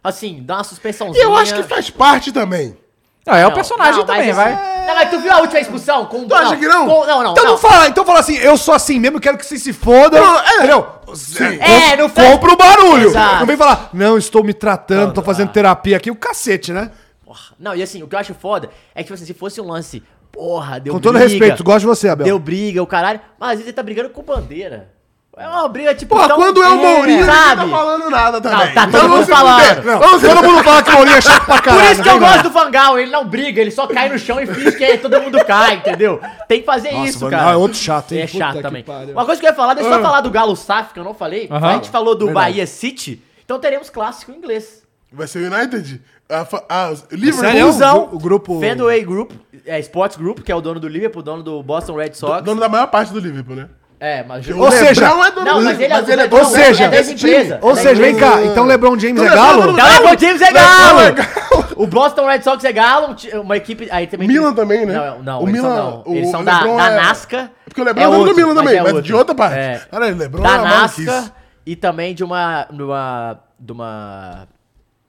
Speaker 2: Assim, dá uma
Speaker 4: E
Speaker 2: suspensãozinha.
Speaker 4: eu acho que faz parte também.
Speaker 1: Não, é o
Speaker 2: Não,
Speaker 1: personagem
Speaker 2: não, mas
Speaker 1: também,
Speaker 2: isso-
Speaker 1: vai.
Speaker 2: Não, mas tu viu a última expulsão? Com,
Speaker 4: Tu acha que não?
Speaker 2: com- não, não.
Speaker 9: Então não fala, então fala assim, eu sou assim mesmo, quero que vocês se fodam.
Speaker 4: Não, é.
Speaker 9: entendeu?
Speaker 4: Sim.
Speaker 2: É, não faz-
Speaker 9: Compra o barulho.
Speaker 2: Exato.
Speaker 9: Não vem falar, não, estou me tratando, tô fazendo terapia aqui, o cacete, né?
Speaker 2: Porra. Não, e assim, o que eu acho foda é que, tipo assim, se fosse um lance, porra, deu
Speaker 9: Com todo
Speaker 2: briga,
Speaker 9: respeito, gosto de você, Abel.
Speaker 2: Deu briga, o caralho. Mas às vezes ele tá brigando com bandeira. É uma briga, tipo...
Speaker 4: Pô,
Speaker 2: tão-
Speaker 4: quando é o Mourinho,
Speaker 2: sabe?
Speaker 4: não tá falando nada também.
Speaker 2: tá
Speaker 4: Então
Speaker 2: todo
Speaker 4: vamos
Speaker 2: mundo
Speaker 4: se fuder.
Speaker 2: falando.
Speaker 4: Não,
Speaker 9: Não, todo mundo fala que o Maurinho é chato pra caralho.
Speaker 2: Por isso que eu
Speaker 9: né?
Speaker 2: gosto do Vangal, ele não briga, ele só cai no chão e finge que é, todo mundo cai, entendeu? Tem que fazer
Speaker 9: Nossa,
Speaker 2: isso,
Speaker 9: Van
Speaker 2: cara.
Speaker 9: Gaal é outro chato, hein?
Speaker 2: É
Speaker 9: Puta
Speaker 2: chato
Speaker 9: que
Speaker 2: também.
Speaker 9: pariu. Ah.
Speaker 2: Uma coisa que eu ia falar, deixa eu só falar do Galo Saf, que eu não falei. A gente falou do
Speaker 9: Verdade.
Speaker 2: Bahia City, então teremos clássico em inglês.
Speaker 4: Vai ser o United? Ah, fa- ah, o Liverpool.
Speaker 9: Sério?
Speaker 2: Fusão,
Speaker 9: O gru- o grupo-
Speaker 2: Fenway Group, é, Sports Group, que é o dono do Liverpool, dono do Boston Red Sox.
Speaker 4: Dono da maior parte do Liverpool, né?
Speaker 2: É, mas...
Speaker 4: O
Speaker 9: Ou seja-
Speaker 4: Lebrão é dono
Speaker 2: Não,
Speaker 4: do
Speaker 2: mas ele é-
Speaker 4: Liverpool,
Speaker 2: ele é
Speaker 4: dono
Speaker 9: Ou
Speaker 4: do-
Speaker 9: seja-
Speaker 4: é desse
Speaker 2: dessa empresa.
Speaker 4: time.
Speaker 9: Ou seja, vem cá, então LeBron James é
Speaker 3: Então
Speaker 9: galo?
Speaker 2: Não, LeBron James é galo!
Speaker 4: Lebrão é galo.
Speaker 2: O Boston Red Sox é galo, um ti- uma equipe... Aí também tem-
Speaker 4: Milan também, né?
Speaker 2: Não, é, não,
Speaker 4: o
Speaker 2: eles
Speaker 4: Milan,
Speaker 2: são, não. Eles
Speaker 4: o
Speaker 2: são da,
Speaker 4: Lebron
Speaker 2: da
Speaker 4: é-
Speaker 2: Nasca.
Speaker 4: Porque o Lebron é, dono do
Speaker 2: outro,
Speaker 4: Milan também,
Speaker 2: é
Speaker 4: mas, de
Speaker 2: outro.
Speaker 4: outra parte.
Speaker 2: É.
Speaker 4: Caralho, o Lebron é
Speaker 2: da
Speaker 4: uma maluquice.
Speaker 2: Nasca e também de uma... De uma... De uma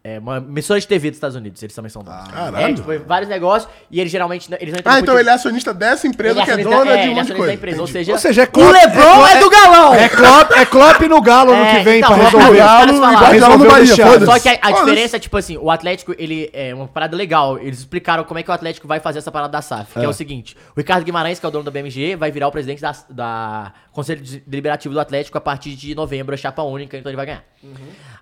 Speaker 2: é, uma emissora de TV dos Estados Unidos, eles também são donos.
Speaker 4: caralho.
Speaker 2: é, tipo, vários negócios e eles geralmente... não- Eles não entram
Speaker 4: Ah,
Speaker 2: muito-
Speaker 4: então ele é acionista dessa empresa
Speaker 2: Ele é
Speaker 4: que é
Speaker 2: acionista-
Speaker 4: dona de
Speaker 2: ele
Speaker 4: um monte
Speaker 2: é
Speaker 4: de
Speaker 2: acionista
Speaker 4: coisa.
Speaker 2: da empresa, ou
Speaker 4: Entendi.
Speaker 2: seja...
Speaker 9: Ou seja, é
Speaker 1: O
Speaker 9: Klopp.
Speaker 1: Lebron é do galão!
Speaker 9: É Klopp, é Klopp no galo ano
Speaker 2: É,
Speaker 9: que vem
Speaker 2: então,
Speaker 9: pra
Speaker 2: Klopp no
Speaker 9: resolver.
Speaker 2: Galo e
Speaker 9: Pra
Speaker 2: Guardiola
Speaker 9: resolver
Speaker 4: no
Speaker 9: o
Speaker 4: Bahia,
Speaker 9: vestiário.
Speaker 4: foda-se.
Speaker 2: Só que a, a
Speaker 4: Foda-se.
Speaker 2: diferença é tipo assim, o Atlético, ele é uma parada legal. Eles explicaram como é que o Atlético vai fazer essa parada da SAF, que é o seguinte: o Ricardo Guimarães, que é o dono da BMG, vai virar o presidente da, da Conselho de- Deliberativo do Atlético a partir de novembro, a chapa única, então ele vai ganhar.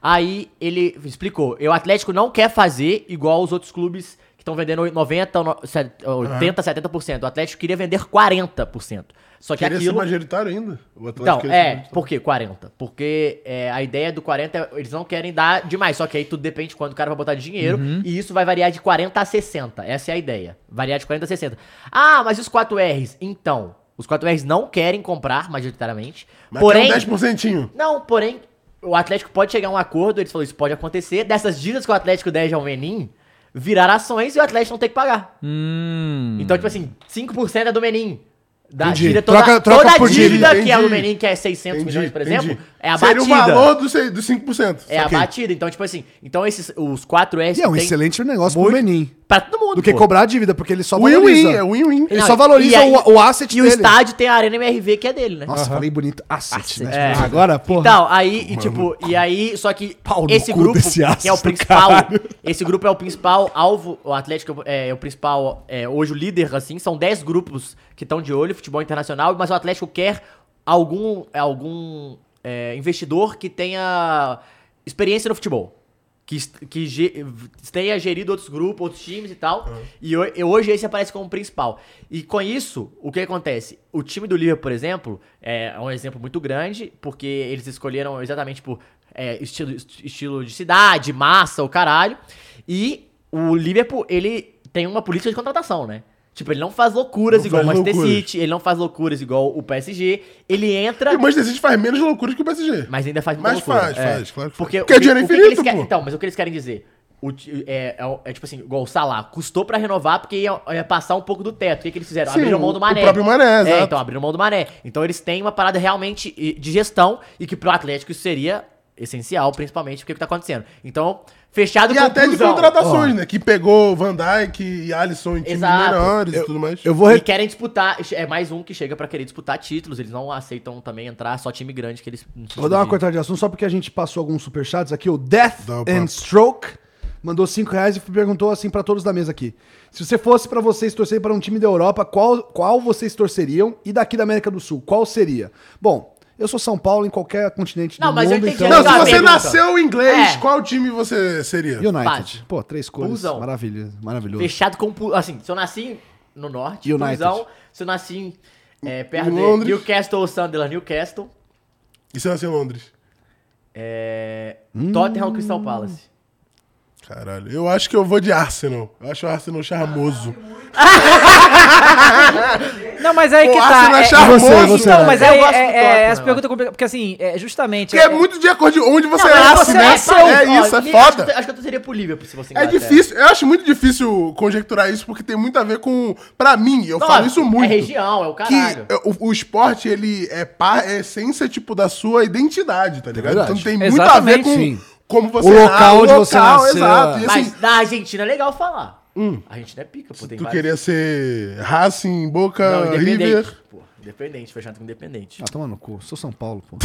Speaker 2: Aí ele explicou: e o Atlético não quer fazer igual os outros clubes que estão vendendo 90, no- se- 80, 70%. O Atlético queria vender 40%. Só que
Speaker 4: Queria ser
Speaker 2: aquilo
Speaker 4: majoritário é ainda. O Atlético tá.
Speaker 2: então,
Speaker 4: queria ser
Speaker 2: é,
Speaker 4: majoritário.
Speaker 2: por que 40? Porque é, a ideia do 40 é eles não querem dar demais, só que aí tudo depende de quando o cara vai botar de dinheiro, e isso vai variar de 40 a 60. Essa é a ideia. Variar de 40 a 60. Ah, mas e os 4 R's? Então, os 4 R's não querem comprar majoritariamente.
Speaker 4: Mas
Speaker 2: porém,
Speaker 4: tem um 10%.
Speaker 2: não, porém, o Atlético pode chegar a um acordo, eles falaram, isso pode acontecer. Dessas dívidas que o Atlético der ao Menin, virar ações e o Atlético não tem que pagar. Então, tipo assim, 5% é do Menin. Da
Speaker 9: Entendi.
Speaker 2: dívida toda,
Speaker 9: Troca- troca
Speaker 2: toda a
Speaker 9: por
Speaker 2: dívida
Speaker 9: dívida.
Speaker 2: que é o
Speaker 9: Entendi. um
Speaker 2: Menin, que é 600 milhões, por exemplo,
Speaker 4: entendi.
Speaker 2: é abatida.
Speaker 4: Seria o valor dos seis- dos 5%.
Speaker 2: É
Speaker 4: saquei.
Speaker 2: abatida. Então, tipo assim, então esses, os 4S...
Speaker 4: E é um
Speaker 9: excelente negócio pro Menin.
Speaker 2: Pra todo mundo,
Speaker 9: Do que
Speaker 2: pô.
Speaker 9: cobrar a dívida, porque ele só
Speaker 4: Win-win,
Speaker 9: valoriza.
Speaker 4: é win-win.
Speaker 9: Ele
Speaker 2: Não,
Speaker 9: só valoriza
Speaker 2: e aí-
Speaker 9: o, o asset
Speaker 2: E o
Speaker 9: dele.
Speaker 2: estádio tem a Arena MRV, que é dele, né?
Speaker 9: Nossa, falei bonito. Asset, né?
Speaker 2: É.
Speaker 9: Agora, porra.
Speaker 2: Então, aí, e, tipo, e aí, só que
Speaker 9: no
Speaker 2: esse
Speaker 9: cu
Speaker 2: grupo,
Speaker 9: desse aço
Speaker 2: que é o
Speaker 9: do
Speaker 2: principal,
Speaker 9: caralho.
Speaker 2: esse grupo é o principal alvo, o Atlético é, é o principal, é, hoje o líder, assim, são 10 grupos que estão de olho, futebol internacional, mas o Atlético quer algum, algum é, investidor que tenha experiência no futebol. Que, est- que ge- tenha gerido outros grupos, outros times e tal. E ho- e hoje esse aparece como principal. E com isso, o que acontece? O time do Liverpool, por exemplo, é um exemplo muito grande, porque eles escolheram exatamente por é, estilo, est- estilo de cidade, massa, o caralho. E o Liverpool, ele tem uma política de contratação, né? Tipo, ele não faz loucuras
Speaker 4: Não
Speaker 2: igual o
Speaker 4: faz
Speaker 2: Manchester
Speaker 4: loucuras.
Speaker 2: City, ele não faz loucuras igual o PSG. Ele entra.
Speaker 4: E o Manchester City faz menos loucuras que o PSG.
Speaker 2: Mas é ainda faz
Speaker 4: Mas
Speaker 2: loucura,
Speaker 4: faz, faz, claro que
Speaker 2: Porque,
Speaker 4: faz. Porque é
Speaker 2: o que-
Speaker 4: dinheiro
Speaker 2: o que que
Speaker 4: infinito,
Speaker 2: eles querem,
Speaker 4: pô.
Speaker 2: Então, mas o que eles querem dizer? O ti- é, é o- é tipo assim, igual o Salah, custou pra renovar porque ia, ia passar um pouco do teto. O que, que eles fizeram?
Speaker 4: Sim,
Speaker 2: abriram mão do
Speaker 4: o
Speaker 2: Mané.
Speaker 4: próprio Mané,
Speaker 2: é,
Speaker 4: exato.
Speaker 2: então abriram mão do Mané. Então eles têm uma parada realmente eh, de gestão e que pro Atlético isso seria essencial, principalmente porque que tá acontecendo. Então, fechado
Speaker 4: E até de
Speaker 2: conclusão.
Speaker 4: contratações, né? Que pegou Van Dijk e Alisson em times
Speaker 2: Exato.
Speaker 4: menores e tudo mais.
Speaker 2: E querem disputar, é mais um que chega pra querer disputar títulos, eles não aceitam também entrar só time grande que eles
Speaker 9: Vou dar uma cortada de assunto só porque a gente passou alguns superchats aqui. O Death
Speaker 4: Dá o papo.
Speaker 9: and Stroke mandou 5 reais e perguntou assim pra todos da mesa aqui. Se você fosse pra vocês torcerem para um time da Europa, qual, qual vocês torceriam? E daqui da América do Sul, qual seria? Bom, eu sou São Paulo em qualquer continente
Speaker 2: Não,
Speaker 9: do
Speaker 2: mas eu
Speaker 9: mundo,
Speaker 2: entendi
Speaker 9: então...
Speaker 4: Não,
Speaker 2: a
Speaker 4: se
Speaker 2: Legal,
Speaker 4: você
Speaker 2: pergunta.
Speaker 4: nasceu inglês,
Speaker 2: É.
Speaker 4: qual time você seria?
Speaker 9: United.
Speaker 2: Paz.
Speaker 9: Pô, três cores.
Speaker 2: Pulsão.
Speaker 9: Maravilha, maravilhoso.
Speaker 2: Fechado com. pu- Assim, se eu nasci no norte,
Speaker 9: United.
Speaker 2: Cruzão, se eu nasci em, é, perto
Speaker 4: Em
Speaker 2: de
Speaker 4: Londres.
Speaker 2: Newcastle ou Sunderland, Newcastle,
Speaker 4: E você nasceu em Londres?
Speaker 2: é,
Speaker 4: Hum.
Speaker 2: Tottenham Crystal Palace.
Speaker 4: Caralho, eu acho que eu vou de Arsenal. Eu acho o Arsenal charmoso.
Speaker 1: Não, mas aí
Speaker 4: O
Speaker 1: que
Speaker 4: Arsenal
Speaker 1: tá.
Speaker 4: é
Speaker 1: é-
Speaker 4: charmoso,
Speaker 1: Então,
Speaker 4: né?
Speaker 1: mas
Speaker 4: Eu
Speaker 1: aí
Speaker 4: gosto do
Speaker 1: é, é,
Speaker 4: Tottenham,
Speaker 1: essa pergunta é complicada, porque assim, é justamente...
Speaker 4: Porque é muito de acordo de onde você
Speaker 2: Não, mas
Speaker 4: nasce,
Speaker 2: você um-
Speaker 4: né?
Speaker 2: nasceu-
Speaker 4: É
Speaker 2: ó,
Speaker 4: isso, é
Speaker 2: Li- Acho que,
Speaker 4: foda.
Speaker 2: eu- acho que eu torceria pro Liverpool se você
Speaker 4: É difícil, eu acho muito difícil conjecturar isso porque tem muito a ver com, Pra mim, eu
Speaker 2: Não,
Speaker 4: falo isso muito.
Speaker 2: é região, é o caralho.
Speaker 4: Que o, o esporte ele é par, é essência tipo da sua identidade, tá ligado?
Speaker 9: verdade.
Speaker 4: Então tem
Speaker 1: Exatamente,
Speaker 4: muito a ver
Speaker 9: sim.
Speaker 4: com como você
Speaker 9: O
Speaker 4: na-
Speaker 9: local onde você nasceu,
Speaker 4: Exato. E assim, Hum.
Speaker 2: Mas da Argentina é legal falar. A Argentina é pica, pô. Tem
Speaker 4: tu
Speaker 2: vários-
Speaker 4: queria ser Racing, Boca,
Speaker 2: Não,
Speaker 4: River.
Speaker 2: independente. Pô, independente, fechado com independente.
Speaker 9: Ah, toma no cu. Sou São Paulo, pô.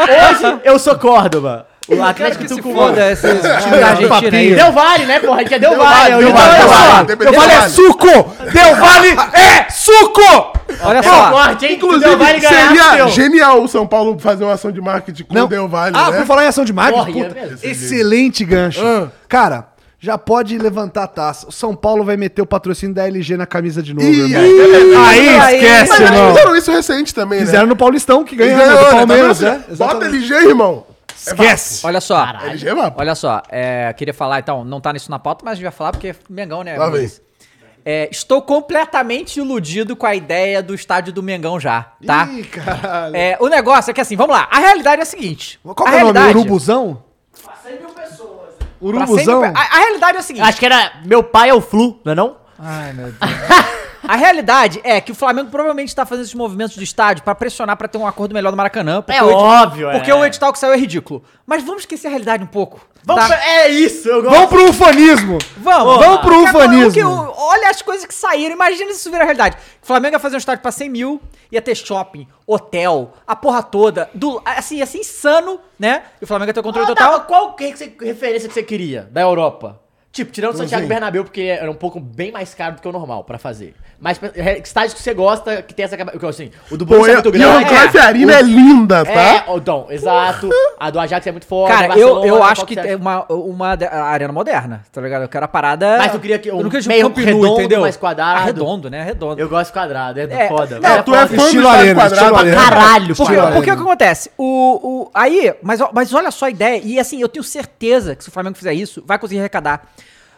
Speaker 2: Hoje eu sou Córdoba. O Atlético
Speaker 1: se
Speaker 2: Tucumã.
Speaker 1: foda esse time
Speaker 2: Ah, é.
Speaker 1: da Argentina aí.
Speaker 2: Del Vale, né, porra? A gente é Del
Speaker 4: Del
Speaker 2: Vale.
Speaker 4: Valle,
Speaker 2: é o
Speaker 4: Del
Speaker 2: Del
Speaker 4: Valle,
Speaker 2: Valle.
Speaker 4: Del Valle.
Speaker 9: Del Valle é suco! Del Valle é suco!
Speaker 1: Olha
Speaker 2: Pô,
Speaker 1: só.
Speaker 2: É forte, hein?
Speaker 4: Inclusive,
Speaker 2: Del Valle ganhar,
Speaker 4: seria
Speaker 2: seu.
Speaker 4: Ah, genial o São Paulo fazer uma ação de marketing com
Speaker 9: Não.
Speaker 4: o Del Valle,
Speaker 9: ah,
Speaker 4: né?
Speaker 9: por falar em ação de marketing,
Speaker 2: Porra,
Speaker 9: puta,
Speaker 2: é mesmo.
Speaker 9: excelente gancho. Cara, já pode levantar a taça. O São Paulo vai meter o patrocínio da LG na camisa de novo,
Speaker 4: Ih, né?
Speaker 9: irmão.
Speaker 1: Aí, esquece,
Speaker 4: Mas eles fizeram isso recente também, né?
Speaker 9: Fizeram no Paulistão, que ganhou,
Speaker 4: Eles ganharam,
Speaker 9: né?
Speaker 4: né?
Speaker 9: Do
Speaker 4: Tá
Speaker 9: Palmeiras,
Speaker 4: vendo?
Speaker 9: né?
Speaker 4: Bota
Speaker 9: Exatamente.
Speaker 4: LG, irmão.
Speaker 9: Esquece!
Speaker 1: Olha só.
Speaker 4: LG é mapa.
Speaker 1: Olha só, é, queria falar, então, não tá nisso na pauta, mas a gente vai falar porque é Mengão, né?
Speaker 4: Lá vem.
Speaker 1: É, estou completamente iludido com a ideia do estádio do Mengão já, tá?
Speaker 9: Ih, caralho.
Speaker 1: É, o negócio é que assim, vamos lá, a realidade é a seguinte.
Speaker 9: Qual
Speaker 1: a
Speaker 9: que é o nome?
Speaker 1: realidade-
Speaker 9: Urubuzão?
Speaker 1: pra 100
Speaker 9: Urubuzão?
Speaker 1: mil pe- A, a realidade é a seguinte.
Speaker 2: Acho que era meu pai é o Flu, não é não?
Speaker 1: Ai, meu Deus. A realidade é que o Flamengo provavelmente está fazendo esses movimentos de estádio pra pressionar pra ter um acordo melhor no Maracanã. porque
Speaker 2: É
Speaker 1: o edi-
Speaker 2: óbvio, é.
Speaker 1: Porque o edital que saiu é ridículo. Mas vamos esquecer a realidade um pouco.
Speaker 2: Vamos
Speaker 1: tá?
Speaker 2: pra- É isso, eu gosto.
Speaker 9: Vamos pro ufanismo!
Speaker 1: Ah, Vamos,
Speaker 9: Vamos pro
Speaker 1: Porque agora
Speaker 9: ufanismo.
Speaker 1: o que eu- olha as coisas que saíram. Imagina se isso virar realidade. O Flamengo ia fazer um estádio pra 100 mil, ia ter shopping, hotel, a porra toda. Do, assim, ia ser insano, né? E o Flamengo ia ter o controle
Speaker 2: Ah,
Speaker 1: total.
Speaker 2: tá, qual que que você- referência que você queria da Europa? Tipo, tirando o Santiago
Speaker 4: assim?
Speaker 2: Bernabéu, porque era um pouco bem mais caro do que o normal pra fazer. Mas é, estádio que você gosta, que tem essa... capa- que, Assim, o do
Speaker 4: Pô, eu,
Speaker 2: Borussia é muito
Speaker 4: e o
Speaker 2: grande.
Speaker 4: Cruyff Arena é linda,
Speaker 2: É,
Speaker 4: tá?
Speaker 2: ó, então, exato. A do Ajax é muito forte. a
Speaker 1: Cara, eu,
Speaker 2: Barcelona, né?
Speaker 1: eu
Speaker 2: qual
Speaker 1: acho que
Speaker 2: você acha?
Speaker 1: é uma, uma de- a arena moderna, tá ligado? Eu quero a parada.
Speaker 2: Mas eu queria que um
Speaker 1: não queria
Speaker 2: meio
Speaker 1: um campo nu,
Speaker 2: redondo, mais quadrado.
Speaker 1: Ah, redondo, né? Redondo.
Speaker 2: Eu gosto de quadrado, é,
Speaker 1: É,
Speaker 2: foda.
Speaker 1: não,
Speaker 2: Mas
Speaker 4: tu é
Speaker 2: foda.
Speaker 4: fã do
Speaker 9: Estilo
Speaker 4: estádio
Speaker 9: arena,
Speaker 4: quadrado. né?
Speaker 9: estilo arena.
Speaker 2: Caralho,
Speaker 1: Porque,
Speaker 2: cara.
Speaker 1: porque o que acontece? O, o, aí, mas, ó- mas olha só a ideia. E assim, eu tenho certeza que se o Flamengo fizer isso, vai conseguir arrecadar.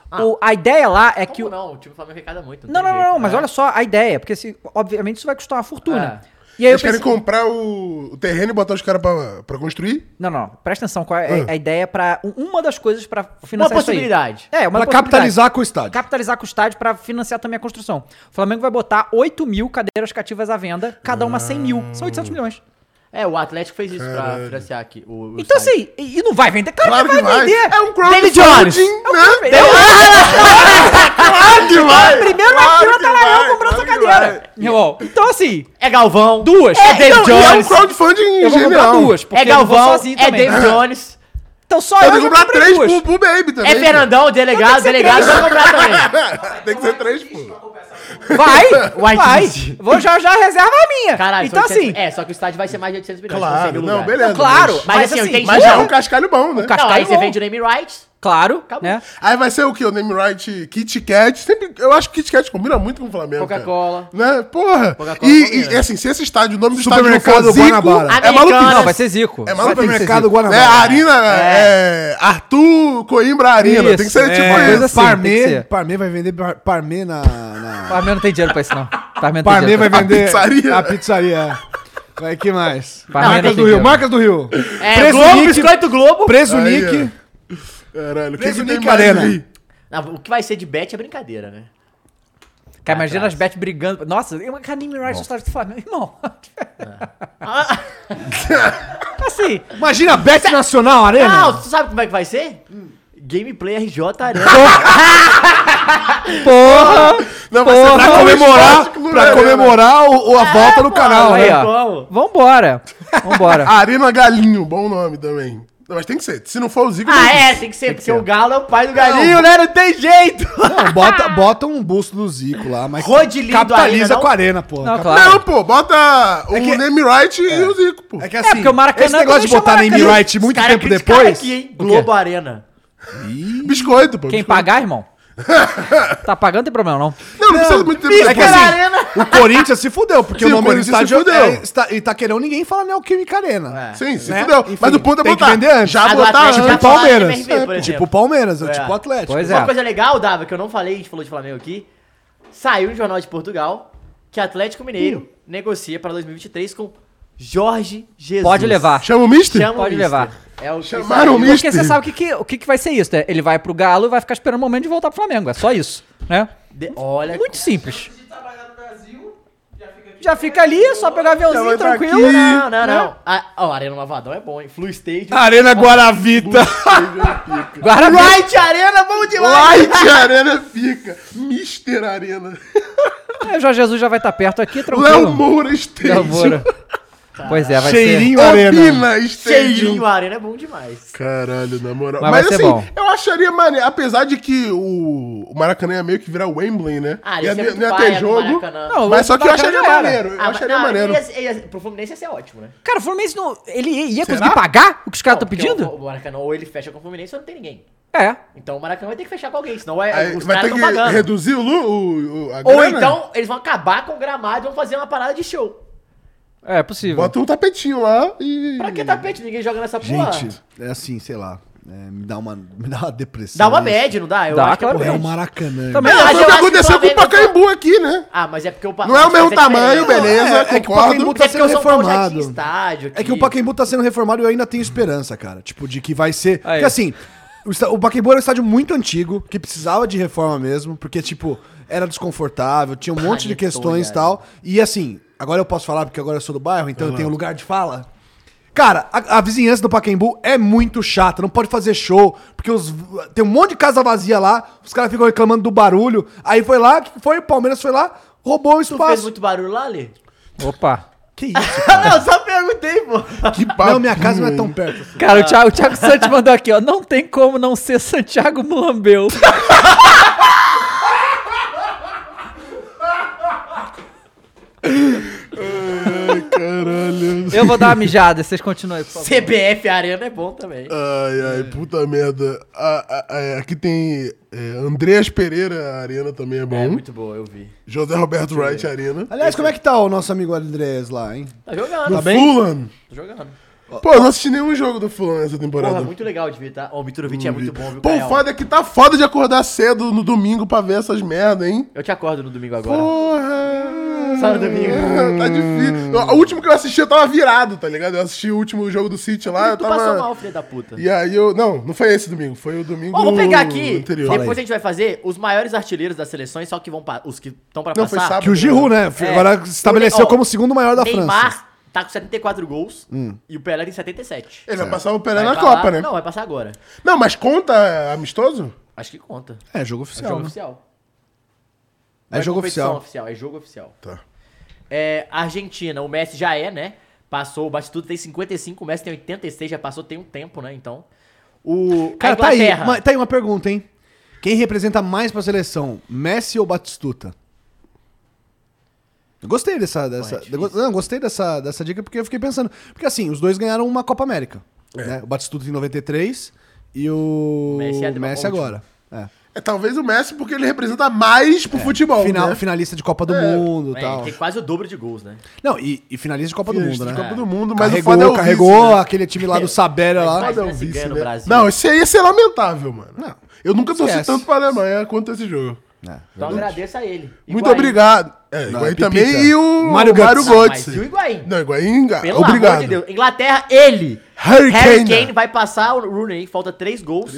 Speaker 2: Ah.
Speaker 1: O- a ideia lá é que.
Speaker 2: Como
Speaker 1: o-
Speaker 2: não? O time do Flamengo arrecada muito.
Speaker 1: Não,
Speaker 2: tem
Speaker 1: não, não,
Speaker 2: jeito,
Speaker 1: não, mas
Speaker 2: né? Ah.
Speaker 1: olha só a ideia, porque se, obviamente isso vai custar uma fortuna. E aí
Speaker 4: Eles
Speaker 1: eu pensei-
Speaker 4: querem comprar o, o terreno e botar os caras pra, pra construir?
Speaker 1: Não, não. Presta atenção qual é
Speaker 4: Ah.
Speaker 1: a- a ideia para uma das coisas para financiar
Speaker 2: Uma
Speaker 1: isso aí.
Speaker 2: possibilidade.
Speaker 1: É, uma
Speaker 3: Pra
Speaker 1: possibilidade.
Speaker 9: Tá
Speaker 3: capitalizar com o estádio.
Speaker 1: Capitalizar com o estádio para financiar também a construção. O Flamengo vai botar 8 mil cadeiras cativas à venda, cada uma 100 mil. São
Speaker 4: Ah.
Speaker 1: 800 milhões.
Speaker 2: É, o Atlético fez isso pra financiar aqui. O, o
Speaker 1: Então
Speaker 2: estádio.
Speaker 1: assim, e e não vai vender? Claro,
Speaker 4: Claro
Speaker 1: que
Speaker 4: que
Speaker 1: vai
Speaker 4: vai.
Speaker 1: vender.
Speaker 4: É um
Speaker 1: David Jones.
Speaker 4: crowdfunding, né?
Speaker 1: É
Speaker 4: Claro que vai!
Speaker 1: Primeiro na
Speaker 4: é. Claro
Speaker 1: fila
Speaker 4: que
Speaker 1: tá lá eu
Speaker 4: vai,
Speaker 1: comprando
Speaker 4: claro
Speaker 1: essa
Speaker 4: que
Speaker 1: cadeira. Meu irmão, Então assim,
Speaker 2: É Galvão.
Speaker 1: duas.
Speaker 2: É David
Speaker 1: então, e
Speaker 4: É um
Speaker 2: Jones.
Speaker 4: crowdfunding
Speaker 1: Eu vou comprar
Speaker 4: genial.
Speaker 1: duas,
Speaker 2: É
Speaker 1: porque eu não vou
Speaker 2: Galvão.
Speaker 1: sozinho
Speaker 2: É
Speaker 1: também.
Speaker 2: David Jones.
Speaker 1: Então só
Speaker 4: Eu
Speaker 1: eu
Speaker 4: tenho que
Speaker 1: já
Speaker 4: comprar
Speaker 1: comprei
Speaker 4: três
Speaker 1: duas.
Speaker 4: pro, pro Baby também.
Speaker 2: É Fernandão, delegado. Delegado vai comprar também.
Speaker 4: pô. Tem que ser três pro.
Speaker 1: Vai,
Speaker 2: White
Speaker 1: vai.
Speaker 2: Disney.
Speaker 1: Vou já já reserva a minha.
Speaker 2: Caralho,
Speaker 1: então
Speaker 2: são 800
Speaker 1: assim,
Speaker 2: É, só que o estádio vai ser mais de 800 milhões. então, não sei
Speaker 4: Claro,
Speaker 2: mil
Speaker 4: não,
Speaker 2: lugares.
Speaker 4: beleza.
Speaker 1: claro,
Speaker 4: É, mas-
Speaker 2: Mas,
Speaker 1: mas
Speaker 2: assim,
Speaker 1: assim,
Speaker 2: tem
Speaker 4: Mas já é um
Speaker 2: dinheiro.
Speaker 4: cascalho bom, né?
Speaker 1: ca-
Speaker 2: Não, aí você
Speaker 1: Bom.
Speaker 2: vende o name rights.
Speaker 1: claro,
Speaker 2: Acabou.
Speaker 1: né?
Speaker 4: Aí vai ser o quê? O name right Kit Kat. Sempre, eu acho que Kit Kat combina muito com o Flamengo. cara.
Speaker 2: Coca-Cola.
Speaker 4: Né? Porra.
Speaker 2: Coca-Cola
Speaker 4: e,
Speaker 2: combina.
Speaker 4: e, assim, se esse estádio, o nome do estádio não for
Speaker 3: Supermercado
Speaker 4: Zico,
Speaker 3: Guanabara.
Speaker 4: é maluquice.
Speaker 2: Americanas.
Speaker 10: Vai ser Zico.
Speaker 4: É maluco
Speaker 3: Supermercado Guanabara.
Speaker 4: É, a Arena, é. Arthur Coimbra Arena. tem que ser
Speaker 10: Isso,
Speaker 4: tipo
Speaker 10: é.
Speaker 4: isso.
Speaker 10: Coisa assim, tem que
Speaker 3: Parmê,
Speaker 10: ser.
Speaker 3: Parmê vai vender par- Parmê na... na...
Speaker 10: Parmê não tem dinheiro pra isso, não. Parmê não tem
Speaker 3: Parmê
Speaker 10: dinheiro.
Speaker 3: vai
Speaker 10: pra-
Speaker 3: vender
Speaker 4: pizzaria.
Speaker 3: a pizzaria. é. Vai, que mais?
Speaker 10: Parmê
Speaker 3: marcas
Speaker 10: não
Speaker 3: do
Speaker 10: tem
Speaker 3: Rio,
Speaker 10: dinheiro.
Speaker 3: marcas do Rio.
Speaker 2: É, Globo, Biscoito Globo.
Speaker 3: Preso
Speaker 4: Aí,
Speaker 3: Nick.
Speaker 4: Caralho, quem
Speaker 3: Preso
Speaker 4: que tem
Speaker 3: Nick
Speaker 4: mais
Speaker 3: Arena.
Speaker 4: aí?
Speaker 2: Não, o que vai ser de bet é brincadeira, né?
Speaker 1: Cara, imagina
Speaker 2: atrás.
Speaker 1: as Bet brigando. Nossa, é eu Canim Rice no estádio do Flamengo, irmão. assim,
Speaker 3: Imagina a Bet Nacional Arena.
Speaker 2: Não, tu sabe como é que vai ser? Gameplay RJ Arena.
Speaker 4: Não, vai ser
Speaker 3: Pra comemorar, pra comemorar o, o- a volta no canal,
Speaker 1: aí,
Speaker 3: né?
Speaker 1: ó.
Speaker 2: Como?
Speaker 1: Vambora. Vambora.
Speaker 4: Arena Galinho, bom nome também. Não, mas tem que ser. Se não for o Zico,
Speaker 2: Ah,
Speaker 4: tem que
Speaker 2: é, tem que ser, porque o Galo é o pai do Galinho,
Speaker 3: Não.
Speaker 2: né? Não tem jeito.
Speaker 3: Não, bota, bota um busto do Zico lá, mas
Speaker 2: Rodilindo Arena,
Speaker 3: capitaliza
Speaker 2: não?
Speaker 3: com a Arena, pô.
Speaker 1: Não,
Speaker 4: ser.
Speaker 1: claro.
Speaker 4: Não, pô,
Speaker 3: É
Speaker 4: bota o name right e o Zico, pô.
Speaker 3: que assim,
Speaker 1: porque o Maracanã
Speaker 3: esse
Speaker 1: também
Speaker 3: negócio de
Speaker 1: chama
Speaker 3: botar name
Speaker 1: Maracanã.
Speaker 2: É
Speaker 3: right muito
Speaker 2: Cara,
Speaker 3: tempo
Speaker 2: criticaram
Speaker 3: depois...
Speaker 2: Aqui, hein? Globo Arena.
Speaker 4: Biscoito, pô.
Speaker 1: Quem
Speaker 4: biscoito.
Speaker 1: pagar, irmão? tá pagando, não tem problema, não.
Speaker 4: Não, não precisa muito tempo
Speaker 2: Tipo
Speaker 3: É que
Speaker 4: depois.
Speaker 3: assim, o Corinthians se fudeu, porque
Speaker 4: Sim,
Speaker 3: o
Speaker 4: o
Speaker 3: nome do
Speaker 4: Corinthians se
Speaker 3: estádio
Speaker 4: fudeu.
Speaker 3: é Ita- Itaquerão, ninguém fala Neoquímica Arena.
Speaker 4: Sim, se
Speaker 3: Né?
Speaker 4: fudeu. Mas
Speaker 3: Enfim,
Speaker 4: o ponto é
Speaker 3: tem que
Speaker 4: botar.
Speaker 3: vender antes.
Speaker 4: Já
Speaker 2: A do
Speaker 4: botar
Speaker 2: Atlético
Speaker 4: antes.
Speaker 3: Tipo
Speaker 2: já
Speaker 3: o
Speaker 2: Tipo falar
Speaker 3: Palmeiras,
Speaker 2: MRV, por
Speaker 3: é, tipo
Speaker 2: exemplo.
Speaker 3: o Palmeiras, é,
Speaker 2: É.
Speaker 3: tipo o Atlético.
Speaker 10: Pois
Speaker 2: Uma
Speaker 10: é.
Speaker 2: coisa legal, Dava, que eu não falei, a gente falou de Flamengo aqui. Saiu um jornal de Portugal que Atlético Mineiro negocia para 2023 com Jorge Jesus.
Speaker 10: Pode levar.
Speaker 4: Chama o Mister?
Speaker 2: Chama o
Speaker 10: Pode
Speaker 2: Mister.
Speaker 10: levar.
Speaker 2: É o que
Speaker 4: Chamaram o
Speaker 2: saiu.
Speaker 4: Mister.
Speaker 1: Porque você sabe o que, que- o que, que vai ser isso, né? Ele vai pro Galo e vai ficar esperando o momento de voltar pro Flamengo. É só isso, né?
Speaker 2: De- Olha,
Speaker 1: Muito simples. Já fica ali, só pegar aviãozinho tranquilo.
Speaker 2: Não, não,
Speaker 10: né?
Speaker 2: não. A, ó, Arena Lavadão é bom, hein? Flu Stage.
Speaker 3: Arena Guaravita.
Speaker 1: Guarda
Speaker 2: Light Arena, é bom demais!
Speaker 4: Light Arena fica. Mister Arena.
Speaker 1: É, o Jorge Jesus já vai estar perto aqui,
Speaker 4: Léo
Speaker 1: tranquilo.
Speaker 4: Moura Stage.
Speaker 1: Léo Moura. Pois é, vai ser.
Speaker 3: Cheirinho Arena.
Speaker 4: Opina Stage.
Speaker 2: Cheirinho Arena é bom demais.
Speaker 4: Caralho, na moral.
Speaker 1: Mas
Speaker 4: Mas,
Speaker 1: vai ser
Speaker 4: assim,
Speaker 1: bom.
Speaker 4: eu acharia maneiro. Apesar de que o, o Maracanã ia meio que virar Wembley, né?
Speaker 2: Ah,
Speaker 4: ia,
Speaker 2: isso é
Speaker 4: ter-
Speaker 2: muito
Speaker 4: não ia
Speaker 2: paia
Speaker 4: ter
Speaker 2: do
Speaker 4: jogo.
Speaker 2: Maracanã.
Speaker 1: Não,
Speaker 4: mas só que eu
Speaker 1: Maracanã
Speaker 4: acharia
Speaker 1: já era.
Speaker 4: maneiro. Eu
Speaker 2: Ah, mas-
Speaker 4: acharia
Speaker 2: não,
Speaker 4: maneiro.
Speaker 2: Ia, ia, pro Fluminense ia ser ótimo, né?
Speaker 1: Cara, o Fluminense não. Ele ia conseguir pagar o que os
Speaker 10: Ah,
Speaker 1: caras
Speaker 10: tá
Speaker 1: estão
Speaker 2: Não, porque
Speaker 1: pedindo?
Speaker 2: O, o Maracanã ou ele fecha com o Fluminense ou não tem ninguém.
Speaker 1: É.
Speaker 2: Então o Maracanã vai ter que fechar com alguém, senão é,
Speaker 4: Aí
Speaker 2: os
Speaker 4: vai
Speaker 2: caras
Speaker 4: ter que
Speaker 2: estão pagando.
Speaker 4: reduzir o, lu- o, o- a
Speaker 2: Ou
Speaker 4: grana.
Speaker 2: então eles vão acabar com o gramado e vão fazer uma parada de show.
Speaker 1: É possível.
Speaker 4: Bota um tapetinho lá e.
Speaker 2: Pra que tá- tapete? Ninguém joga nessa porra.
Speaker 3: Gente, é assim, sei lá. é, me, dá uma, me dá uma depressão.
Speaker 2: Dá uma
Speaker 3: isso.
Speaker 2: bad, não dá? Eu
Speaker 1: Dá,
Speaker 2: acho que é
Speaker 1: claro.
Speaker 2: por
Speaker 3: É o
Speaker 2: bad.
Speaker 3: Maracanã.
Speaker 1: Também
Speaker 4: É, foi
Speaker 2: Não, mas
Speaker 4: o
Speaker 2: eu
Speaker 4: que
Speaker 2: acho que
Speaker 4: aconteceu com o
Speaker 2: Flamengo-
Speaker 4: Pacaembu aqui, né?
Speaker 2: Ah, mas é porque o pa-
Speaker 4: Não é o
Speaker 2: mas
Speaker 4: mesmo
Speaker 2: diferente.
Speaker 4: tamanho, beleza,
Speaker 3: é, é que o
Speaker 4: concordo.
Speaker 3: Pacaembu
Speaker 4: Mas
Speaker 3: tá
Speaker 2: É porque
Speaker 3: sendo
Speaker 2: o São Paulo já tinha
Speaker 3: reformado.
Speaker 2: estádio.
Speaker 3: É que o Pacaembu tá sendo reformado e eu ainda tenho esperança, cara. Tipo, de que vai ser. Porque assim, o, esta- o Pacaembu era um estádio muito antigo, que precisava de reforma mesmo, porque, tipo, era desconfortável, tinha um monte de
Speaker 2: Panetone,
Speaker 3: questões e
Speaker 2: cara.
Speaker 3: tal. E assim, agora eu posso falar porque agora eu sou do bairro, então eu tenho lugar de fala. Cara, a, a vizinhança do Pacaembu é muito chata, não pode fazer show, porque os, tem um monte de casa vazia lá, os caras ficam reclamando do barulho. Aí foi lá, foi o Palmeiras foi lá, roubou o
Speaker 2: Tu fez
Speaker 3: espaço.
Speaker 2: muito barulho lá, ali?
Speaker 1: Opa.
Speaker 3: Que isso?
Speaker 2: não, só perguntei, pô.
Speaker 4: Que papo.
Speaker 3: Não, minha casa não é tão perto. assim.
Speaker 1: Cara, o Thiago, o Thiago Santos mandou aqui, ó. Não tem como não ser Santiago Mulambeu.
Speaker 4: Caralho.
Speaker 1: Eu vou dar uma mijada, vocês continuem, por favor.
Speaker 2: CBF Arena é bom também.
Speaker 4: Ai, ai, puta merda. Ah, ah, ah, aqui tem é, Andreas Pereira Arena também é bom.
Speaker 2: É muito boa, eu vi.
Speaker 4: José Roberto Wright Arena.
Speaker 3: Aliás, como é que tá o nosso amigo Andrés lá, hein?
Speaker 2: Tá jogando.
Speaker 4: Do Fulham.
Speaker 2: Tô jogando.
Speaker 4: Pô, eu não assisti nenhum jogo do Fulham nessa temporada.
Speaker 2: Porra, muito legal de ver, tá? Ó, o Mitrovic é muito bom, viu,
Speaker 4: Pô,
Speaker 2: Caio?
Speaker 4: o foda é que tá foda de acordar cedo no domingo pra ver essas merda, hein?
Speaker 2: Eu te acordo no domingo agora.
Speaker 4: Porra!
Speaker 2: Sábado e domingo.
Speaker 4: tá difícil. O último que eu assisti, eu tava virado, tá ligado? Eu assisti o último jogo do City lá, eu
Speaker 2: Tu
Speaker 4: tava...
Speaker 2: passou mal, filho da puta.
Speaker 4: E aí eu... Não, não foi esse domingo. Foi o domingo
Speaker 2: Ó, vou pegar aqui,
Speaker 4: anterior.
Speaker 2: depois a gente vai fazer os maiores artilheiros das seleções, só que vão pa- os que estão pra
Speaker 4: Não, foi
Speaker 2: passar.
Speaker 4: sábado.
Speaker 3: Que o Giroud, né? Agora se estabeleceu como o segundo maior da
Speaker 2: Neymar
Speaker 3: França.
Speaker 2: tá com 74 gols
Speaker 3: Hum. é
Speaker 2: e o Pelé tem 77.
Speaker 4: Ele vai passar o Pelé na
Speaker 2: pra
Speaker 4: Copa,
Speaker 2: lá-
Speaker 4: né?
Speaker 2: Não, É. vai passar agora.
Speaker 4: Não, mas conta é, amistoso?
Speaker 2: Acho que conta.
Speaker 3: É, jogo
Speaker 2: É
Speaker 3: oficial,
Speaker 2: jogo
Speaker 3: né?
Speaker 2: oficial.
Speaker 3: É
Speaker 2: Não
Speaker 3: jogo
Speaker 2: competição
Speaker 3: oficial.
Speaker 2: oficial. É jogo oficial.
Speaker 4: Tá.
Speaker 2: É, Argentina, o Messi já é, né? Passou, o Batistuta tem 55, o Messi tem 86, já passou, tem um tempo, né? Então. O, a
Speaker 3: Cara, tá aí,
Speaker 2: Inglaterra.
Speaker 3: uma- tá aí uma pergunta, hein? Quem representa mais pra seleção, Messi ou Batistuta? Eu gostei dessa. dessa go- não, gostei dessa, dessa dica porque eu fiquei pensando. Porque assim, os dois ganharam uma Copa América.
Speaker 4: É.
Speaker 3: né? O Batistuta em 93 e o
Speaker 4: Messi é
Speaker 3: Messi,
Speaker 4: de- último.
Speaker 3: agora. É.
Speaker 4: É talvez o Messi, porque ele representa mais pro futebol,
Speaker 3: Final-
Speaker 4: né?
Speaker 3: Finalista de Copa do
Speaker 4: É.
Speaker 3: Mundo e
Speaker 2: É,
Speaker 3: tal.
Speaker 2: tem quase o dobro de gols, né?
Speaker 3: Não, e, e finalista de Copa do
Speaker 4: Finalista
Speaker 3: Mundo, né?
Speaker 4: de Copa do Mundo, mas o
Speaker 3: carregou,
Speaker 4: foda é o vice,
Speaker 3: carregou
Speaker 4: né?
Speaker 3: aquele time lá do Sabella Tá lá.
Speaker 4: Foda é o
Speaker 2: né, se
Speaker 4: vice,
Speaker 2: ganha no
Speaker 4: né?
Speaker 2: Brasil.
Speaker 4: Não, esse aí ia ser lamentável, mano. Eu nunca torci
Speaker 3: Esquece.
Speaker 4: tanto pra Alemanha quanto esse jogo.
Speaker 2: Então agradeço a ele.
Speaker 4: Muito
Speaker 2: Higuaín.
Speaker 4: obrigado. É,
Speaker 3: Não,
Speaker 4: Higuaín
Speaker 3: é Pepita.
Speaker 4: também e o
Speaker 3: Mário Götze.
Speaker 4: Mário
Speaker 2: Não,
Speaker 4: Götze.
Speaker 2: Ah, mas e o Higuaín?
Speaker 4: Não, Higuaín, ga-
Speaker 2: Pelo
Speaker 4: obrigado.
Speaker 2: amor de Deus. Inglaterra, ele.
Speaker 4: Harry
Speaker 2: Harry
Speaker 4: Kane. né?
Speaker 2: Kane vai passar o Rooney, falta 3 gols.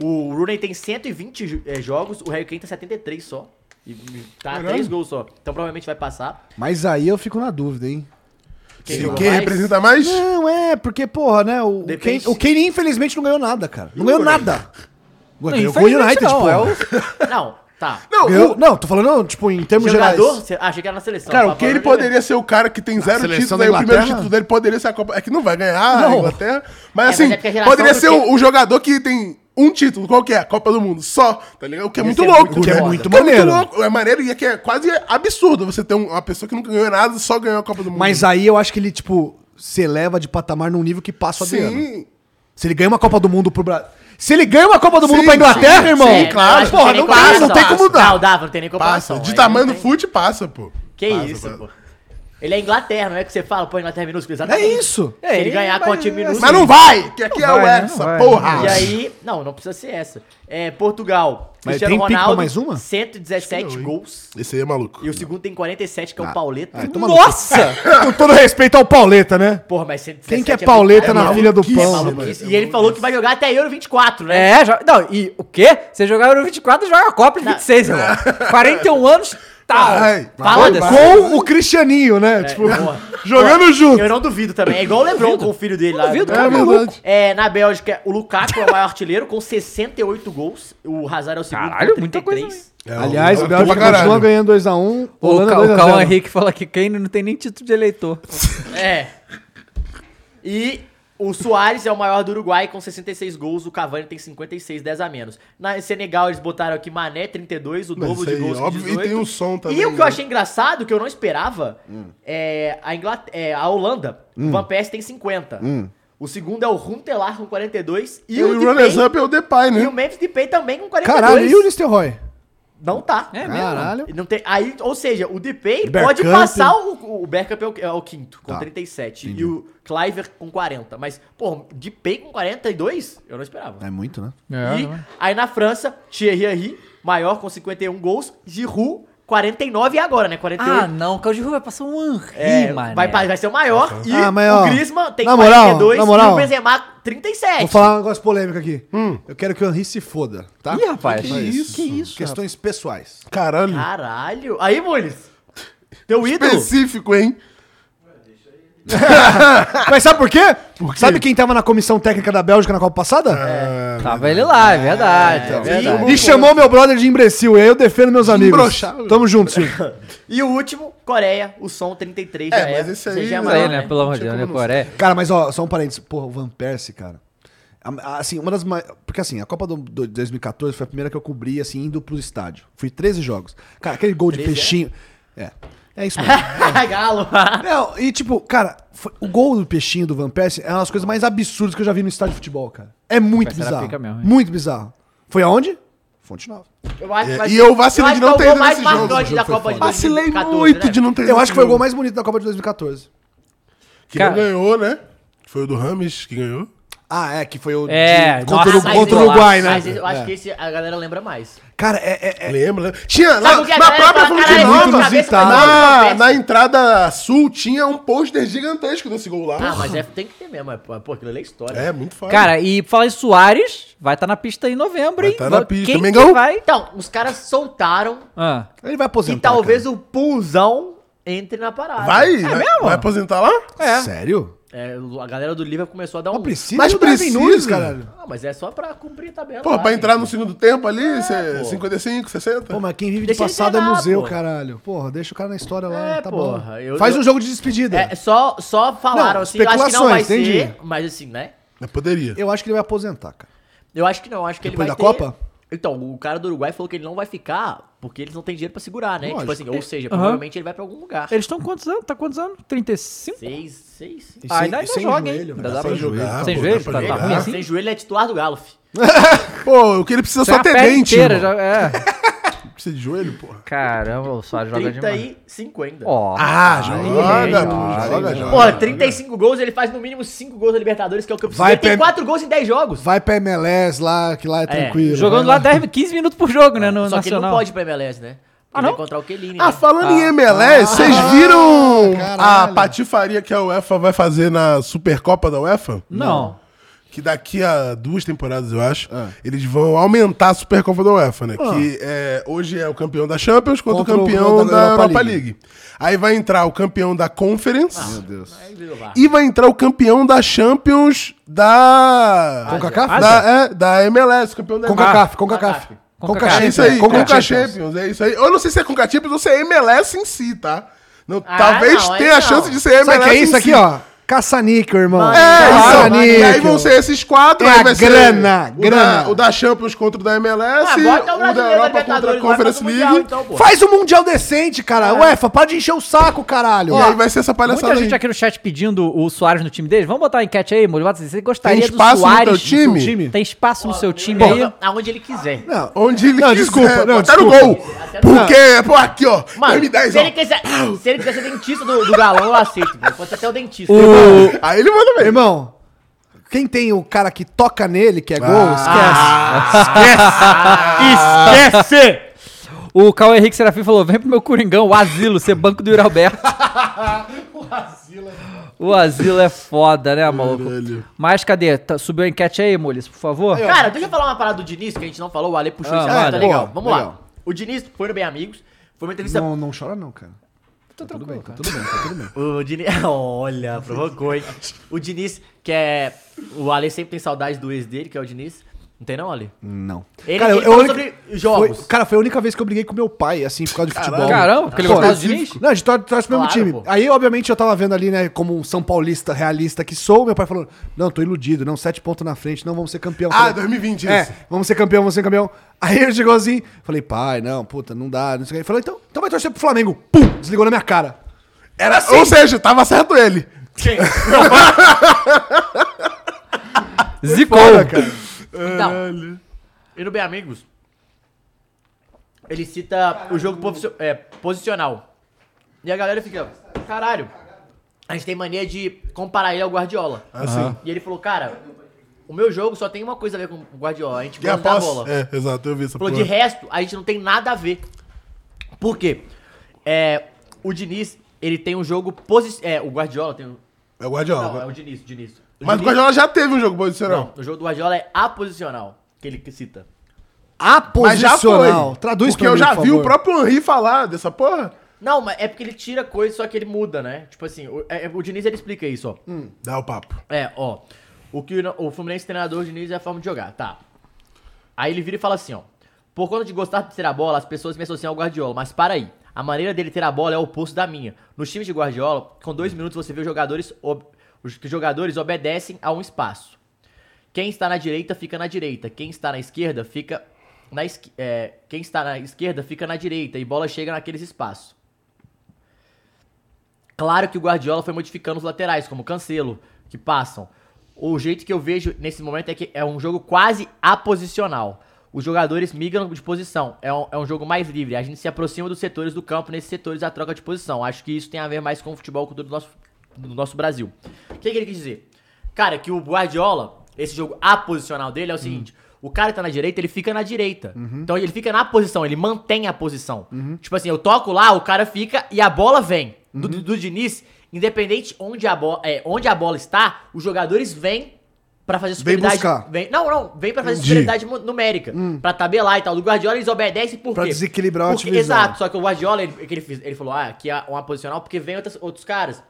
Speaker 2: O Rooney tem 120 jo- eh, jogos, o Harry Kane tem 73 só. E e tá
Speaker 4: Caralho.
Speaker 2: 3 gols só. Então provavelmente vai passar.
Speaker 3: Mas aí eu fico na dúvida, hein?
Speaker 2: Quem
Speaker 4: Sim,
Speaker 2: jogou
Speaker 4: quem
Speaker 2: mais?
Speaker 4: representa mais?
Speaker 3: Não, é, porque, porra, né? O, o
Speaker 2: Depende.
Speaker 3: Kane, o Kane, infelizmente, não ganhou nada, cara. Não ganhou nada. Ganhou o
Speaker 4: infelizmente
Speaker 3: United,
Speaker 4: não,
Speaker 3: pô.
Speaker 4: é o-
Speaker 2: Não, tá.
Speaker 4: Não,
Speaker 3: Ganhou- Não, tô falando, tipo, em termos
Speaker 2: Jogador?
Speaker 3: gerais.
Speaker 2: Cê- Ah, achei que era na seleção.
Speaker 4: Cara,
Speaker 2: Tá
Speaker 4: o Kane
Speaker 2: falando-
Speaker 4: poderia ser o cara que tem zero
Speaker 3: seleção
Speaker 4: títulos,
Speaker 3: da
Speaker 4: aí o primeiro
Speaker 3: Inglaterra?
Speaker 4: título dele poderia ser a Copa. É que não vai ganhar a
Speaker 3: Não.
Speaker 4: Inglaterra.
Speaker 2: É,
Speaker 4: Mas
Speaker 2: mas
Speaker 4: assim,
Speaker 2: é porque a geração
Speaker 4: poderia
Speaker 2: do
Speaker 4: ser
Speaker 2: Kane-
Speaker 4: o, o jogador que tem um título, qual que é? Copa do Mundo, só, tá ligado? O que é
Speaker 2: Ia
Speaker 4: muito
Speaker 2: ser
Speaker 4: louco.
Speaker 2: muito
Speaker 4: né?
Speaker 2: foda.
Speaker 4: O que É
Speaker 3: maneiro.
Speaker 4: muito louco. É maneiro e é que é quase absurdo você ter um- uma pessoa que nunca ganhou nada e só ganhou a Copa do Mundo.
Speaker 3: Mas aí eu acho que ele, tipo, se eleva de patamar num nível que passa o Adriano.
Speaker 4: Sim.
Speaker 3: Se ele ganha uma Copa do Mundo pro Brasil. Se ele ganha uma Copa do Mundo
Speaker 4: Sim,
Speaker 3: pra Inglaterra,
Speaker 4: sim,
Speaker 3: irmão.
Speaker 4: sim,
Speaker 2: É,
Speaker 4: claro.
Speaker 2: acho que
Speaker 3: Porra,
Speaker 2: tem
Speaker 3: não
Speaker 2: nem
Speaker 3: dá, não
Speaker 2: comparação.
Speaker 3: tem como dar.
Speaker 2: Não, dava, não tem nem comparação.
Speaker 4: Passa. De
Speaker 2: Aí
Speaker 4: tamanho
Speaker 2: não
Speaker 4: do
Speaker 2: tem-
Speaker 4: fute, passa, pô.
Speaker 2: Que
Speaker 4: Passa,
Speaker 2: isso,
Speaker 4: passa.
Speaker 2: pô. Ele é Inglaterra, não é que você fala, pô, Inglaterra é minúscula.
Speaker 3: É
Speaker 2: Exatamente.
Speaker 3: isso. É,
Speaker 2: Se ele ganhar com o time minúsculo.
Speaker 4: Mas não vai, que aqui
Speaker 3: Não
Speaker 4: é o
Speaker 3: vai, né?
Speaker 4: essa,
Speaker 3: assim. Não vai,
Speaker 4: porra.
Speaker 2: E aí, não, não precisa ser essa. É, Portugal,
Speaker 3: Mas
Speaker 2: Cristiano
Speaker 3: tem pique pra
Speaker 2: Ronaldo,
Speaker 3: mais uma?
Speaker 2: 117 gols.
Speaker 4: Esse aí é maluco.
Speaker 2: E o segundo tem 47, que é o
Speaker 3: Ah.
Speaker 2: Pauleta.
Speaker 3: Ah, toma no cu.
Speaker 2: Nossa!
Speaker 3: Com todo respeito ao Pauleta, né?
Speaker 2: Porra, mas 117
Speaker 3: Quem que é
Speaker 2: muito-
Speaker 3: Pauleta na filha do
Speaker 4: maluquice,
Speaker 3: pão?
Speaker 4: mano.
Speaker 2: Isso, E ele falou que vai jogar até Euro 24, né?
Speaker 11: É, jo- não, e o quê? Você jogar Euro 24 e joga a Copa de 26, irmão. 41 anos, tal.
Speaker 1: tá.
Speaker 4: Ai,
Speaker 11: Fala dessa.
Speaker 3: Com o Cristianinho, né?
Speaker 4: É.
Speaker 3: tipo, jogando junto.
Speaker 2: É, Eu não duvido também. É igual o Lebron com o filho dele lá.
Speaker 11: duvido,
Speaker 2: É,
Speaker 11: cara,
Speaker 2: maluco.
Speaker 3: verdade.
Speaker 2: É, na Bélgica, o Lukaku é o maior artilheiro com 68 gols. O Hazard é o segundo
Speaker 1: Caralho,
Speaker 2: com
Speaker 1: muita
Speaker 2: 33.
Speaker 4: É,
Speaker 3: Aliás,
Speaker 4: eu-
Speaker 3: o
Speaker 4: eu tô pra
Speaker 3: Bélgica
Speaker 4: caralho.
Speaker 3: continua ganhando 2x1.
Speaker 1: O,
Speaker 3: Holanda
Speaker 1: Ca o
Speaker 3: 2 a
Speaker 1: Cauã
Speaker 3: 0.
Speaker 1: Henrique fala que Kane não tem nem título de eleitor.
Speaker 2: É. E o Soares é o maior do Uruguai com 66 gols, o Cavani tem 56, 10 a menos. Na Senegal eles botaram aqui Mané 32, o
Speaker 4: Mas
Speaker 2: dobro
Speaker 4: isso
Speaker 2: de
Speaker 4: aí,
Speaker 2: gols que
Speaker 4: óbvio, e
Speaker 2: 18.
Speaker 4: tem o som também,
Speaker 2: E o que eu
Speaker 4: né? Hum.
Speaker 2: achei engraçado, que eu não esperava, é a, Inglaterra, a Holanda, o Van Persie tem 50. O segundo é o Runtelar com 42
Speaker 4: Hum. E
Speaker 2: e, o
Speaker 4: o
Speaker 2: Depay,
Speaker 4: runners-up é o Depay,
Speaker 2: e o
Speaker 4: né?
Speaker 2: Memphis Depay também com 42.
Speaker 3: Caralho, e o Nistelrooy?
Speaker 2: Não tá.
Speaker 1: É mesmo?
Speaker 3: Caralho.
Speaker 2: Não tem, aí, ou seja, o DP
Speaker 3: Bergkamp.
Speaker 2: pode passar o, o Bergkamp é o, é o quinto, com
Speaker 3: Tá.
Speaker 2: 37. E o Cliver com 40. Mas, pô, DP com 42? Eu não esperava.
Speaker 3: É muito, né?
Speaker 2: e
Speaker 1: é?
Speaker 2: aí na França, Thierry Henry, maior com 51 gols. Giroud, 49 e agora, né? 48.
Speaker 11: Ah, não, que o Giroud vai passar um Henri,
Speaker 2: É,
Speaker 11: mano.
Speaker 2: vai, pa- vai ser o maior. E
Speaker 3: Ah, mas, ó,
Speaker 2: o Griezmann tem
Speaker 3: na moral,
Speaker 2: 42
Speaker 3: na moral.
Speaker 2: e o Benzema 37.
Speaker 3: Vou falar um negócio polêmico aqui. Eu quero que o Henri se foda, tá?
Speaker 1: Ih, rapaz.
Speaker 3: Hum. Que
Speaker 1: Que
Speaker 3: isso? Que isso? Questões pessoais.
Speaker 4: Caralho.
Speaker 2: Caralho. Aí, Mules. Teu ídolo.
Speaker 4: Específico, hein?
Speaker 3: Mas sabe por quê? Sabe quem tava na comissão técnica da Bélgica na Copa passada?
Speaker 1: Tava ele lá, é verdade. É, verdade.
Speaker 3: E chamou meu brother de imbecil. E aí eu defendo meus amigos.
Speaker 4: Imbrochável.
Speaker 3: Tamo junto, sim.
Speaker 2: E o último, Coreia, o som 33 já
Speaker 4: É,
Speaker 2: é.
Speaker 4: mas esse
Speaker 2: Você
Speaker 4: aí-
Speaker 2: já é
Speaker 1: Isso
Speaker 2: maior,
Speaker 1: aí, né? Pelo amor de Deus, né? Coreia.
Speaker 3: Cara, mas ó, só um parênteses. Porra, o Van Persie, cara. A- a- Assim, uma das mais. Porque assim, a Copa do, do 2014 foi a primeira que eu cobri, assim, indo pro estádio. Fui 13 jogos. Cara, aquele gol de
Speaker 2: 13 é?
Speaker 3: peixinho. É. É isso mesmo.
Speaker 2: Galo.
Speaker 3: Não, e tipo, cara, foi- o gol do peixinho do Van Persie é uma das coisas mais absurdas que eu já vi no estádio de futebol, cara. É muito
Speaker 1: Persie era
Speaker 3: bizarro.
Speaker 1: pica mesmo, hein?
Speaker 3: muito bizarro. Foi aonde? Fonte Nova.
Speaker 2: Eu acho que
Speaker 4: É,
Speaker 2: vai
Speaker 4: e
Speaker 2: ser-
Speaker 4: eu vacilei de
Speaker 2: acho que é
Speaker 4: não
Speaker 2: o
Speaker 4: ter
Speaker 2: gol
Speaker 4: ido
Speaker 2: mais
Speaker 4: nesse jogo.
Speaker 2: marcante
Speaker 3: Esse
Speaker 2: da
Speaker 3: jogo
Speaker 2: Copa
Speaker 3: foi
Speaker 2: de
Speaker 3: foda.
Speaker 2: 2014,
Speaker 4: Vacilei
Speaker 2: né?
Speaker 4: muito de não ter
Speaker 3: Eu acho que foi o gol
Speaker 4: mais.
Speaker 3: mais bonito da Copa de 2014.
Speaker 4: Que
Speaker 1: Cara-
Speaker 4: não ganhou, né? Foi o do Rames que ganhou.
Speaker 9: Ah, é, que foi o
Speaker 1: É,
Speaker 9: de- contra,
Speaker 1: nossa,
Speaker 9: o-
Speaker 1: mas
Speaker 9: contra o
Speaker 1: eu
Speaker 9: Uruguai,
Speaker 2: acho-
Speaker 9: né?
Speaker 2: mas eu acho
Speaker 9: É.
Speaker 2: que esse a galera lembra mais.
Speaker 9: Cara, é. é,
Speaker 4: Lembra? Tinha
Speaker 2: Sabe
Speaker 4: lá,
Speaker 2: o que a
Speaker 4: na
Speaker 2: galera
Speaker 4: própria
Speaker 2: fala, caralho,
Speaker 4: Fluminense,
Speaker 2: muito cabeça,
Speaker 4: na,
Speaker 2: mas não é
Speaker 4: na,
Speaker 2: cabeça.
Speaker 4: entrada sul tinha um pôster gigantesco desse gol lá.
Speaker 2: Ah, mas é, tem que ter mesmo. é, Pô, aquilo ali é história.
Speaker 4: É, muito foda.
Speaker 1: Cara, e fala em Soares, vai estar na pista em novembro, hein?
Speaker 4: tá na
Speaker 1: Vai-
Speaker 4: pista,
Speaker 1: Quem
Speaker 4: Mengão?
Speaker 1: que vai?
Speaker 2: Então, os caras soltaram
Speaker 1: Ah.
Speaker 9: Ele vai
Speaker 2: e
Speaker 9: aposentar.
Speaker 2: talvez o Pulzão entre na parada.
Speaker 4: tá Vai? né?
Speaker 2: É
Speaker 4: vai,
Speaker 2: mesmo?
Speaker 4: vai aposentar lá?
Speaker 9: É. Sério?
Speaker 2: É, a galera do Liverpool começou a dar um... Mas
Speaker 9: precisa
Speaker 4: Mas
Speaker 9: do Darwin
Speaker 4: precisa.
Speaker 9: Nunes, caralho.
Speaker 2: Ah, mas é só pra cumprir a tabela.
Speaker 4: Pô,
Speaker 2: lá,
Speaker 4: pra
Speaker 2: gente.
Speaker 4: entrar no segundo tempo ali, cê- 55, 60?
Speaker 9: Pô, mas quem vive de
Speaker 2: Deixa ele
Speaker 9: passado é
Speaker 2: treinar,
Speaker 9: museu,
Speaker 2: pô.
Speaker 9: caralho. Porra, deixa o cara na história lá,
Speaker 2: É,
Speaker 9: tá bom.
Speaker 2: porra, eu-
Speaker 9: Faz
Speaker 2: eu-
Speaker 9: um jogo de despedida.
Speaker 2: É, só, só falaram
Speaker 9: Não,
Speaker 2: assim, eu acho que não vai
Speaker 9: especulações, entendi.
Speaker 2: ser, mas assim, né?
Speaker 4: Eu poderia.
Speaker 9: Eu acho que ele vai aposentar, cara.
Speaker 2: Eu acho que não, acho que
Speaker 9: Depois
Speaker 2: ele vai
Speaker 9: da
Speaker 2: ter-
Speaker 9: Copa?
Speaker 2: Então, o cara do Uruguai falou que ele não vai ficar porque eles não têm dinheiro pra segurar, né? Tipo
Speaker 9: Lógico.
Speaker 2: assim, ou seja,
Speaker 9: Aham.
Speaker 2: provavelmente ele vai pra algum lugar.
Speaker 1: Eles estão quantos anos? Tá quantos anos? 35?
Speaker 2: Seis, seis, cinco.
Speaker 1: Ah, ainda, ainda joga, hein? Ainda dá pra jogar. Sem joelho? Tá, tá ruim assim?
Speaker 2: Sem joelho é titular do Galo, fi.
Speaker 4: Pô, o que ele precisa
Speaker 1: Tem
Speaker 4: só
Speaker 1: a
Speaker 4: ter
Speaker 1: perna
Speaker 4: dente.
Speaker 1: inteira,
Speaker 4: irmão.
Speaker 1: já- é.
Speaker 4: Precisa de joelho, porra.
Speaker 6: Caramba, o Soares joga
Speaker 2: 30
Speaker 6: demais.
Speaker 2: e 50.
Speaker 6: Ó.
Speaker 4: Ah, joga,
Speaker 6: Aí,
Speaker 4: pô,
Speaker 6: ó.
Speaker 4: joga, joga.
Speaker 2: Porra, 35 gols, ele faz no mínimo 5 gols da Libertadores, que é o que eu preciso.
Speaker 9: Vai
Speaker 2: Ele tem
Speaker 9: pra-
Speaker 2: 4 gols em 10 jogos.
Speaker 9: Vai pra MLS lá, que lá é tranquilo.
Speaker 1: Jogando lá
Speaker 9: vai
Speaker 1: 10, 15 minutos por jogo, né? No
Speaker 2: Só que ele não
Speaker 1: Nacional.
Speaker 2: pode ir pra MLS, né? Ah, ele vai encontrar o Kelini.
Speaker 4: Ah,
Speaker 2: né?
Speaker 4: falando em MLS, vocês viram
Speaker 9: Ah,
Speaker 4: a patifaria que a UEFA vai fazer na Supercopa da UEFA?
Speaker 1: Não.
Speaker 4: Que daqui a duas temporadas, eu acho, eles vão aumentar a Supercopa da UEFA, né?
Speaker 9: Ah.
Speaker 4: Que é, hoje é o campeão da Champions contra,
Speaker 9: Contra
Speaker 4: o
Speaker 9: o
Speaker 4: campeão
Speaker 9: campeão
Speaker 4: da,
Speaker 9: da
Speaker 4: Europa,
Speaker 9: Europa
Speaker 4: League.
Speaker 9: League.
Speaker 4: Aí vai entrar o campeão da Conference. Meu
Speaker 9: Deus.
Speaker 4: E vai entrar o campeão da Champions da.
Speaker 9: Concacaf?
Speaker 4: Da, é, da MLS, campeão da
Speaker 9: Concacaf, Concacaf.
Speaker 4: é isso aí, Conca Champions, é isso aí. Eu não sei se é Conca Champions ou se é MLS em si, tá? Não,
Speaker 2: Ah,
Speaker 4: talvez
Speaker 2: não, aí
Speaker 4: tenha a
Speaker 2: não.
Speaker 4: chance de ser MLS
Speaker 9: Sabe o que é
Speaker 4: em
Speaker 9: isso
Speaker 4: si.
Speaker 9: aqui, ó? Caça-níquel, irmão.
Speaker 4: É, isso aí. E aí
Speaker 9: Caça-níquel.
Speaker 4: vão ser esses quatro.
Speaker 9: É
Speaker 4: aí
Speaker 9: a
Speaker 4: vai ser
Speaker 9: grana,
Speaker 4: o
Speaker 9: grana.
Speaker 4: Da, o da Champions contra o da MLS,
Speaker 2: Ah, bota o
Speaker 4: o da
Speaker 2: brasileiro
Speaker 4: Europa
Speaker 2: da
Speaker 4: contra a
Speaker 2: Libertadores,
Speaker 4: Conference
Speaker 2: vai fazer o Mundial,
Speaker 4: League.
Speaker 2: então, pô.
Speaker 9: Faz um mundial decente, cara. UEFA, para de encher o saco, caralho.
Speaker 4: E aí vai ser essa palhaçada
Speaker 1: Muita gente
Speaker 4: aí.
Speaker 1: aqui no chat pedindo o Soares no time deles. Vamos botar a enquete aí, Molho. Você gostaria
Speaker 4: Tem espaço
Speaker 1: do
Speaker 4: no
Speaker 1: Soares
Speaker 4: teu time?
Speaker 1: seu Tem espaço no seu time
Speaker 2: Ele
Speaker 1: aí?
Speaker 2: joga um Aonde ele quiser.
Speaker 9: Não,
Speaker 4: Onde ele
Speaker 9: Não,
Speaker 4: quiser,
Speaker 9: desculpa, não,
Speaker 4: botar no
Speaker 9: desculpa.
Speaker 4: gol. Porque, pô, aqui, ó,
Speaker 2: Mano,
Speaker 4: 2010,
Speaker 2: se,
Speaker 4: ó.
Speaker 2: ele quiser, se ele quiser ser dentista do, do galão, eu aceito. Mano. Pode ser até o dentista.
Speaker 9: O-
Speaker 4: Aí ele manda bem.
Speaker 9: Irmão, quem tem o cara que toca nele, que é gol,
Speaker 4: ah.
Speaker 1: Esquece! Esquece! O Cauê Henrique Serafim falou: vem pro meu Coringão, o Asilo, ser banco do Yuri Alberto. o Asilo é foda, né, maluco? Mas cadê? Tá- subiu a enquete aí, Molis, por favor?
Speaker 2: Cara, deixa eu falar uma parada do Diniz, que a gente não falou, o Ale puxou
Speaker 1: Ah,
Speaker 2: isso agora,
Speaker 1: manda.
Speaker 2: tá legal.
Speaker 9: Boa,
Speaker 2: Vamos lá.
Speaker 9: legal.
Speaker 2: O Diniz foram bem amigos. Foi uma
Speaker 9: esquece.
Speaker 2: entrevista.
Speaker 9: Não, não chora não, cara.
Speaker 1: Tô
Speaker 9: Tudo bem, tá tudo bem, tá tudo bem.
Speaker 2: O Diniz. Olha, provocou, hein? O Diniz, que é. O Ale sempre tem saudade do ex dele, que é o Diniz. Não tem, não, Ale?
Speaker 9: Não.
Speaker 2: Ele-
Speaker 9: cara,
Speaker 2: ele
Speaker 9: eu-
Speaker 2: fala
Speaker 9: eu-
Speaker 2: sobre jogos.
Speaker 9: foi- cara, foi a única vez que eu briguei com meu pai, assim, por causa de futebol.
Speaker 1: Caramba, porque ele
Speaker 9: Pô,
Speaker 1: gostava do
Speaker 9: específico.
Speaker 1: Diniz?
Speaker 9: Não, a gente tor- torce pro mesmo
Speaker 2: Claro,
Speaker 9: time.
Speaker 2: pô.
Speaker 9: Aí, obviamente, eu tava vendo ali, né, como um São Paulista realista que sou, meu pai falou, não, tô iludido, não, sete pontos na frente, não, vamos ser campeão.
Speaker 4: Ah, 2020
Speaker 9: É,
Speaker 4: isso.
Speaker 9: vamos ser campeão, vamos ser campeão. Aí ele chegou assim, falei, pai, não, puta, não dá, não sei o que. Ele falou, então, então vai torcer pro Flamengo. Pum, desligou na minha cara.
Speaker 4: Era, Ou seja, tava certo ele.
Speaker 1: Zicou!
Speaker 2: Então, e no Bem Amigos, ele cita o jogo profissio- é, posicional. E a galera fica, caralho, a gente tem mania de comparar ele ao Guardiola.
Speaker 4: Ah, sim.
Speaker 2: E ele falou, cara, o meu jogo só tem uma coisa a ver com o Guardiola, a gente
Speaker 4: E a
Speaker 2: gosta da
Speaker 4: posse?
Speaker 2: bola.
Speaker 4: É, exato, eu vi essa
Speaker 2: Falou, de resto, a gente não tem nada a ver. Por quê? É, o Diniz, ele tem um jogo posicional, é, o Guardiola tem um...
Speaker 4: É o Guardiola.
Speaker 2: Não, é o Diniz, Diniz. O
Speaker 4: Mas o
Speaker 2: Diniz-
Speaker 4: Guardiola já teve um jogo posicional.
Speaker 2: Não, o jogo do Guardiola é aposicional, que ele cita.
Speaker 4: Mas já foi.
Speaker 9: Aposicional. Traduz
Speaker 4: Porque
Speaker 9: pra
Speaker 4: eu
Speaker 9: mim,
Speaker 4: já
Speaker 9: por
Speaker 4: vi o
Speaker 9: favor.
Speaker 4: próprio Henry falar dessa porra.
Speaker 2: Não, mas é porque ele tira coisa, só que ele muda, né? Tipo assim, o, é- é- o Diniz ele explica isso, ó.
Speaker 4: Dá o papo.
Speaker 2: É, ó. O que o, o Fluminense treinador Diniz é a forma de jogar, tá. Aí ele vira e fala assim, ó. Por conta de gostar de ter a bola, as pessoas me associam ao Guardiola, mas para aí. A maneira dele ter a bola é o oposto da minha. Nos times de Guardiola, com dois minutos você vê os jogadores, ob- os jogadores obedecem a um espaço. Quem está na direita fica na direita. Quem está na esquerda fica na esqui- é, quem está na esquerda fica na direita e bola chega naqueles espaços. Claro que o Guardiola foi modificando os laterais, como Cancelo, que passam. O jeito que eu vejo nesse momento é que é um jogo quase aposicional. Os jogadores migram de posição. É um, é um jogo mais livre. A gente se aproxima dos setores do campo. Nesses setores, a troca de posição. Acho que isso tem a ver mais com o futebol do nosso, do nosso Brasil. O que, que ele quis dizer? Cara, que o Guardiola Esse jogo aposicional dele é o seguinte: o cara que tá na direita, ele fica na direita.
Speaker 9: Uhum.
Speaker 2: Então ele fica na posição, ele mantém a posição. Tipo assim, eu toco lá, o cara fica e a bola vem. Do,
Speaker 9: Uhum.
Speaker 2: do Diniz, independente onde a, bo é, onde a bola está, os jogadores vêm pra fazer superioridade.
Speaker 9: buscar.
Speaker 2: Vem- não, não, vem pra
Speaker 9: Entendi.
Speaker 2: fazer
Speaker 9: Hum.
Speaker 2: superioridade mu- numérica. Pra tabelar e tal. Do Guardiola eles obedecem por
Speaker 9: Pra
Speaker 2: quê?
Speaker 9: desequilibrar o
Speaker 2: Porque-
Speaker 9: time adversário.
Speaker 2: Exato, só que o Guardiola, ele, que ele, fez- ele falou, ah, aqui é uma posicional porque vem outras- outros caras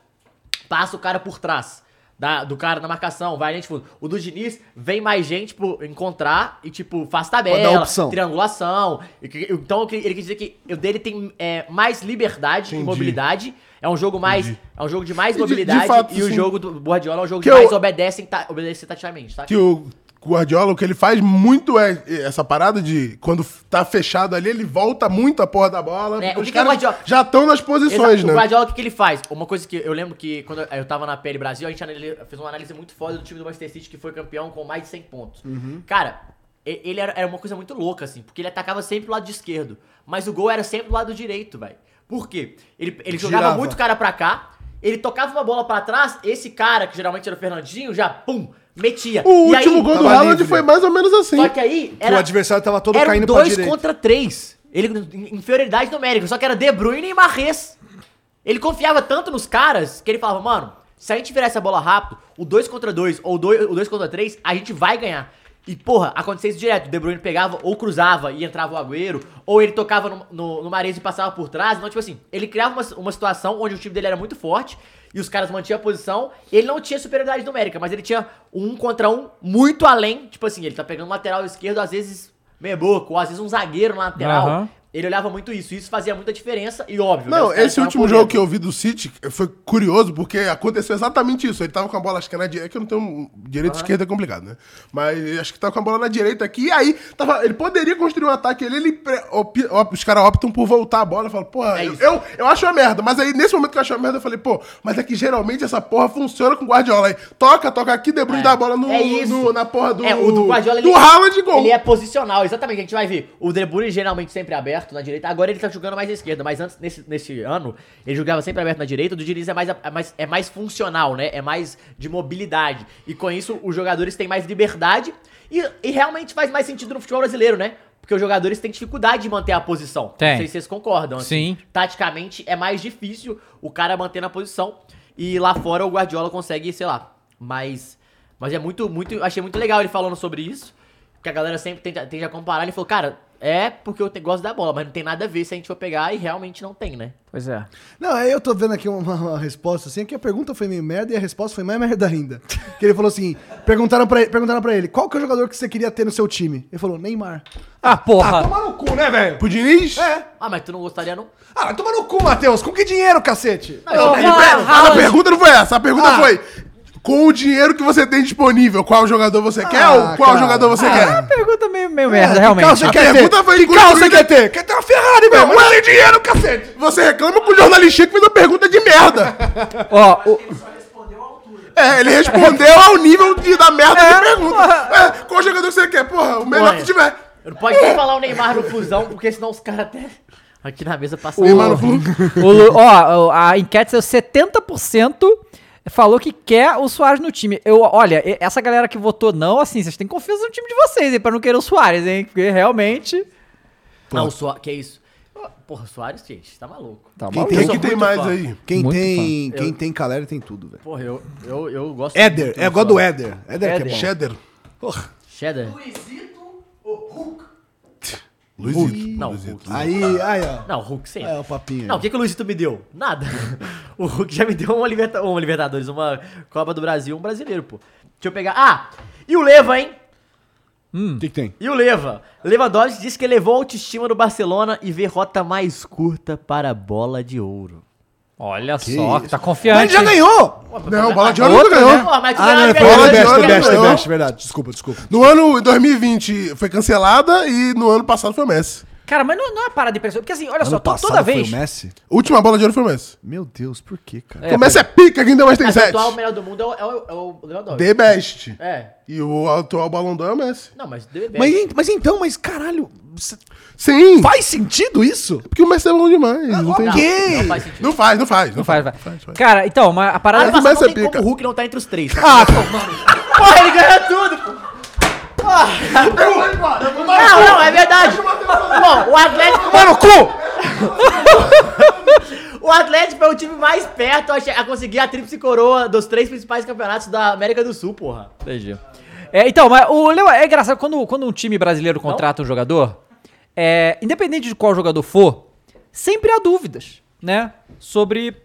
Speaker 2: passa o cara por trás da- do cara na marcação, vai gente fundo. O do Diniz vem mais gente tipo, encontrar e, tipo, faz
Speaker 9: Pra dar
Speaker 2: tabela,
Speaker 9: opção.
Speaker 2: triangulação. E que- Então, o que- ele quer dizer que o dele tem é, mais liberdade e
Speaker 4: Entendi.
Speaker 2: mobilidade. É um jogo mais. É um jogo de mais
Speaker 4: E de- de
Speaker 2: mobilidade.
Speaker 4: fato,
Speaker 2: e o
Speaker 4: sim.
Speaker 2: jogo do Guardiola é um jogo
Speaker 4: Que
Speaker 2: que mais
Speaker 4: eu-
Speaker 2: obedece, em ta- obedece taticamente, tá?
Speaker 4: Que o Guardiola, o que ele faz muito é essa parada de quando tá fechado ali, ele volta muito a porra da bola.
Speaker 2: É,
Speaker 4: porque
Speaker 2: o
Speaker 4: os
Speaker 2: que que é o
Speaker 4: caras
Speaker 2: Guardiola-
Speaker 4: já estão nas posições,
Speaker 2: Exato.
Speaker 4: né?
Speaker 2: O Guardiola, o que, que ele faz? Uma coisa que eu lembro que quando eu tava na PL Brasil, a gente anali- fez uma análise muito foda do time do Manchester City, que foi campeão com mais de 100 pontos.
Speaker 4: Uhum.
Speaker 2: Cara, e- ele era, era uma coisa muito louca, assim, porque ele atacava sempre do lado esquerdo, mas o gol era sempre do lado direito, velho. Por quê? Ele, ele jogava
Speaker 9: Girava.
Speaker 2: muito cara pra cá, ele tocava uma bola pra trás, esse cara, que geralmente era o Fernandinho, já, pum, metia.
Speaker 4: O
Speaker 2: E
Speaker 4: último
Speaker 2: aí-
Speaker 4: gol do
Speaker 2: Tava
Speaker 4: Haaland
Speaker 2: livre.
Speaker 4: foi mais ou menos assim.
Speaker 2: Só que aí
Speaker 4: Que
Speaker 2: era,
Speaker 4: o adversário tava todo
Speaker 2: eram
Speaker 4: caindo pra
Speaker 2: dois
Speaker 4: direita.
Speaker 2: contra três. Ele em- inferioridade numérica, só que era De Bruyne e Marrez. Ele confiava tanto nos caras que ele falava, mano, se a gente virar essa bola rápido, o 2 contra 2 ou dois- o 2 contra 3, a gente vai ganhar. E, porra, acontecia isso direto. O De Bruyne pegava ou cruzava e entrava o Agüero, ou ele tocava no, no, no Mahrez e passava por trás. Então, tipo assim, ele criava uma, uma situação onde o time dele era muito forte e os caras mantinham a posição. Ele não tinha superioridade numérica, mas ele tinha um contra um muito além. Tipo assim, ele tá pegando o lateral esquerdo, às vezes meia boca, ou às vezes um zagueiro na lateral.
Speaker 4: Aham.
Speaker 2: Ele olhava muito isso. Isso fazia muita diferença e, óbvio, né, os
Speaker 4: Não,
Speaker 2: caras
Speaker 4: esse
Speaker 2: estavam
Speaker 4: último
Speaker 2: correndo.
Speaker 4: jogo que eu vi do City foi curioso, porque aconteceu exatamente isso. Ele tava com a bola, acho que na direita. É que eu não tenho. Direita e
Speaker 2: Aham.
Speaker 4: esquerda é complicado, né? Mas acho que tava com a bola na direita aqui. E aí, tava, ele poderia construir um ataque ali. Ele, pre- opi- op- os caras optam por voltar a bola. Fala,
Speaker 2: É
Speaker 4: porra, eu, eu, eu acho uma merda. Mas aí, nesse momento que eu acho uma merda, eu falei, pô, mas é que geralmente essa porra funciona com o Guardiola. Aí, toca, toca aqui, De Bruyne dá a bola no,
Speaker 2: É isso.
Speaker 4: no- na porra do.
Speaker 2: É, o do Guardiola
Speaker 4: do Haaland gol.
Speaker 2: Ele é posicional, exatamente. A gente vai ver. O De Bruyne geralmente sempre aberto na direita. Agora ele tá jogando mais à esquerda, mas antes, nesse, nesse ano, ele jogava sempre aberto na direita. O do Diniz é mais, é, mais, é mais funcional, né? É mais de mobilidade. E com isso, os jogadores têm mais liberdade. E, e realmente faz mais sentido no futebol brasileiro, né? Porque os jogadores têm dificuldade de manter a posição.
Speaker 6: Tem.
Speaker 2: Não sei se vocês concordam.
Speaker 6: Sim.
Speaker 2: Então, assim, Taticamente é mais difícil o cara manter na posição. E lá fora o Guardiola consegue, sei lá, mas mas é muito, muito. Achei muito legal ele falando sobre isso. Porque a galera sempre tenta, tende a comparar. Ele falou, cara, é porque eu te- gosto da bola, mas não tem nada a ver se a gente for pegar e realmente não tem, né?
Speaker 5: Pois é.
Speaker 9: Não, aí eu tô vendo aqui uma, uma resposta assim, que a pergunta foi meio merda e a resposta foi mais merda ainda. Que ele falou assim: perguntaram pra ele, perguntaram pra ele qual que é o jogador que você queria ter no seu time? Ele falou, Neymar.
Speaker 6: Ah, porra!
Speaker 4: tá.
Speaker 9: Ah, toma no cu, né, velho?
Speaker 4: Pro Diniz?
Speaker 9: É.
Speaker 2: Ah, mas tu não gostaria, não?
Speaker 9: Ah, vai tomar no cu, Matheus. Com que dinheiro, cacete?
Speaker 2: Não,
Speaker 4: Não,
Speaker 2: peraí,
Speaker 4: peraí,
Speaker 2: peraí,
Speaker 4: a
Speaker 2: Haaland.
Speaker 4: pergunta não foi essa. A pergunta
Speaker 9: Ah.
Speaker 4: foi: com o dinheiro que você tem disponível, qual jogador você quer ou qual
Speaker 9: cara.
Speaker 4: jogador você
Speaker 6: Ah,
Speaker 4: quer?
Speaker 6: é uma pergunta meio, meio
Speaker 4: É,
Speaker 6: merda,
Speaker 4: que
Speaker 6: realmente.
Speaker 4: carro você
Speaker 6: A
Speaker 4: quer
Speaker 6: pergunta
Speaker 4: ter?
Speaker 6: foi
Speaker 4: Que carro você
Speaker 6: construída-
Speaker 4: quer ter? Quer ter uma Ferrari, meu? Mas tem dinheiro, cacete! Você reclama com o jornalista que fez uma pergunta de merda.
Speaker 6: Ó, o...
Speaker 4: É, ele respondeu ao nível de, da merda que pergunta. É, qual jogador você quer? Porra, o melhor
Speaker 2: Ué.
Speaker 4: que tiver.
Speaker 2: Não pode nem falar o Neymar no fusão, porque senão os caras até. Aqui na mesa passam.
Speaker 6: O Lu- ó, a enquete saiu 70% falou que quer o Soares no time. Eu, olha, e- essa galera que votou não, assim, vocês têm confiança no time de vocês, hein? Pra não querer o Soares, hein? Porque realmente...
Speaker 2: Não, o Soares. Que isso? Porra, o Soares, gente, tá maluco.
Speaker 6: Tá
Speaker 9: Quem
Speaker 2: Eu
Speaker 9: tem,
Speaker 2: sou
Speaker 9: quem tem
Speaker 2: muito
Speaker 9: mais
Speaker 2: fã.
Speaker 9: aí? Quem
Speaker 2: Muito
Speaker 9: tem,
Speaker 2: fã.
Speaker 9: quem
Speaker 2: Eu-
Speaker 9: tem Calera tem tudo, velho.
Speaker 2: Porra, eu, eu, eu gosto.
Speaker 9: Éder,
Speaker 2: muito
Speaker 9: é igual do
Speaker 2: Soares.
Speaker 9: Éder. Éder que é bom.
Speaker 4: Cheddar.
Speaker 2: Cheddar.
Speaker 4: Luizito.
Speaker 2: Não,
Speaker 4: Luizito.
Speaker 2: Hulk.
Speaker 9: Aí, aí, ó.
Speaker 2: Não, Hulk sempre.
Speaker 9: É, o papinho.
Speaker 2: Não, o que, que o Luizito me deu? Nada. O Hulk já me deu uma, liberta... uma Libertadores, uma Copa do Brasil, um brasileiro, pô. Deixa eu pegar. Ah! E o Leva, hein?
Speaker 9: O que, que tem?
Speaker 2: E o Leva? Lewandowski disse que elevou a autoestima do Barcelona e vê rota mais curta para a bola de ouro.
Speaker 6: Olha só,
Speaker 2: isso.
Speaker 6: tá
Speaker 9: Mas
Speaker 6: confiante.
Speaker 9: ele já ganhou!
Speaker 4: Não, bola de
Speaker 9: A
Speaker 4: ouro não
Speaker 9: outra,
Speaker 4: ganhou.
Speaker 9: né?
Speaker 2: Pô, mas é tu
Speaker 9: Ah, não, ele
Speaker 2: ganhou a
Speaker 9: foi
Speaker 4: Bola
Speaker 9: o
Speaker 4: de
Speaker 9: best,
Speaker 4: ouro
Speaker 2: né?
Speaker 9: do best,
Speaker 4: ganhou.
Speaker 9: do best, verdade. Desculpa, desculpa.
Speaker 4: No ano 2020 foi cancelada e no ano passado foi o Messi.
Speaker 1: Cara, mas não, não é uma parada impressionante. Porque assim, olha só,
Speaker 9: Ano
Speaker 1: to-
Speaker 9: passado
Speaker 1: toda
Speaker 9: foi
Speaker 1: vez.
Speaker 9: o Messi?
Speaker 4: Última bola de ouro foi o Messi.
Speaker 9: Meu Deus, por que, cara?
Speaker 4: o Messi é pica, quem deu mais tem
Speaker 2: Mas o
Speaker 4: sete.
Speaker 2: atual melhor do mundo é o, é o, é o Lewandowski.
Speaker 4: The best.
Speaker 2: É.
Speaker 4: E o atual Balão d'Or é o Messi.
Speaker 2: Não, mas deu
Speaker 9: Mas, en- mas então, mas caralho, cê-
Speaker 4: Sim.
Speaker 9: faz sentido isso?
Speaker 4: Porque o Messi é bom demais. não, tem
Speaker 2: não,
Speaker 4: jeito.
Speaker 2: não faz sentido.
Speaker 4: não faz, não faz. Não
Speaker 6: Faz,
Speaker 4: faz.
Speaker 6: vai. Cara, então, mas a
Speaker 2: Ah,
Speaker 6: parada...
Speaker 4: Mas o
Speaker 2: mas não
Speaker 4: Messi é
Speaker 2: tem como
Speaker 4: pica.
Speaker 2: o Hulk não tá entre os três.
Speaker 6: Ah,
Speaker 2: Porra, ele ganha tudo, pô. Porra. Não, não, é verdade. Bom, o Atlético. Mano, cu! O Atlético foi o time mais perto a che- a conseguir a tríplice coroa dos três principais campeonatos da América do Sul, porra.
Speaker 1: Entendi. É, então, mas o Leo, é engraçado, quando, quando um time brasileiro contrata um jogador, é, independente de qual jogador for, sempre há dúvidas, né? Sobre.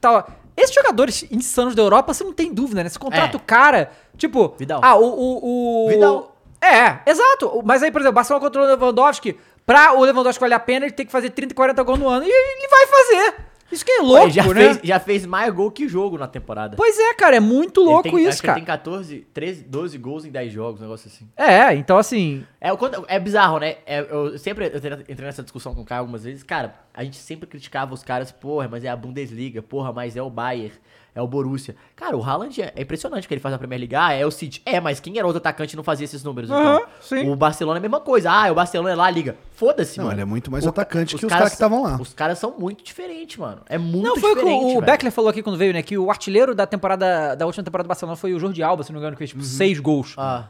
Speaker 1: Tal. Esses jogadores insanos da Europa, você não tem dúvida, né? Você contrata o cara, tipo. Ah, o. o, o
Speaker 2: É. Vidal.
Speaker 1: É, exato. Mas aí, por exemplo, o Barcelona contra o Lewandowski, pra o Lewandowski valer a pena, ele tem que fazer 30, 40 gols no ano. E ele vai fazer. Isso que é louco,
Speaker 2: Ele já,
Speaker 1: né?
Speaker 2: fez, já fez mais gol que jogo na temporada.
Speaker 1: Pois é, cara, é muito
Speaker 2: Ele
Speaker 1: louco
Speaker 2: tem- acho
Speaker 1: isso,
Speaker 2: que
Speaker 1: cara.
Speaker 2: Ele tem 14, 13, 12 gols em 10 jogos, um negócio assim.
Speaker 1: É, então assim.
Speaker 2: É, o quanto- é bizarro, né? É, eu sempre eu entrei- entrei nessa discussão com o Caio algumas vezes. Cara, a gente sempre criticava os caras, porra, mas é a Bundesliga, porra, mas é o Bayern, é o Borussia. Cara, o Haaland é é impressionante o que ele faz na Premier League. Ah, é o City. É, mas quem era outro atacante e não fazia esses números?
Speaker 3: Aham, sim.
Speaker 2: O Barcelona é a mesma coisa. Ah, é o Barcelona é lá a Liga. Foda-se,
Speaker 3: Não,
Speaker 2: mano.
Speaker 3: ele é muito mais
Speaker 2: O-
Speaker 3: atacante que os caras que estavam lá.
Speaker 2: Os caras são muito diferentes, mano. É muito
Speaker 1: Não, foi o que
Speaker 2: diferente,
Speaker 1: o
Speaker 2: velho.
Speaker 1: Beckler falou aqui quando veio, né? Que o artilheiro da temporada da última temporada do Barcelona foi o Jordi Alba, se não me engano, que fez tipo seis gols.
Speaker 2: Uhum. Ah.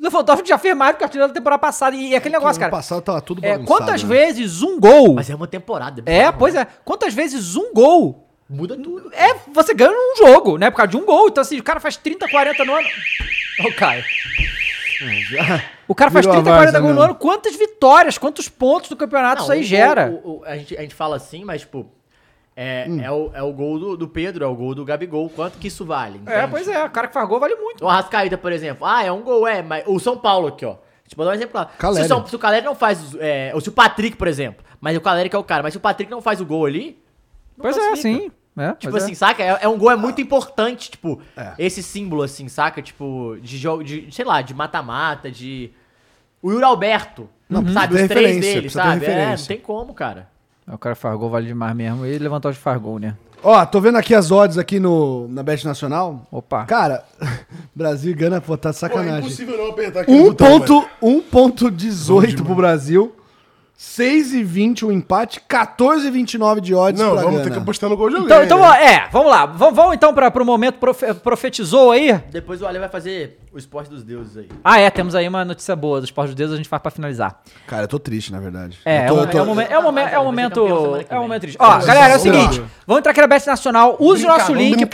Speaker 1: Lewandowski já fez mais do que o artilheiro da temporada passada. E é aquele negócio, cara.
Speaker 3: passado tava tudo
Speaker 1: é,
Speaker 3: bagunçado,
Speaker 1: quantas
Speaker 3: né?
Speaker 1: vezes um gol.
Speaker 2: Mas é uma temporada.
Speaker 1: É, pois é. Quantas vezes um gol.
Speaker 2: Muda tudo.
Speaker 1: É, você ganha um jogo, né? Por causa de um gol. Então, assim, o cara faz 30, 40 no ano. Ô, Caio. O cara faz
Speaker 2: É, Virou
Speaker 1: 30, 40
Speaker 2: a várzea
Speaker 1: gols no
Speaker 2: mesmo.
Speaker 1: ano. Quantas vitórias, quantos pontos do campeonato
Speaker 2: Não,
Speaker 1: isso aí
Speaker 2: o-
Speaker 1: gera?
Speaker 2: o- o- a, gente, a gente fala assim, mas, tipo, é,
Speaker 1: Hum.
Speaker 2: é, o, é o gol do, do Pedro, é o gol do Gabigol. Quanto que isso vale?
Speaker 1: É, pois é. O cara que faz gol vale muito.
Speaker 2: O Arrascaída, por exemplo. Ah, é um gol, é, mas. O São Paulo aqui, ó. Tipo, dá um exemplo lá. Se o,
Speaker 1: Caleri.
Speaker 2: São, se o Caleri não faz. os- É, ou se o Patrick, por exemplo. Mas o Caleri que é o cara. Mas se o Patrick não faz o gol ali. não
Speaker 1: Pois é,
Speaker 2: classifica.
Speaker 1: sim. É,
Speaker 2: Tipo
Speaker 1: pois é.
Speaker 2: assim, saca? É, é um gol é muito importante, tipo, esse símbolo, assim, saca? Tipo, de jogo, de, sei lá, de mata-mata, de. O Yuri Alberto, sabe?
Speaker 1: precisa ter
Speaker 2: Os três
Speaker 1: referência,
Speaker 2: dele,
Speaker 1: precisa ter
Speaker 2: sabe? É, não
Speaker 1: referência.
Speaker 2: tem como, cara.
Speaker 1: O cara fargou vale demais mesmo. E levantou de fargou, né?
Speaker 3: Ó, tô vendo aqui as odds aqui no, na Bet Nacional.
Speaker 1: Opa.
Speaker 3: Cara, Brasil e Gana, pô, tá de
Speaker 4: É
Speaker 3: sacanagem.
Speaker 4: impossível não apertar aqui no botão, velho.
Speaker 3: 1.18 pro Brasil, 6,20 o um empate, 14,29 de odds
Speaker 4: Não,
Speaker 3: pra
Speaker 4: vamos
Speaker 3: Gana.
Speaker 4: ter que apostar no gol de
Speaker 1: Então, então ó, é, vamos lá. Vamos, vamos então pra, pro momento profe- profetizou aí.
Speaker 2: Depois o Ale vai fazer o esporte dos deuses aí.
Speaker 1: Ah, é, temos aí uma notícia boa dos pós judeus, a gente faz pra finalizar.
Speaker 3: Cara, eu tô triste, na verdade.
Speaker 1: É,
Speaker 3: Eu tô-
Speaker 1: é um-
Speaker 3: eu tô-
Speaker 1: é um momento, é um momento, é um momento, é um momento triste. Ó,
Speaker 3: Olha só,
Speaker 1: galera, é o
Speaker 3: será?
Speaker 1: seguinte, vamos entrar aqui na Bet Nacional, use o
Speaker 3: Brincar,
Speaker 1: nosso
Speaker 3: vamos
Speaker 1: link,
Speaker 3: brincar.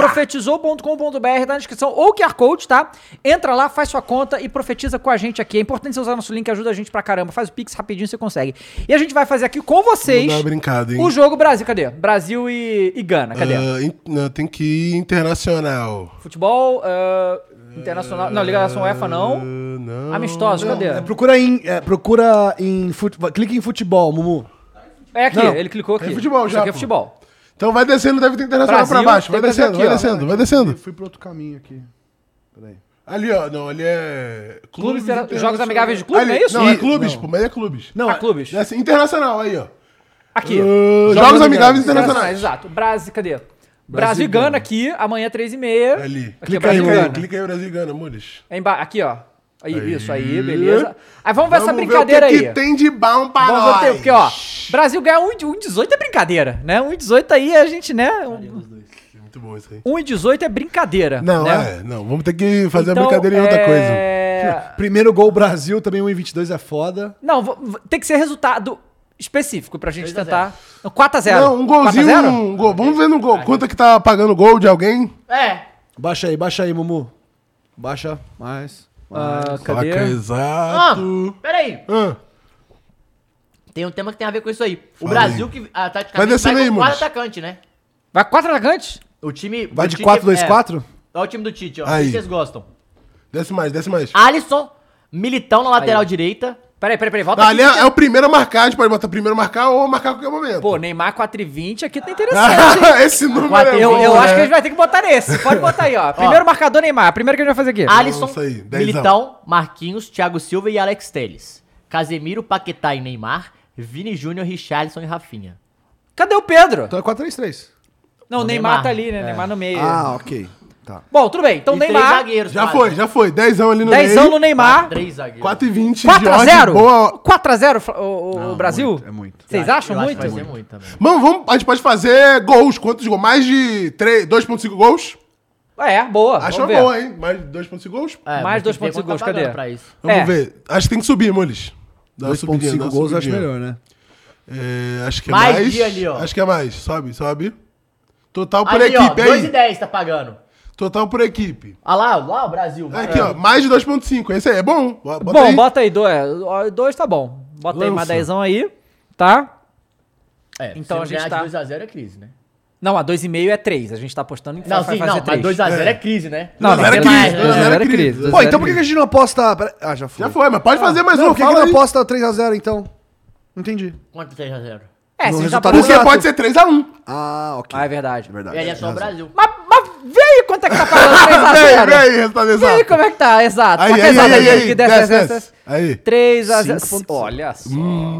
Speaker 1: profetizou.com.br, tá na descrição, ou QR Code, tá? Entra lá, faz sua conta e profetiza com a gente aqui. É importante você usar nosso link, ajuda a gente pra caramba. Faz o Pix rapidinho, você consegue. E a gente vai fazer aqui com vocês
Speaker 4: Vou dar uma brincada, é hein?
Speaker 1: o jogo Brasil, cadê? Brasil e, e Gana, cadê?
Speaker 4: Ah, in- não, tem que ir internacional.
Speaker 1: Futebol ah, internacional. Não, Liga da UEFA não. Ah, não. Amistoso,
Speaker 3: Não,
Speaker 1: cadê?
Speaker 3: é, procura em, é, procura em futebol, clica em futebol, Mumu.
Speaker 1: É aqui,
Speaker 3: Não,
Speaker 1: ele clicou
Speaker 3: é
Speaker 1: aqui.
Speaker 3: futebol
Speaker 1: Isso
Speaker 3: já,
Speaker 1: aqui é
Speaker 3: pô.
Speaker 1: futebol.
Speaker 4: Então vai descendo, deve ter internacional
Speaker 1: Brasil,
Speaker 4: pra baixo.
Speaker 1: tem
Speaker 4: Vai
Speaker 1: Brasil
Speaker 4: descendo, vai
Speaker 1: aqui, ó.
Speaker 4: descendo, vai descendo.
Speaker 3: Fui pro outro caminho aqui. Peraí.
Speaker 4: Ali, ó, não, ali é.
Speaker 1: Clubes
Speaker 4: Internacional.
Speaker 1: inter- jogos amigáveis de clube,
Speaker 4: Ali-
Speaker 1: não é isso?
Speaker 4: Não, é
Speaker 1: E-
Speaker 4: clubes,
Speaker 1: não.
Speaker 4: pô, mas é clubes.
Speaker 1: Não, Ah, é- clubes.
Speaker 4: É assim, internacional, aí, ó.
Speaker 1: Aqui.
Speaker 4: Ah, jogos amigáveis internacionais.
Speaker 1: Exato. Brasil, cadê? Brasil e Gana aqui, amanhã 3h30.
Speaker 4: Ali.
Speaker 1: Aqui, é
Speaker 4: Clica aí,
Speaker 1: Brasil e
Speaker 4: mano.
Speaker 1: Gana.
Speaker 4: Clica aí, Brasil e Gana, Mules.
Speaker 1: É emba- Aqui, ó. Aí,
Speaker 4: Aí.
Speaker 1: Isso aí, beleza. Aí vamos ver essa
Speaker 4: Vamos ver
Speaker 1: brincadeira
Speaker 4: o que
Speaker 1: aí.
Speaker 4: que tem de bom pra
Speaker 1: Vamos ver o que tem,
Speaker 4: nós.
Speaker 1: porque, ó, Brasil ganhar 1,18 é brincadeira, né? 1,18 aí a gente, né?
Speaker 4: Muito bom isso aí.
Speaker 1: 1,18 é brincadeira.
Speaker 4: Não,
Speaker 1: né?
Speaker 4: é, não. Vamos ter que fazer a
Speaker 1: Então,
Speaker 4: brincadeira em outra
Speaker 1: é-
Speaker 4: coisa.
Speaker 3: Primeiro gol Brasil, também 1,22 é foda.
Speaker 1: Não, vo- vo- tem que ser resultado específico pra gente tentar. 4x0.
Speaker 4: Não, um golzinho, um gol. Vamos ver no gol. Quanto é que tá pagando gol de alguém?
Speaker 2: É.
Speaker 3: Baixa aí, baixa aí, Mumu. Baixa, mais. mais.
Speaker 4: cadê? Saca,
Speaker 2: Ah,
Speaker 4: exato. Ah,
Speaker 2: peraí. Tem um tema que tem a ver com isso aí. O
Speaker 4: Fala
Speaker 2: Brasil
Speaker 4: aí.
Speaker 2: que ah, taticamente
Speaker 4: Vai descendo aí,
Speaker 2: com
Speaker 4: Muniz.
Speaker 2: quatro atacante, né?
Speaker 1: Vai quatro atacantes?
Speaker 2: O time...
Speaker 4: Vai
Speaker 2: o
Speaker 4: de
Speaker 2: time-
Speaker 4: 4-2-4?
Speaker 2: É, Olha o time do Tite, ó.
Speaker 4: Aí.
Speaker 2: O que vocês gostam?
Speaker 4: Desce mais, desce mais.
Speaker 2: Alisson, Militão na lateral direita.
Speaker 1: Peraí, peraí, peraí, volta
Speaker 4: Não, ali é, é o primeiro a marcar, a gente pode botar primeiro a marcar ou marcar a qualquer momento.
Speaker 1: Pô, Neymar 4,20 aqui tá interessante. hein?
Speaker 4: Esse número
Speaker 1: Quatro-
Speaker 4: Ah, é
Speaker 1: eu,
Speaker 4: bom,
Speaker 1: eu
Speaker 4: né?
Speaker 1: acho que a gente vai ter que botar nesse. Pode botar aí, ó. Primeiro marcador Neymar. Primeiro que a gente vai fazer
Speaker 4: Então,
Speaker 1: aqui.
Speaker 2: Alisson,
Speaker 1: Nossa aí, dezão.
Speaker 2: Militão, Marquinhos, Thiago Silva e Alex Telles. Casemiro, Paquetá e Neymar. Vini Júnior, Richarlison e Rafinha.
Speaker 1: Cadê o Pedro?
Speaker 3: Então é 4-3-3.
Speaker 1: Não, o Neymar,
Speaker 2: Neymar.
Speaker 1: tá ali, né?
Speaker 2: É.
Speaker 1: Neymar no meio.
Speaker 3: Ah, ok. Tá.
Speaker 1: Bom, tudo bem. Então
Speaker 2: E três
Speaker 1: Neymar.
Speaker 2: zagueiros,
Speaker 4: Já foi, já foi. Dezão ali no
Speaker 1: Dezão no Neymar.
Speaker 4: 4,20 ordem
Speaker 1: 4x0?
Speaker 4: boa.
Speaker 1: 4x0 o, o Brasil? é muito. Vocês
Speaker 2: Eu
Speaker 1: acham
Speaker 2: acho
Speaker 1: muito?
Speaker 2: que Vai ser muito também.
Speaker 4: Mano, vamos, a gente pode fazer gols. Quantos gols? Mais de três- 2,5 gols?
Speaker 1: É, boa.
Speaker 4: Achou
Speaker 1: vamos ver.
Speaker 4: boa, hein? Mais 2,5 gols?
Speaker 1: É, Mais mas tem que 2,5 ver quanto gols, tá cadê? pagando pra isso.
Speaker 4: Vamos
Speaker 1: É.
Speaker 4: ver. Acho que tem que subir, Molis. Dá uma subidinha,
Speaker 9: 2,5
Speaker 4: dá uma
Speaker 9: gols eu acho
Speaker 4: subidinha.
Speaker 9: melhor, né?
Speaker 4: É, acho que é
Speaker 2: Mais
Speaker 4: mais.
Speaker 2: dia ali, ó.
Speaker 4: Acho que é mais. Sobe, sobe. Total por
Speaker 2: Ali, ó,
Speaker 4: equipe, aí.
Speaker 2: 2,10 tá pagando.
Speaker 4: Total por equipe.
Speaker 2: Ah lá, lá o Brasil.
Speaker 4: É Aqui, ó, mais de 2.5. Esse aí é bom. Bo- Bota
Speaker 1: bom,
Speaker 4: aí.
Speaker 1: bota aí dois. Ó, Dois tá bom. Bota aí mais
Speaker 4: Lança.
Speaker 1: dezão aí, tá?
Speaker 2: É,
Speaker 1: Então a
Speaker 2: se não
Speaker 1: gente
Speaker 2: ganhar
Speaker 1: tá-
Speaker 2: de 2x0 é crise, né?
Speaker 1: Não, a 2,5 é 3. A gente tá apostando em
Speaker 2: Não, sim, não, mas 2x0 é. crise, né?
Speaker 1: Não, não, era crise, dois a zero era crise, dois a
Speaker 9: Pô,
Speaker 1: zero
Speaker 9: então por que
Speaker 1: crise.
Speaker 9: que a gente não aposta. pera- Ah, já foi.
Speaker 4: Já foi, mas pode fazer mais
Speaker 9: não,
Speaker 4: um,
Speaker 9: Por que, que
Speaker 4: fala
Speaker 9: não
Speaker 4: aí.
Speaker 9: aposta 3x0 então? Não entendi.
Speaker 2: Quanto 3x0?
Speaker 1: É,
Speaker 9: No
Speaker 1: se já
Speaker 9: resultado
Speaker 1: tá-
Speaker 9: exato.
Speaker 1: Porque pode
Speaker 4: ser 3x1.
Speaker 9: Ah, ok.
Speaker 1: Ah, é verdade. É
Speaker 9: verdade.
Speaker 2: E ali é só o Brasil.
Speaker 1: Vê aí quanto é que tá pagando 3 a 0
Speaker 4: Vem, vem, resultado
Speaker 1: Vê aí
Speaker 4: exato.
Speaker 1: como é que tá, exato.
Speaker 4: Aí,
Speaker 1: Tá
Speaker 4: aí,
Speaker 1: pesado,
Speaker 4: aí,
Speaker 1: né?
Speaker 4: aí,
Speaker 1: Que
Speaker 4: aí.
Speaker 1: desce,
Speaker 4: Desce,
Speaker 1: desce,
Speaker 4: desce.
Speaker 1: desce.
Speaker 4: Aí.
Speaker 1: 3 a 0
Speaker 4: 5.5.
Speaker 1: Olha só.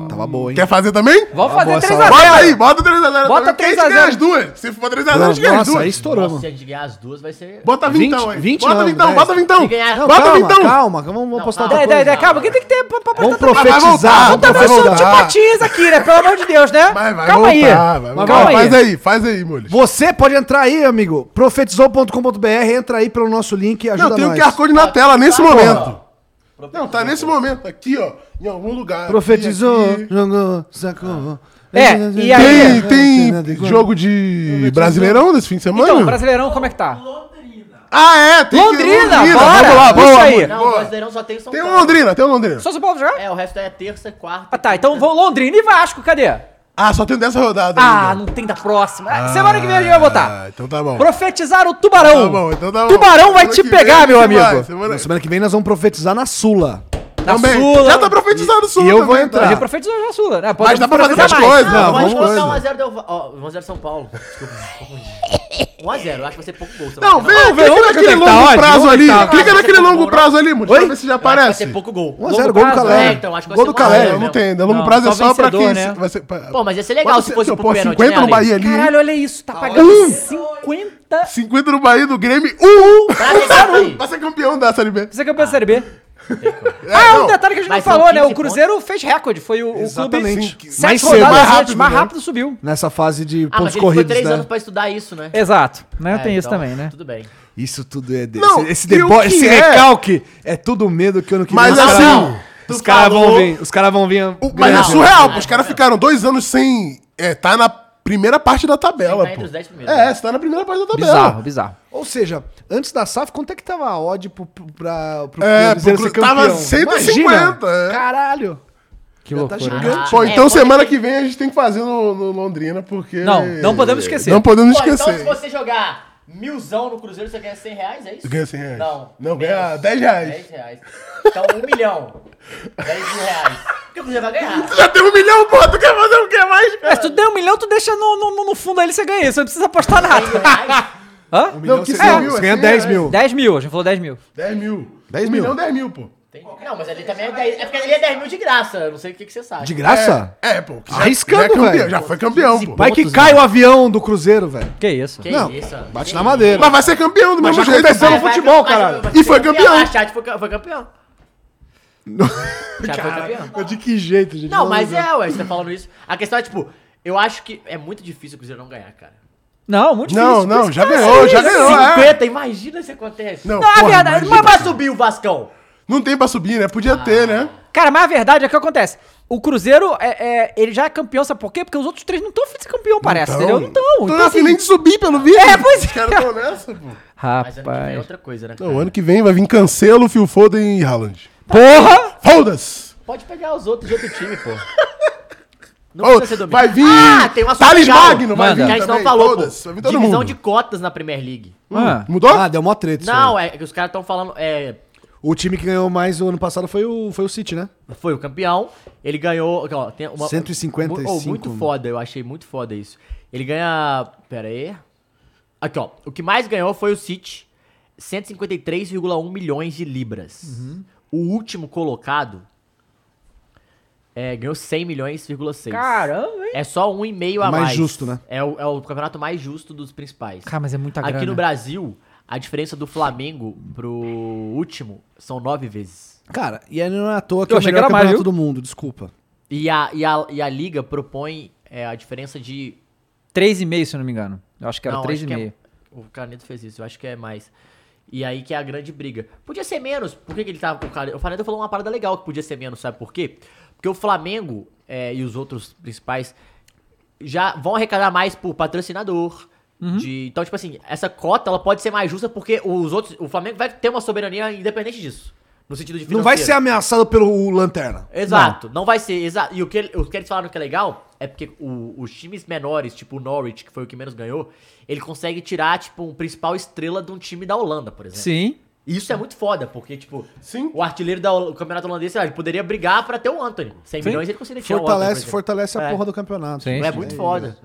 Speaker 9: Tava boa, hein?
Speaker 4: Quer fazer também?
Speaker 1: Vamos fazer 3 a 0
Speaker 4: Bota aí, bota 3x0.
Speaker 1: Bota 3 a 0.
Speaker 4: as duas. Se for 3x0, a gente ganha as
Speaker 9: Nossa, aí
Speaker 4: duas.
Speaker 9: estouramos.
Speaker 2: Nossa, se a gente ganhar as duas, vai ser.
Speaker 4: Bota vintão aí.
Speaker 9: 20
Speaker 4: Bota
Speaker 9: não,
Speaker 4: vintão,
Speaker 9: 10.
Speaker 4: bota vintão.
Speaker 2: Se ganhar-
Speaker 9: Não,
Speaker 4: Bota
Speaker 9: calma,
Speaker 4: vintão.
Speaker 9: calma, calma, vamos apostar outra
Speaker 1: Daí,
Speaker 9: coisa.
Speaker 1: daí, daí, calma, que tem que ter pra, pra, pra
Speaker 9: Vamos
Speaker 1: também.
Speaker 4: vai
Speaker 9: profetizar.
Speaker 4: voltar,
Speaker 9: Vamos
Speaker 4: vai
Speaker 1: Também
Speaker 9: profetizar.
Speaker 1: são
Speaker 4: voltar.
Speaker 1: antipatias aqui, né? Pelo amor de Deus, né?
Speaker 4: Vai, vai,
Speaker 1: calma aí.
Speaker 4: voltar, vai, vai,
Speaker 1: calma
Speaker 4: vai.
Speaker 1: aí.
Speaker 4: Faz aí, faz aí, Molis.
Speaker 9: Você pode entrar aí, amigo. Profetizou.com.br, entra aí pelo nosso link e ajuda
Speaker 4: Não, tem o
Speaker 9: nós.
Speaker 4: QR Code na tela, nesse momento. Não, tá nesse momento, aqui, ó. Em algum lugar. aqui,
Speaker 9: Profetizou,
Speaker 4: aqui.
Speaker 9: jogou, sacou.
Speaker 1: É, e aí?
Speaker 4: Tem,
Speaker 9: né,
Speaker 4: tem jogo de Brasileirão desse fim de semana?
Speaker 1: Então, Brasileirão, como é que tá?
Speaker 4: Ah, é? Tem que-
Speaker 1: Londrina, bora,
Speaker 4: Vamos lá,
Speaker 1: puxa
Speaker 4: boa,
Speaker 1: aí.
Speaker 4: boa,
Speaker 2: Não, o
Speaker 4: boa.
Speaker 2: Brasileirão só tem o São
Speaker 4: Tem um o
Speaker 2: Paulo.
Speaker 4: Londrina, tem o Londrina.
Speaker 1: Só São Paulo já?
Speaker 2: É, o resto é terça, quarta.
Speaker 1: Ah, tá. Então vão Londrina e Vasco, cadê?
Speaker 4: Ah, só tem dessa rodada.
Speaker 1: Ah,
Speaker 4: ainda.
Speaker 1: não tem da próxima. Ah, Semana que vem a gente vai votar.
Speaker 4: Ah, então tá bom.
Speaker 1: Profetizar o tubarão.
Speaker 4: Tá bom, então tá bom.
Speaker 1: Tubarão vai
Speaker 4: Semana
Speaker 1: te
Speaker 4: que
Speaker 1: pegar,
Speaker 4: vem,
Speaker 1: meu
Speaker 4: você
Speaker 1: amigo.
Speaker 4: vai, semana-
Speaker 9: Na semana que vem nós vamos profetizar na Sula.
Speaker 1: Na
Speaker 4: Também.
Speaker 1: Sula.
Speaker 4: Já tá profetizado o Sula.
Speaker 9: E eu vou
Speaker 4: também,
Speaker 9: entrar.
Speaker 4: tá?
Speaker 1: A gente profetizou na Sula, né? Pode
Speaker 4: Mas dá pra fazer
Speaker 1: profetizar
Speaker 4: mais
Speaker 1: mais.
Speaker 4: coisas.
Speaker 9: Não,
Speaker 2: Não, mas
Speaker 9: vamos
Speaker 2: botar
Speaker 9: coisa.
Speaker 2: 1x0 Del... Ó, 1x0 São Paulo. Desculpa, confundi. 1x0, acho que vai ser pouco gol. São
Speaker 4: Não,
Speaker 2: Paulo.
Speaker 4: vê,
Speaker 2: Eu
Speaker 4: clica
Speaker 1: vamos ver
Speaker 4: naquele
Speaker 1: quanto é que tá,
Speaker 4: longo
Speaker 1: olha,
Speaker 4: prazo
Speaker 1: vamos
Speaker 4: ali.
Speaker 1: ver quanto tá.
Speaker 4: clica
Speaker 2: Vai
Speaker 4: naquele
Speaker 2: ser
Speaker 4: longo
Speaker 2: pouco
Speaker 4: prazo ali, Mude, pra
Speaker 9: Oi?
Speaker 4: ver se já
Speaker 2: acho que Vai ser
Speaker 4: aparece. Um
Speaker 2: pouco gol.
Speaker 9: 1x0,
Speaker 1: Longo
Speaker 9: gol do
Speaker 1: prazo,
Speaker 2: É,
Speaker 9: Calé.
Speaker 2: então, acho que vai
Speaker 4: Gol
Speaker 2: ser
Speaker 4: do
Speaker 2: um a zero,
Speaker 4: Calé, não
Speaker 2: mesmo.
Speaker 4: tem ainda. Longo
Speaker 1: Não,
Speaker 4: prazo é
Speaker 1: só
Speaker 4: só pra
Speaker 1: vencedor,
Speaker 4: quem...
Speaker 1: né?
Speaker 4: vai ser- pra-
Speaker 2: Pô, mas ia ser legal
Speaker 4: Bota-
Speaker 2: se fosse pro
Speaker 4: pô,
Speaker 2: pênalti,
Speaker 4: 50
Speaker 2: né,
Speaker 4: no
Speaker 2: Ale?
Speaker 4: Bahia ali.
Speaker 1: Caralho, olha isso.
Speaker 4: Ah,
Speaker 1: Tá pagando
Speaker 4: um.
Speaker 1: 50...
Speaker 4: 50 no Bahia, do Grêmio, 1
Speaker 2: Pra que isso aí?
Speaker 4: Vai ser campeão da Série B.
Speaker 1: Isso aqui é campeão da Série B.
Speaker 4: É,
Speaker 1: Ah, um
Speaker 4: Ah. não.
Speaker 1: detalhe que a gente não
Speaker 2: Mas são
Speaker 1: falou, né? O
Speaker 2: 15
Speaker 1: Cruzeiro fez recorde. Foi o, o clube...
Speaker 9: Exatamente.
Speaker 4: Cinco-
Speaker 1: Sete
Speaker 9: Mais cedo,
Speaker 1: rodadas
Speaker 9: mais
Speaker 1: antes,
Speaker 9: rápido,
Speaker 1: mais
Speaker 9: né?
Speaker 1: rápido subiu.
Speaker 9: Nessa fase de
Speaker 2: Ah, mas
Speaker 9: pontos
Speaker 2: ele ficou
Speaker 9: corridos,
Speaker 2: 3
Speaker 9: né?
Speaker 2: anos pra estudar isso, né?
Speaker 1: Exato. Né?
Speaker 2: É,
Speaker 1: Tem isso
Speaker 2: então,
Speaker 1: também, né?
Speaker 2: Tudo bem.
Speaker 9: Isso tudo é... De...
Speaker 4: Não,
Speaker 9: esse esse,
Speaker 4: e o
Speaker 9: debo-
Speaker 4: que
Speaker 9: esse
Speaker 4: é?
Speaker 9: recalque é tudo medo que eu não queria.
Speaker 4: Mas
Speaker 9: os caras
Speaker 4: assim,
Speaker 9: vão-
Speaker 2: tu
Speaker 9: Os caras vão
Speaker 2: falou-
Speaker 9: vir. Os caras vão vir...
Speaker 4: O- Mas é
Speaker 2: Não,
Speaker 4: surreal,
Speaker 2: não,
Speaker 4: pô. Os
Speaker 2: não,
Speaker 4: caras
Speaker 2: não.
Speaker 4: ficaram dois anos sem. É, tá na primeira parte da tabela,
Speaker 2: Tá entre
Speaker 4: pô.
Speaker 2: os dez primeiros,
Speaker 4: É,
Speaker 2: né?
Speaker 4: você tá na primeira parte da tabela.
Speaker 1: Bizarro, bizarro.
Speaker 9: Ou seja, antes da SAF, quanto é que tava a odd pro, pro, pra, pro
Speaker 4: É,
Speaker 9: Cruzeiro
Speaker 4: pro
Speaker 9: ser
Speaker 4: Cru- tava
Speaker 9: campeão?
Speaker 4: 150,
Speaker 9: Imagina.
Speaker 4: é.
Speaker 9: Caralho.
Speaker 1: Que
Speaker 9: Tá
Speaker 1: loucura.
Speaker 9: gigante.
Speaker 4: Pô,
Speaker 2: É,
Speaker 4: então
Speaker 2: pode
Speaker 4: semana
Speaker 2: ser.
Speaker 4: que vem a gente tem que fazer no, no Londrina, porque.
Speaker 1: Não, não podemos esquecer.
Speaker 4: Não podemos
Speaker 2: Pô, então se
Speaker 4: esquecer.
Speaker 2: você jogar milzão no Cruzeiro, você ganha 100 reais, é isso?
Speaker 4: Ganha 100 reais.
Speaker 2: Não.
Speaker 4: Não,
Speaker 2: menos.
Speaker 4: ganha 10 reais.
Speaker 2: 10 reais. Então, 1 milhão. 10 mil reais. Porque o Cruzeiro vai ganhar.
Speaker 4: Já tem um milhão, pô. Tu quer fazer o que mais,
Speaker 1: É, se tu der um milhão, tu deixa no, no, no fundo aí, você ganha. Você não precisa apostar
Speaker 2: mil
Speaker 1: nada.
Speaker 2: reais.
Speaker 1: Hã?
Speaker 4: Não, que
Speaker 9: Você,
Speaker 4: 100
Speaker 9: ganha-
Speaker 4: mil,
Speaker 9: você
Speaker 4: é
Speaker 9: ganha
Speaker 4: 100
Speaker 9: 10
Speaker 4: reais.
Speaker 9: mil.
Speaker 1: 10 mil, a gente falou 10 mil.
Speaker 4: 10 mil.
Speaker 9: 10
Speaker 4: Um
Speaker 9: mil.
Speaker 4: milhão, 10 mil, pô.
Speaker 2: Tem- Não, mas ali também é 10. É porque ali é 10 mil de graça. Eu não sei o que, que você sabe.
Speaker 9: De graça?
Speaker 4: É, pô. que
Speaker 9: Arriscando,
Speaker 4: já é campeão,
Speaker 9: velho.
Speaker 4: Já foi campeão, pô.
Speaker 9: Vai que cai o avião do Cruzeiro, velho.
Speaker 1: Que isso?
Speaker 2: Que
Speaker 9: Não,
Speaker 2: isso?
Speaker 9: Bate na madeira.
Speaker 4: Mas vai ser campeão do
Speaker 9: Mas
Speaker 4: mesmo
Speaker 9: já
Speaker 4: jeito.
Speaker 9: aconteceu
Speaker 4: Vai,
Speaker 9: no
Speaker 4: vai.
Speaker 9: futebol,
Speaker 2: cara.
Speaker 9: caralho.
Speaker 4: E foi campeão.
Speaker 2: A chat foi, ca- foi campeão. Chat foi campeão.
Speaker 9: De que jeito, gente?
Speaker 2: Não, mas é, ué, você tá falando isso. A questão é, tipo, eu acho que é muito difícil o Cruzeiro não ganhar, cara.
Speaker 1: Não, muito
Speaker 4: Não,
Speaker 1: difícil.
Speaker 4: não, já ganhou, já ganhou. é.
Speaker 2: 50, imagina se acontece.
Speaker 4: Não,
Speaker 2: Não,
Speaker 4: porra,
Speaker 2: é verdade. Ah.
Speaker 4: imagina.
Speaker 2: Mas vai subir o Vascão.
Speaker 4: Não tem pra subir, né? Podia ter, né?
Speaker 1: Cara, mas a verdade é que acontece. O Cruzeiro, é, é, ele já é campeão, sabe por quê? Porque os outros três não estão fim de campeão, parece, entendeu? Não então assim, estão.
Speaker 4: Tô na fim nem de subir, pelo visto.
Speaker 1: É, pois
Speaker 4: Os caras tão nessa, pô.
Speaker 2: Mas ano que vem é outra coisa, né? cara?
Speaker 4: Não, ano que vem vai vir Cancelo, Phil Foden e Haaland.
Speaker 1: Porra!
Speaker 4: Fodas!
Speaker 2: Pode pegar os outros de outro time, pô. Não
Speaker 4: Oh,
Speaker 2: precisa ser domínio.
Speaker 4: vai vir
Speaker 2: Ah, tem uma
Speaker 4: Thales
Speaker 2: legal.
Speaker 4: Magno, vai
Speaker 2: Que
Speaker 4: vir
Speaker 2: a gente não
Speaker 4: também,
Speaker 2: falou, pô.
Speaker 4: todas, vai vir todo
Speaker 2: Divisão
Speaker 4: é mundo.
Speaker 2: de cotas na Premier League.
Speaker 1: Ah.
Speaker 4: Mudou?
Speaker 9: Ah, deu mó treta. isso
Speaker 2: Não,
Speaker 9: aí.
Speaker 2: é que os caras estão falando... É,
Speaker 9: O time que ganhou mais o ano passado foi o, foi o City, né?
Speaker 2: foi o campeão, ele ganhou... Ó, tem uma,
Speaker 9: 155.
Speaker 2: Mu- oh, muito foda, eu achei muito foda isso. Ele ganha... Pera aí. Aqui, ó. O que mais ganhou foi o City. 153,1 milhões de libras.
Speaker 9: Uhum.
Speaker 2: O último colocado é, ganhou 100 milhões,6.
Speaker 1: Caramba, hein?
Speaker 2: É só um e meio a
Speaker 9: É mais
Speaker 2: mais.
Speaker 9: justo, né?
Speaker 2: É o, é o campeonato mais justo dos principais.
Speaker 1: Cara, mas é muita
Speaker 2: Aqui
Speaker 1: grana.
Speaker 2: no Brasil, a diferença do Flamengo pro último são nove vezes.
Speaker 9: Cara, e aí não é à toa que é o
Speaker 1: achei
Speaker 9: melhor
Speaker 1: que era mais,
Speaker 9: campeonato do mundo, desculpa.
Speaker 2: E a, e a, e a liga propõe é, a diferença de...
Speaker 1: 3,5, se eu não me engano. Eu acho que era
Speaker 2: não, acho que é-
Speaker 1: 3,5.
Speaker 2: O Canedo fez isso, eu acho que é mais. E aí que é a grande briga. Podia ser menos. Por que, que ele tava. O Canedo, o Canedo falou uma parada legal que podia ser menos, sabe por quê? Porque o Flamengo é, e os outros principais já vão arrecadar mais por patrocinador.
Speaker 3: Uhum.
Speaker 2: de- então, tipo assim, essa cota ela pode ser mais justa porque os outros. O Flamengo vai ter uma soberania independente disso. No sentido de
Speaker 3: Não vai
Speaker 2: financeiro.
Speaker 3: ser ameaçado pelo Lanterna.
Speaker 2: Exato, não, vai ser. Exato. E o que, ele- o que eles falaram que é legal é porque o- os times menores, tipo o Norwich, que foi o que menos ganhou, ele consegue tirar, tipo, um principal estrela de um time da Holanda, por exemplo.
Speaker 1: Sim.
Speaker 2: E Isso é muito foda, porque, tipo, o artilheiro do campeonato holandês, sei lá, ele poderia brigar pra ter o Anthony. 100
Speaker 3: Sim.
Speaker 2: milhões ele conseguiria tirar o Anthony.
Speaker 3: Fortalece,
Speaker 2: por exemplo.
Speaker 3: fortalece a
Speaker 2: É.
Speaker 3: porra do campeonato.
Speaker 2: É, muito foda.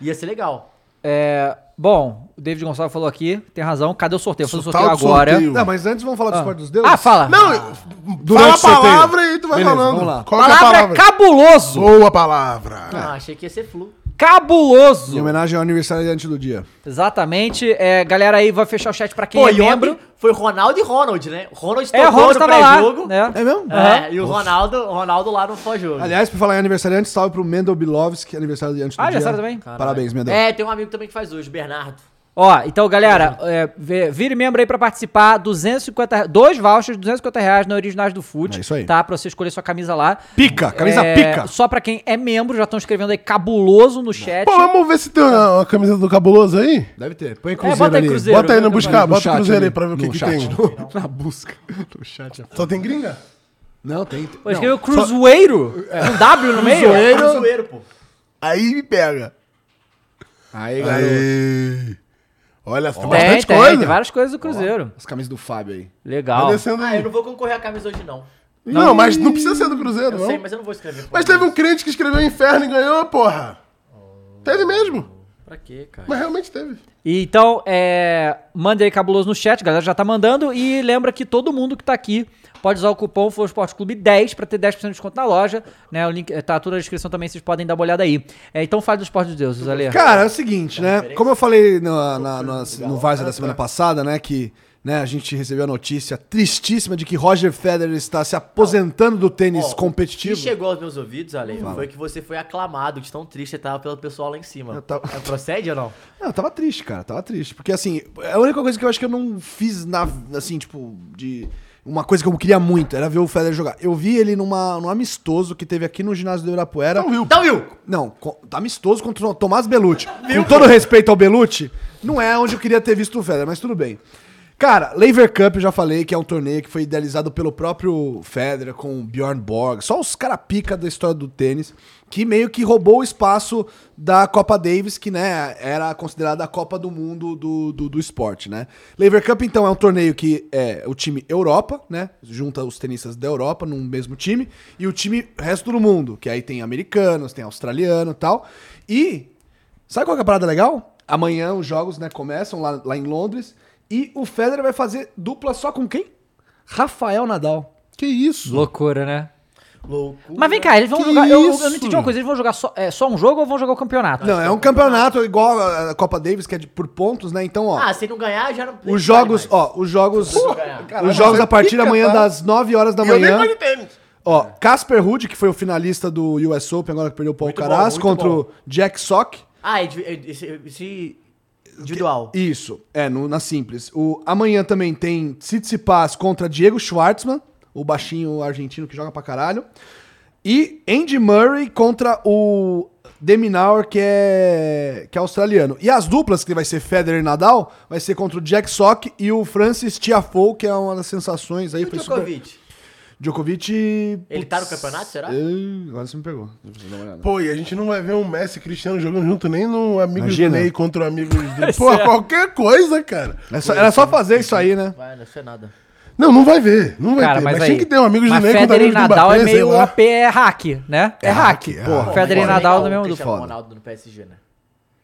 Speaker 2: Ia ser legal.
Speaker 1: É, bom, o David Gonçalves falou aqui, tem razão. Cadê o sorteio? Vou fazer o
Speaker 3: Tal
Speaker 1: sorteio
Speaker 3: do
Speaker 1: agora.
Speaker 3: sorteio. Não, mas antes vamos falar do
Speaker 1: Ah.
Speaker 3: esporte dos deuses?
Speaker 1: Ah, fala.
Speaker 4: Não,
Speaker 3: Durante
Speaker 4: fala a
Speaker 3: o sorteio.
Speaker 4: palavra e tu vai
Speaker 3: Beleza,
Speaker 4: falando.
Speaker 3: vamos lá.
Speaker 4: Qual que é a
Speaker 1: Palavra
Speaker 4: palavra?
Speaker 1: cabuloso.
Speaker 4: Boa palavra.
Speaker 2: Ah, achei que ia ser flu.
Speaker 1: Cabuloso!
Speaker 3: Em homenagem ao aniversariante do dia.
Speaker 1: Exatamente. É, galera aí, vai fechar o chat pra quem
Speaker 2: Pô,
Speaker 1: é
Speaker 2: e
Speaker 1: membro.
Speaker 2: ontem foi Ronaldo e Ronald, né? O Ronald
Speaker 1: É, o Ronald
Speaker 2: no
Speaker 1: tava lá,
Speaker 2: pré-jogo.
Speaker 1: né? É mesmo?
Speaker 2: É,
Speaker 1: Aham.
Speaker 2: e o Ronaldo, o Ronaldo lá no pós-jogo.
Speaker 3: Aliás, pra falar em aniversariante, salve pro Mendel Bilovski, aniversário do
Speaker 1: Ah,
Speaker 3: dia.
Speaker 1: aniversário também?
Speaker 3: Parabéns, Mendel.
Speaker 2: É, tem um amigo também que faz hoje, Bernardo.
Speaker 1: Ó, então, galera, é, vê- vire membro aí pra participar. 250, re- dois vouchers, 250 reais na Originais do Food.
Speaker 3: É isso aí.
Speaker 1: Tá? Pra você escolher sua camisa lá.
Speaker 3: Pica, camisa
Speaker 1: É,
Speaker 3: pica.
Speaker 1: Só pra quem é membro, já estão escrevendo aí cabuloso no chat.
Speaker 4: Pô, vamos ver se tem uma, uma camiseta do cabuloso aí?
Speaker 3: Deve ter. Põe
Speaker 1: Cruzeiro É, bota aí ali. Cruzeiro,
Speaker 4: Bota aí
Speaker 1: viu,
Speaker 4: no
Speaker 1: que
Speaker 4: buscar,
Speaker 1: eu falei.
Speaker 4: bota
Speaker 3: No
Speaker 4: o Cruzeiro
Speaker 3: chat
Speaker 4: aí pra ver o que,
Speaker 3: ali.
Speaker 4: que
Speaker 3: No
Speaker 4: tem.
Speaker 3: chat. Na busca. No chat.
Speaker 4: Só tem gringa?
Speaker 3: Não, tem.
Speaker 1: Pô, escreveu Cruzeiro? Com W no meio?
Speaker 3: Cruzeiro.
Speaker 2: Tá Zoeiro, pô.
Speaker 4: Aí me pega.
Speaker 3: Aí, garoto.
Speaker 4: Aí. Olha, tem,
Speaker 1: Tem,
Speaker 4: bastante
Speaker 1: É, tem,
Speaker 4: coisa.
Speaker 1: tem várias coisas do Cruzeiro.
Speaker 3: As camisas do Fábio aí.
Speaker 1: Legal.
Speaker 4: Vai descendo
Speaker 2: Ah,
Speaker 4: aí.
Speaker 2: eu não vou concorrer à camisa hoje, não.
Speaker 4: Não, mas não precisa ser do Cruzeiro,
Speaker 3: Tá
Speaker 2: Eu
Speaker 4: não.
Speaker 2: sei, mas eu não vou escrever.
Speaker 4: Mas teve um crente que escreveu Inferno e ganhou, porra. Teve mesmo.
Speaker 2: Pra quê,
Speaker 1: É.
Speaker 2: cara?
Speaker 4: Mas realmente teve.
Speaker 1: E Então, é, mande aí cabuloso no chat, a galera já tá mandando. E lembra que todo mundo que tá aqui pode usar o cupom Flow Esporte Clube 10 pra ter 10% de desconto na loja. Né? O link eh, tá tudo na descrição também, vocês podem dar uma olhada aí. É, então fale do esporte de deuses, Ale.
Speaker 3: Cara, é o seguinte, né? Como eu falei no, na, no, no Varsa da semana passada, né? Que né, a gente recebeu a notícia tristíssima de que Roger Federer está se aposentando do tênis
Speaker 2: Ó, O
Speaker 3: competitivo.
Speaker 2: que chegou aos meus ouvidos, Ale, foi que você foi aclamado de tão triste que tava pelo pessoal lá em cima. É, Procede ou não?
Speaker 3: Não, eu tava triste, cara, tava triste. Porque, assim, é a única coisa que eu acho que eu não fiz na. Assim, tipo, de. Uma coisa que eu queria muito era ver o Federer jogar. Eu vi ele numa, num amistoso que teve aqui no ginásio do Ibirapuera. Não
Speaker 4: viu?
Speaker 2: Então, viu?
Speaker 3: Não, co- tá amistoso contra o Tomás Belucci. Com todo respeito ao Belucci, não é onde eu queria ter visto o Federer, mas tudo bem. Cara, Lever Cup, eu já falei que é um torneio que foi idealizado pelo próprio Federer com o Bjorn Borg, só os cara pica da história do tênis, que meio que roubou o espaço da Copa Davis, que né, era considerada a Copa do Mundo do, do, do esporte, né? Lever Cup, então, é um torneio que é o time Europa, né? Junta os tenistas da Europa num mesmo time, e o time resto do mundo, que aí tem americanos, tem australiano e tal. E Sabe qual que é a parada legal? Amanhã os jogos né, começam lá, lá em Londres e o Federer vai fazer dupla só com quem? Rafael Nadal.
Speaker 4: Que isso?
Speaker 1: Loucura, né?
Speaker 2: Loucura.
Speaker 1: Mas vem cá, eles vão
Speaker 3: Que
Speaker 1: jogar. Eu, eu- eu
Speaker 3: isso?
Speaker 1: não entendi uma coisa, eles vão jogar só, é, só um jogo ou vão jogar o campeonato?
Speaker 3: Não, é um campeonato igual a a Copa Davis, que é de, por pontos, né? Então, ó.
Speaker 2: Ah, se não ganhar, já não. nem
Speaker 3: os jogos,
Speaker 2: vale mais.
Speaker 3: ó, os jogos.
Speaker 2: Pô, caralho,
Speaker 3: os jogos
Speaker 4: você
Speaker 3: a partir
Speaker 4: pica,
Speaker 3: amanhã
Speaker 4: tá?
Speaker 3: das 9 horas da
Speaker 4: E eu nem
Speaker 3: manhã.
Speaker 4: gosto de tênis.
Speaker 3: Ó, Casper Ruud, que foi o finalista do US Open, agora que perdeu pro
Speaker 2: bom,
Speaker 3: Alcaraz,
Speaker 2: muito
Speaker 3: contra
Speaker 2: bom.
Speaker 3: o Jack Sock.
Speaker 2: Ah, é de- é- esse. esse- individual.
Speaker 3: Isso, é, no- na simples. O, amanhã também tem Tsitsipas contra Diego Schwartzman, o baixinho argentino que joga pra caralho. E Andy Murray contra o Deminaur, que é, que é australiano. E as duplas, que vai ser Federer e Nadal, vai ser contra o Jack Sock e o Francis Tiafoe, que é uma das sensações aí.
Speaker 2: E o
Speaker 3: foi
Speaker 2: Djokovic.
Speaker 3: Super... Djokovic...
Speaker 2: Ele tá no campeonato, será?
Speaker 3: eh, Agora você me pegou. Deixa eu dar uma olhada.
Speaker 4: Pô, e a gente não vai ver um Messi e Cristiano jogando junto nem no Amigos do
Speaker 3: Imagina.
Speaker 4: Ney contra o Amigos do... Pô,
Speaker 1: é.
Speaker 4: qualquer coisa, cara.
Speaker 3: É só- era só fazer isso aí, né?
Speaker 2: Vai, não sei nada.
Speaker 4: Não, não vai ver. Não vai
Speaker 1: Cara,
Speaker 4: ter.
Speaker 1: mas, aí.
Speaker 4: tinha que ter um Amigos do
Speaker 1: mas
Speaker 4: Ney contra
Speaker 1: Federer e
Speaker 4: Amigos do
Speaker 1: Nadal é
Speaker 4: Mbappé, sei
Speaker 1: meio
Speaker 4: lá.
Speaker 1: OP, é hack, né? É, hack.
Speaker 4: hack, é
Speaker 1: Pô,
Speaker 4: hack.
Speaker 1: Federer e
Speaker 2: Mas
Speaker 1: Nadal
Speaker 2: nem
Speaker 1: no
Speaker 2: o
Speaker 1: mesmo do
Speaker 2: Cristiano
Speaker 1: foda.
Speaker 2: Ronaldo no PSG, né?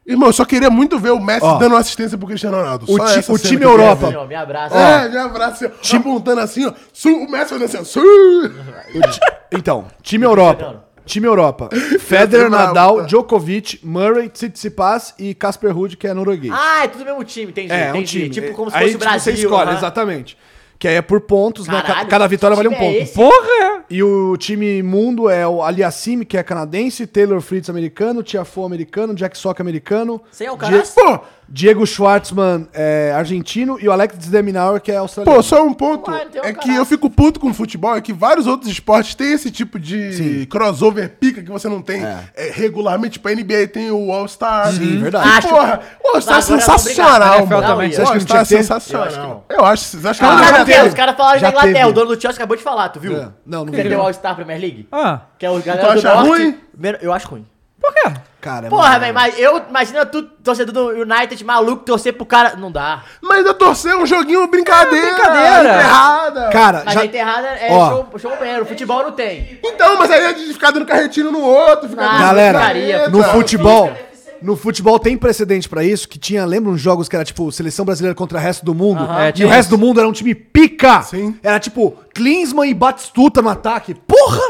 Speaker 4: Irmão, eu só queria muito ver o Messi
Speaker 3: Ó.
Speaker 4: dando uma assistência pro Cristiano Ronaldo.
Speaker 3: O
Speaker 4: Só
Speaker 3: ti-
Speaker 4: essa
Speaker 3: o
Speaker 4: cena
Speaker 3: time
Speaker 4: que eu queria
Speaker 3: Europa.
Speaker 4: ver.
Speaker 2: Não, me abraça.
Speaker 4: É, me abraça, assim, ó, apontando assim, ó. Su, o Messi fazendo assim, ó. Su.
Speaker 3: Então, time Europa. Time Europa. Federer, Nadal, Djokovic, Murray, Tsitsipas e Casper Ruud, que é norueguês.
Speaker 2: Ah, é tudo mesmo time, entendi.
Speaker 3: é, é um
Speaker 2: entendi.
Speaker 3: time.
Speaker 2: Tipo como se
Speaker 3: Aí,
Speaker 2: fosse o
Speaker 3: tipo,
Speaker 2: Brasil.
Speaker 3: Você escolhe,
Speaker 2: aham.
Speaker 3: exatamente. Que aí é por pontos, né? Ca-
Speaker 2: Caralho,
Speaker 3: Cada vitória
Speaker 2: que
Speaker 3: vale um
Speaker 2: time é
Speaker 3: ponto.
Speaker 2: esse?
Speaker 1: Porra!
Speaker 3: E o time mundo é o Aliassime, que é canadense, Taylor Fritz americano, Tiafoe americano, Jack Sock americano.
Speaker 2: Sem
Speaker 3: Die-
Speaker 2: Alcaraz?
Speaker 4: Pô,
Speaker 3: Diego Schwartzman é argentino e o Alex Deminaur, que é australiano.
Speaker 4: Pô, só um ponto. é que eu fico puto com o futebol, é que vários outros esportes têm esse tipo de crossover pica que você não tem é, regularmente. Tipo, a NBA tem o All-Star.
Speaker 3: Sim,
Speaker 4: E,
Speaker 3: É verdade.
Speaker 4: Acho... Porra,
Speaker 3: tá
Speaker 4: o All-Star é
Speaker 2: Agora é
Speaker 4: sensacional,
Speaker 2: obrigado.
Speaker 4: mano.
Speaker 2: Não,
Speaker 4: O
Speaker 2: e- Você acha que
Speaker 4: All-Star é
Speaker 2: não tinha que ter?
Speaker 4: sensacional. Eu acho. Vocês
Speaker 3: tá
Speaker 4: acham
Speaker 2: Ah,
Speaker 4: que é
Speaker 2: já
Speaker 4: não
Speaker 2: teve, os caras falaram
Speaker 4: Já
Speaker 2: da Inglaterra,
Speaker 4: teve.
Speaker 2: o dono do Chelsea acabou de falar, tu viu?
Speaker 4: É. Não, não
Speaker 2: Entendeu
Speaker 4: vi.
Speaker 2: o All-Star Premier League?
Speaker 1: Ah.
Speaker 2: Que é o
Speaker 4: Tu
Speaker 2: galera do
Speaker 4: acha
Speaker 2: norte.
Speaker 4: ruim?
Speaker 2: Primeiro, Eu acho ruim.
Speaker 3: Cara, é
Speaker 2: Porra, velho, mas eu imagina tu, torcedor do United, maluco, torcer pro cara. Não dá.
Speaker 4: Mas eu torcer é um joguinho brincadeira.
Speaker 2: brincadeira.
Speaker 4: Errada.
Speaker 3: Cara,
Speaker 2: Mas
Speaker 3: já-
Speaker 2: a enterrada é
Speaker 3: Ó.
Speaker 2: show, show banheiro, futebol não tem.
Speaker 4: Então, mas aí a gente ficar dando carretinho no outro, ficar dando
Speaker 3: Galera,
Speaker 4: picareta.
Speaker 3: no futebol, no futebol tem precedente pra isso, que tinha, lembra uns jogos que era tipo seleção brasileira contra o resto do mundo,
Speaker 1: Aham. É,
Speaker 3: e
Speaker 1: tinha
Speaker 3: o resto
Speaker 1: isso.
Speaker 3: do mundo era um time pica. Era tipo Klinsmann e Batistuta no ataque. Porra!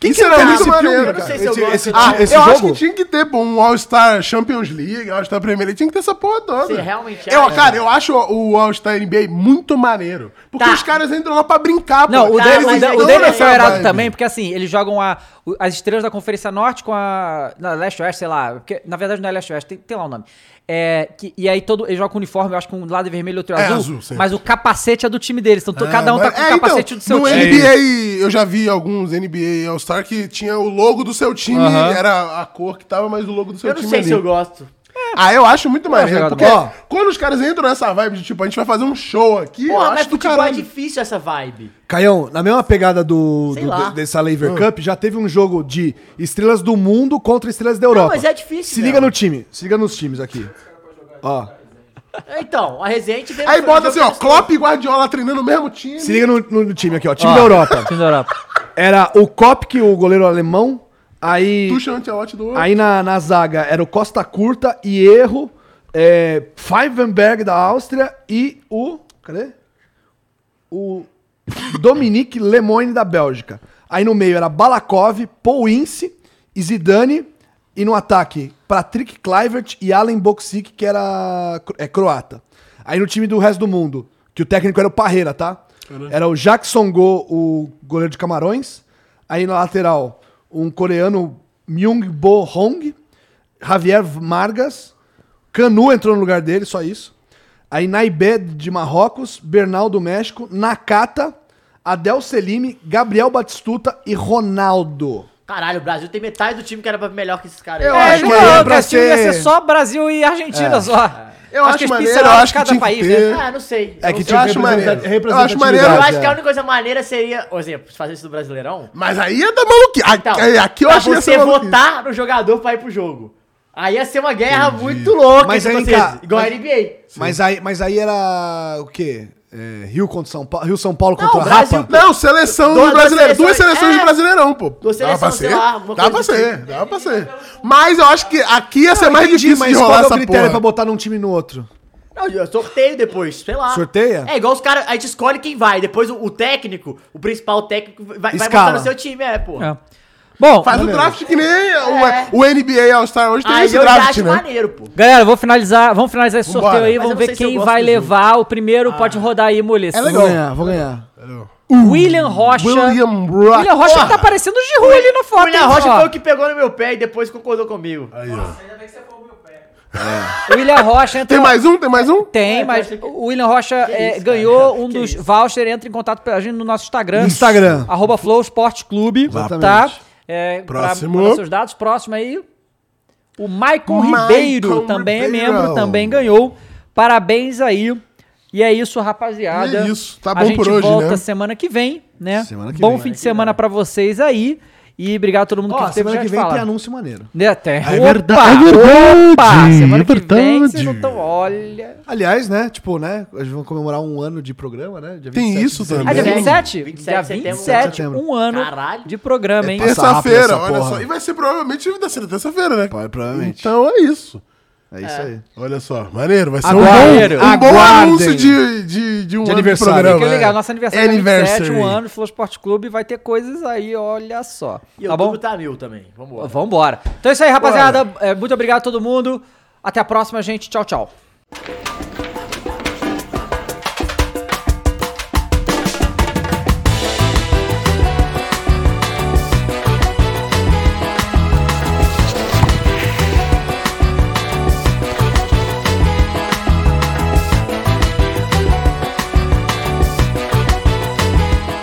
Speaker 3: Quem
Speaker 4: Isso era
Speaker 3: viu
Speaker 4: muito maneiro, cara.
Speaker 3: Esse, esse, esse,
Speaker 4: Ah,
Speaker 3: esse
Speaker 4: eu
Speaker 3: jogo?
Speaker 4: acho que tinha que ter, pô, um All-Star Champions League, All-Star Premier League, tinha que ter essa porra toda.
Speaker 2: Você realmente
Speaker 4: eu,
Speaker 2: acha?
Speaker 4: Cara, eu acho o o All-Star NBA muito maneiro. Porque
Speaker 2: Tá.
Speaker 4: os caras entram lá pra brincar,
Speaker 1: Não, o,
Speaker 4: Eles
Speaker 1: Dani- o,
Speaker 2: é
Speaker 4: não
Speaker 1: Dan- o
Speaker 4: dão
Speaker 1: Dani
Speaker 4: essa
Speaker 1: foi errado
Speaker 4: vibe.
Speaker 1: também, porque assim, eles jogam a, o- as estrelas da Conferência Norte com a. Na Leste-Oeste, sei lá. Porque, na verdade não é Leste-Oeste, tem, tem lá o nome. É, que- e aí todo, eles jogam com uniforme, eu acho que um lado é vermelho e outro é,
Speaker 4: É
Speaker 1: azul.
Speaker 4: azul, sim.
Speaker 1: mas o capacete é do time deles. Então to-
Speaker 4: Ah,
Speaker 1: cada um tá
Speaker 4: mas-
Speaker 1: com
Speaker 4: é,
Speaker 1: o capacete
Speaker 4: então,
Speaker 1: do seu
Speaker 4: no
Speaker 1: time.
Speaker 4: NBA, eu já vi alguns NBA All-Star que tinha o logo do seu time,
Speaker 1: Aham.
Speaker 4: era a cor que tava, mas o logo do
Speaker 3: é um
Speaker 4: seu
Speaker 2: Eu não
Speaker 4: time
Speaker 2: sei
Speaker 4: ali.
Speaker 2: se eu gosto.
Speaker 4: Ah, eu acho muito maneiro,
Speaker 1: jogado
Speaker 4: porque
Speaker 1: bom.
Speaker 4: quando os caras entram nessa vibe de tipo, a gente vai fazer um show aqui, eu
Speaker 2: Porra, mas
Speaker 4: acho do
Speaker 2: futebol é
Speaker 4: caralho.
Speaker 2: difícil essa vibe.
Speaker 3: Caião, na mesma pegada do,
Speaker 2: Sei
Speaker 3: do-
Speaker 2: lá.
Speaker 3: dessa Lever Cup, já teve um jogo de estrelas do mundo contra estrelas da Europa.
Speaker 2: mas é difícil,
Speaker 3: Se
Speaker 2: meu.
Speaker 3: liga no time, se liga nos times aqui. Ó,
Speaker 2: Então, a Resente veio-
Speaker 4: Aí bota assim, ó, Klopp e Guardiola treinando o mesmo time.
Speaker 3: se liga no, no- no time aqui, ó, time
Speaker 1: Ó,
Speaker 3: da Europa.
Speaker 1: Time da Europa.
Speaker 3: Era o Kopp, que o goleiro alemão, aí
Speaker 4: Tuxa Antelote do outro.
Speaker 3: aí na, na zaga era o Costa Curta e Erro, é, Pfeifenberg da Áustria e o cadê? O Dominique Lemoine da Bélgica. Aí no meio era Balakov, Paul Ince e Zidane. E no ataque, Patrick Kluivert e Allen Boksik, que era cro- é, croata. Aí no time do resto do mundo, que o técnico era o Parreira, tá? Era o Jackson Go, o goleiro de Camarões. Aí na lateral, um coreano, Myung Bo Hong. Javier Margas. Canu entrou no lugar dele, só isso. Aí Naibé de Marrocos, Bernal do México, Nakata, Adel Selime, Gabriel Batistuta e Ronaldo.
Speaker 2: Caralho, o Brasil tem metade do time que era pra- melhor que esses caras.
Speaker 3: Eu
Speaker 2: aí.
Speaker 3: acho
Speaker 1: É,
Speaker 3: que
Speaker 1: não,
Speaker 3: é
Speaker 1: não,
Speaker 3: pra
Speaker 1: esse time ia
Speaker 3: ser-
Speaker 1: ser só Brasil e Argentina só.
Speaker 4: É.
Speaker 1: é
Speaker 4: Eu acho
Speaker 1: eles
Speaker 4: maneiro,
Speaker 1: pincelaram
Speaker 4: eu
Speaker 1: de
Speaker 4: acho que tinha que ter.
Speaker 2: Ah, não sei.
Speaker 3: É
Speaker 2: Eu
Speaker 3: que
Speaker 2: não
Speaker 3: tinha
Speaker 4: acho
Speaker 3: representa-
Speaker 4: maneiro.
Speaker 3: representatividade,
Speaker 4: Eu acho maneiro.
Speaker 2: sei. Eu acho
Speaker 3: é.
Speaker 2: que a única coisa maneira seria, por exemplo, fazer isso do Brasileirão.
Speaker 4: Mas aí é da maluquice.
Speaker 2: Então,
Speaker 4: Aqui, aqui eu
Speaker 2: pra
Speaker 4: acho que ia
Speaker 2: você
Speaker 4: ser maluquice.
Speaker 2: votar no jogador pra ir pro jogo. Aí ia ser uma guerra muito louca
Speaker 3: Mas
Speaker 2: entre
Speaker 3: aí,
Speaker 2: vocês,
Speaker 3: cara,
Speaker 2: igual
Speaker 3: mas-
Speaker 2: a NBA.
Speaker 3: Mas aí, mas aí era o quê? É, Rio contra São Paulo, Rio São Paulo contra
Speaker 2: o
Speaker 3: Rapa?
Speaker 2: Brasil-
Speaker 4: Não, seleção
Speaker 2: tipo, Duas-
Speaker 4: do brasileiro.
Speaker 2: duas
Speaker 4: Duas
Speaker 2: seleções,
Speaker 4: seleções
Speaker 2: é.
Speaker 4: do brasileirão, pô.
Speaker 2: Duas
Speaker 4: Dá pra
Speaker 2: seleções,
Speaker 4: ser?
Speaker 2: sei lá, uma
Speaker 4: Dá
Speaker 2: coisa
Speaker 4: pra
Speaker 2: assim.
Speaker 4: ser, dá pra ser. Mas eu acho que aqui ia ser
Speaker 3: Não,
Speaker 4: é mais
Speaker 3: entendi,
Speaker 4: difícil de
Speaker 3: mas qual
Speaker 4: rolar
Speaker 3: é o
Speaker 4: essa
Speaker 3: critério pra
Speaker 4: porra.
Speaker 3: botar num time no outro?
Speaker 2: Não, eu sorteio depois, sei lá.
Speaker 3: Sorteia?
Speaker 2: É igual os caras, a gente escolhe quem vai, depois o, o técnico, o principal técnico, vai, vai
Speaker 3: Escala.
Speaker 2: botar no seu time, é, pô.
Speaker 1: É. Bom,
Speaker 4: Faz um draft que nem o- o NBA All-Star hoje tem
Speaker 2: Aí
Speaker 4: esse
Speaker 2: É. Ah, eu já
Speaker 4: draft,
Speaker 2: acho
Speaker 4: né?
Speaker 2: maneiro, pô.
Speaker 1: Galera, eu vou finalizar, vamos finalizar esse
Speaker 4: Vambora. Ah.
Speaker 1: sorteio aí,
Speaker 2: Mas eu
Speaker 1: vamos
Speaker 2: não
Speaker 1: ver
Speaker 2: sei se eu
Speaker 1: quem
Speaker 2: gosto
Speaker 1: vai
Speaker 2: do jogo.
Speaker 1: levar o primeiro, pode rodar aí,
Speaker 4: É
Speaker 1: moleque.
Speaker 3: Vou ganhar, vou ganhar.
Speaker 1: William Rocha. William,
Speaker 4: William Rock.
Speaker 1: Rocha que tá parecendo o Giroud ali na foto.
Speaker 2: O William
Speaker 1: hein,
Speaker 2: Rocha
Speaker 1: ó.
Speaker 2: foi o que pegou no meu pé e depois concordou comigo.
Speaker 4: Aí, ó.
Speaker 1: William Rocha entra.
Speaker 4: Tem mais um? Tem mais um?
Speaker 1: Tem, mas o William Rocha é, ganhou um dos vouchers. Entra em contato com a gente no nosso Instagram.
Speaker 3: Instagram.
Speaker 1: Arroba Flow Esporte Clube.
Speaker 3: Exatamente.
Speaker 1: Tá? É, pra
Speaker 4: Próximo.
Speaker 1: mandar seus dados. Próximo aí. O Maicon
Speaker 4: Maicon
Speaker 1: Ribeiro também é
Speaker 4: Ribeiro.
Speaker 1: membro, também ganhou. Parabéns aí. E é isso, rapaziada.
Speaker 4: E é isso. Tá
Speaker 1: a
Speaker 4: bom
Speaker 1: gente
Speaker 4: por hoje,
Speaker 1: volta
Speaker 4: né?
Speaker 1: semana que vem, né?
Speaker 3: Semana que
Speaker 1: bom
Speaker 3: vem.
Speaker 1: fim de semana pra vocês aí. E obrigado a todo mundo
Speaker 3: Ó,
Speaker 1: que esteve
Speaker 3: semana
Speaker 1: já
Speaker 3: que
Speaker 1: te
Speaker 3: vem
Speaker 1: fala.
Speaker 3: tem anúncio maneiro.
Speaker 1: Né, até.
Speaker 3: É verdade,
Speaker 1: Opa,
Speaker 3: é verdade,
Speaker 1: opa, semana
Speaker 3: é
Speaker 1: que vem vocês
Speaker 3: verdade.
Speaker 1: não estão... Olha...
Speaker 3: Aliás, né, tipo, né, a gente vai comemorar um ano de programa, né? dia
Speaker 4: Tem
Speaker 3: 27
Speaker 4: isso
Speaker 3: de setembro.
Speaker 1: Ah, dia
Speaker 2: é
Speaker 4: Também.
Speaker 1: 27?
Speaker 2: 27
Speaker 1: dia
Speaker 2: de setembro.
Speaker 1: 27, um ano
Speaker 2: Caralho.
Speaker 1: de programa, hein?
Speaker 3: É terça-
Speaker 4: Terça-feira,
Speaker 3: rápido essa
Speaker 4: olha
Speaker 3: porra.
Speaker 4: só. E vai ser provavelmente da ser terça-feira, né?
Speaker 3: Pode, provavelmente.
Speaker 4: Então é isso.
Speaker 3: é isso aí.
Speaker 4: Olha só, maneiro, vai ser
Speaker 1: Aguardem.
Speaker 4: um bom, um bom
Speaker 3: Aguardem.
Speaker 4: anúncio de, de, de um
Speaker 3: De
Speaker 4: ano
Speaker 3: aniversário.
Speaker 4: de programa.
Speaker 1: Fica
Speaker 4: é.
Speaker 1: ligado, nosso aniversário é 27,
Speaker 4: Anniversary.
Speaker 1: um ano, Flow Esporte Clube, vai ter coisas aí, olha só.
Speaker 2: E
Speaker 1: Tá
Speaker 2: o
Speaker 1: bom?
Speaker 2: YouTube tá mil também. Vambora.
Speaker 1: Vambora. Então é isso aí, rapaziada. É, muito obrigado a todo mundo. Até a próxima, gente. Tchau, tchau.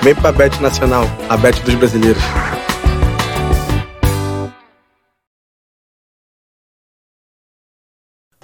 Speaker 12: Vem pra Bet Nacional, a Bet dos brasileiros.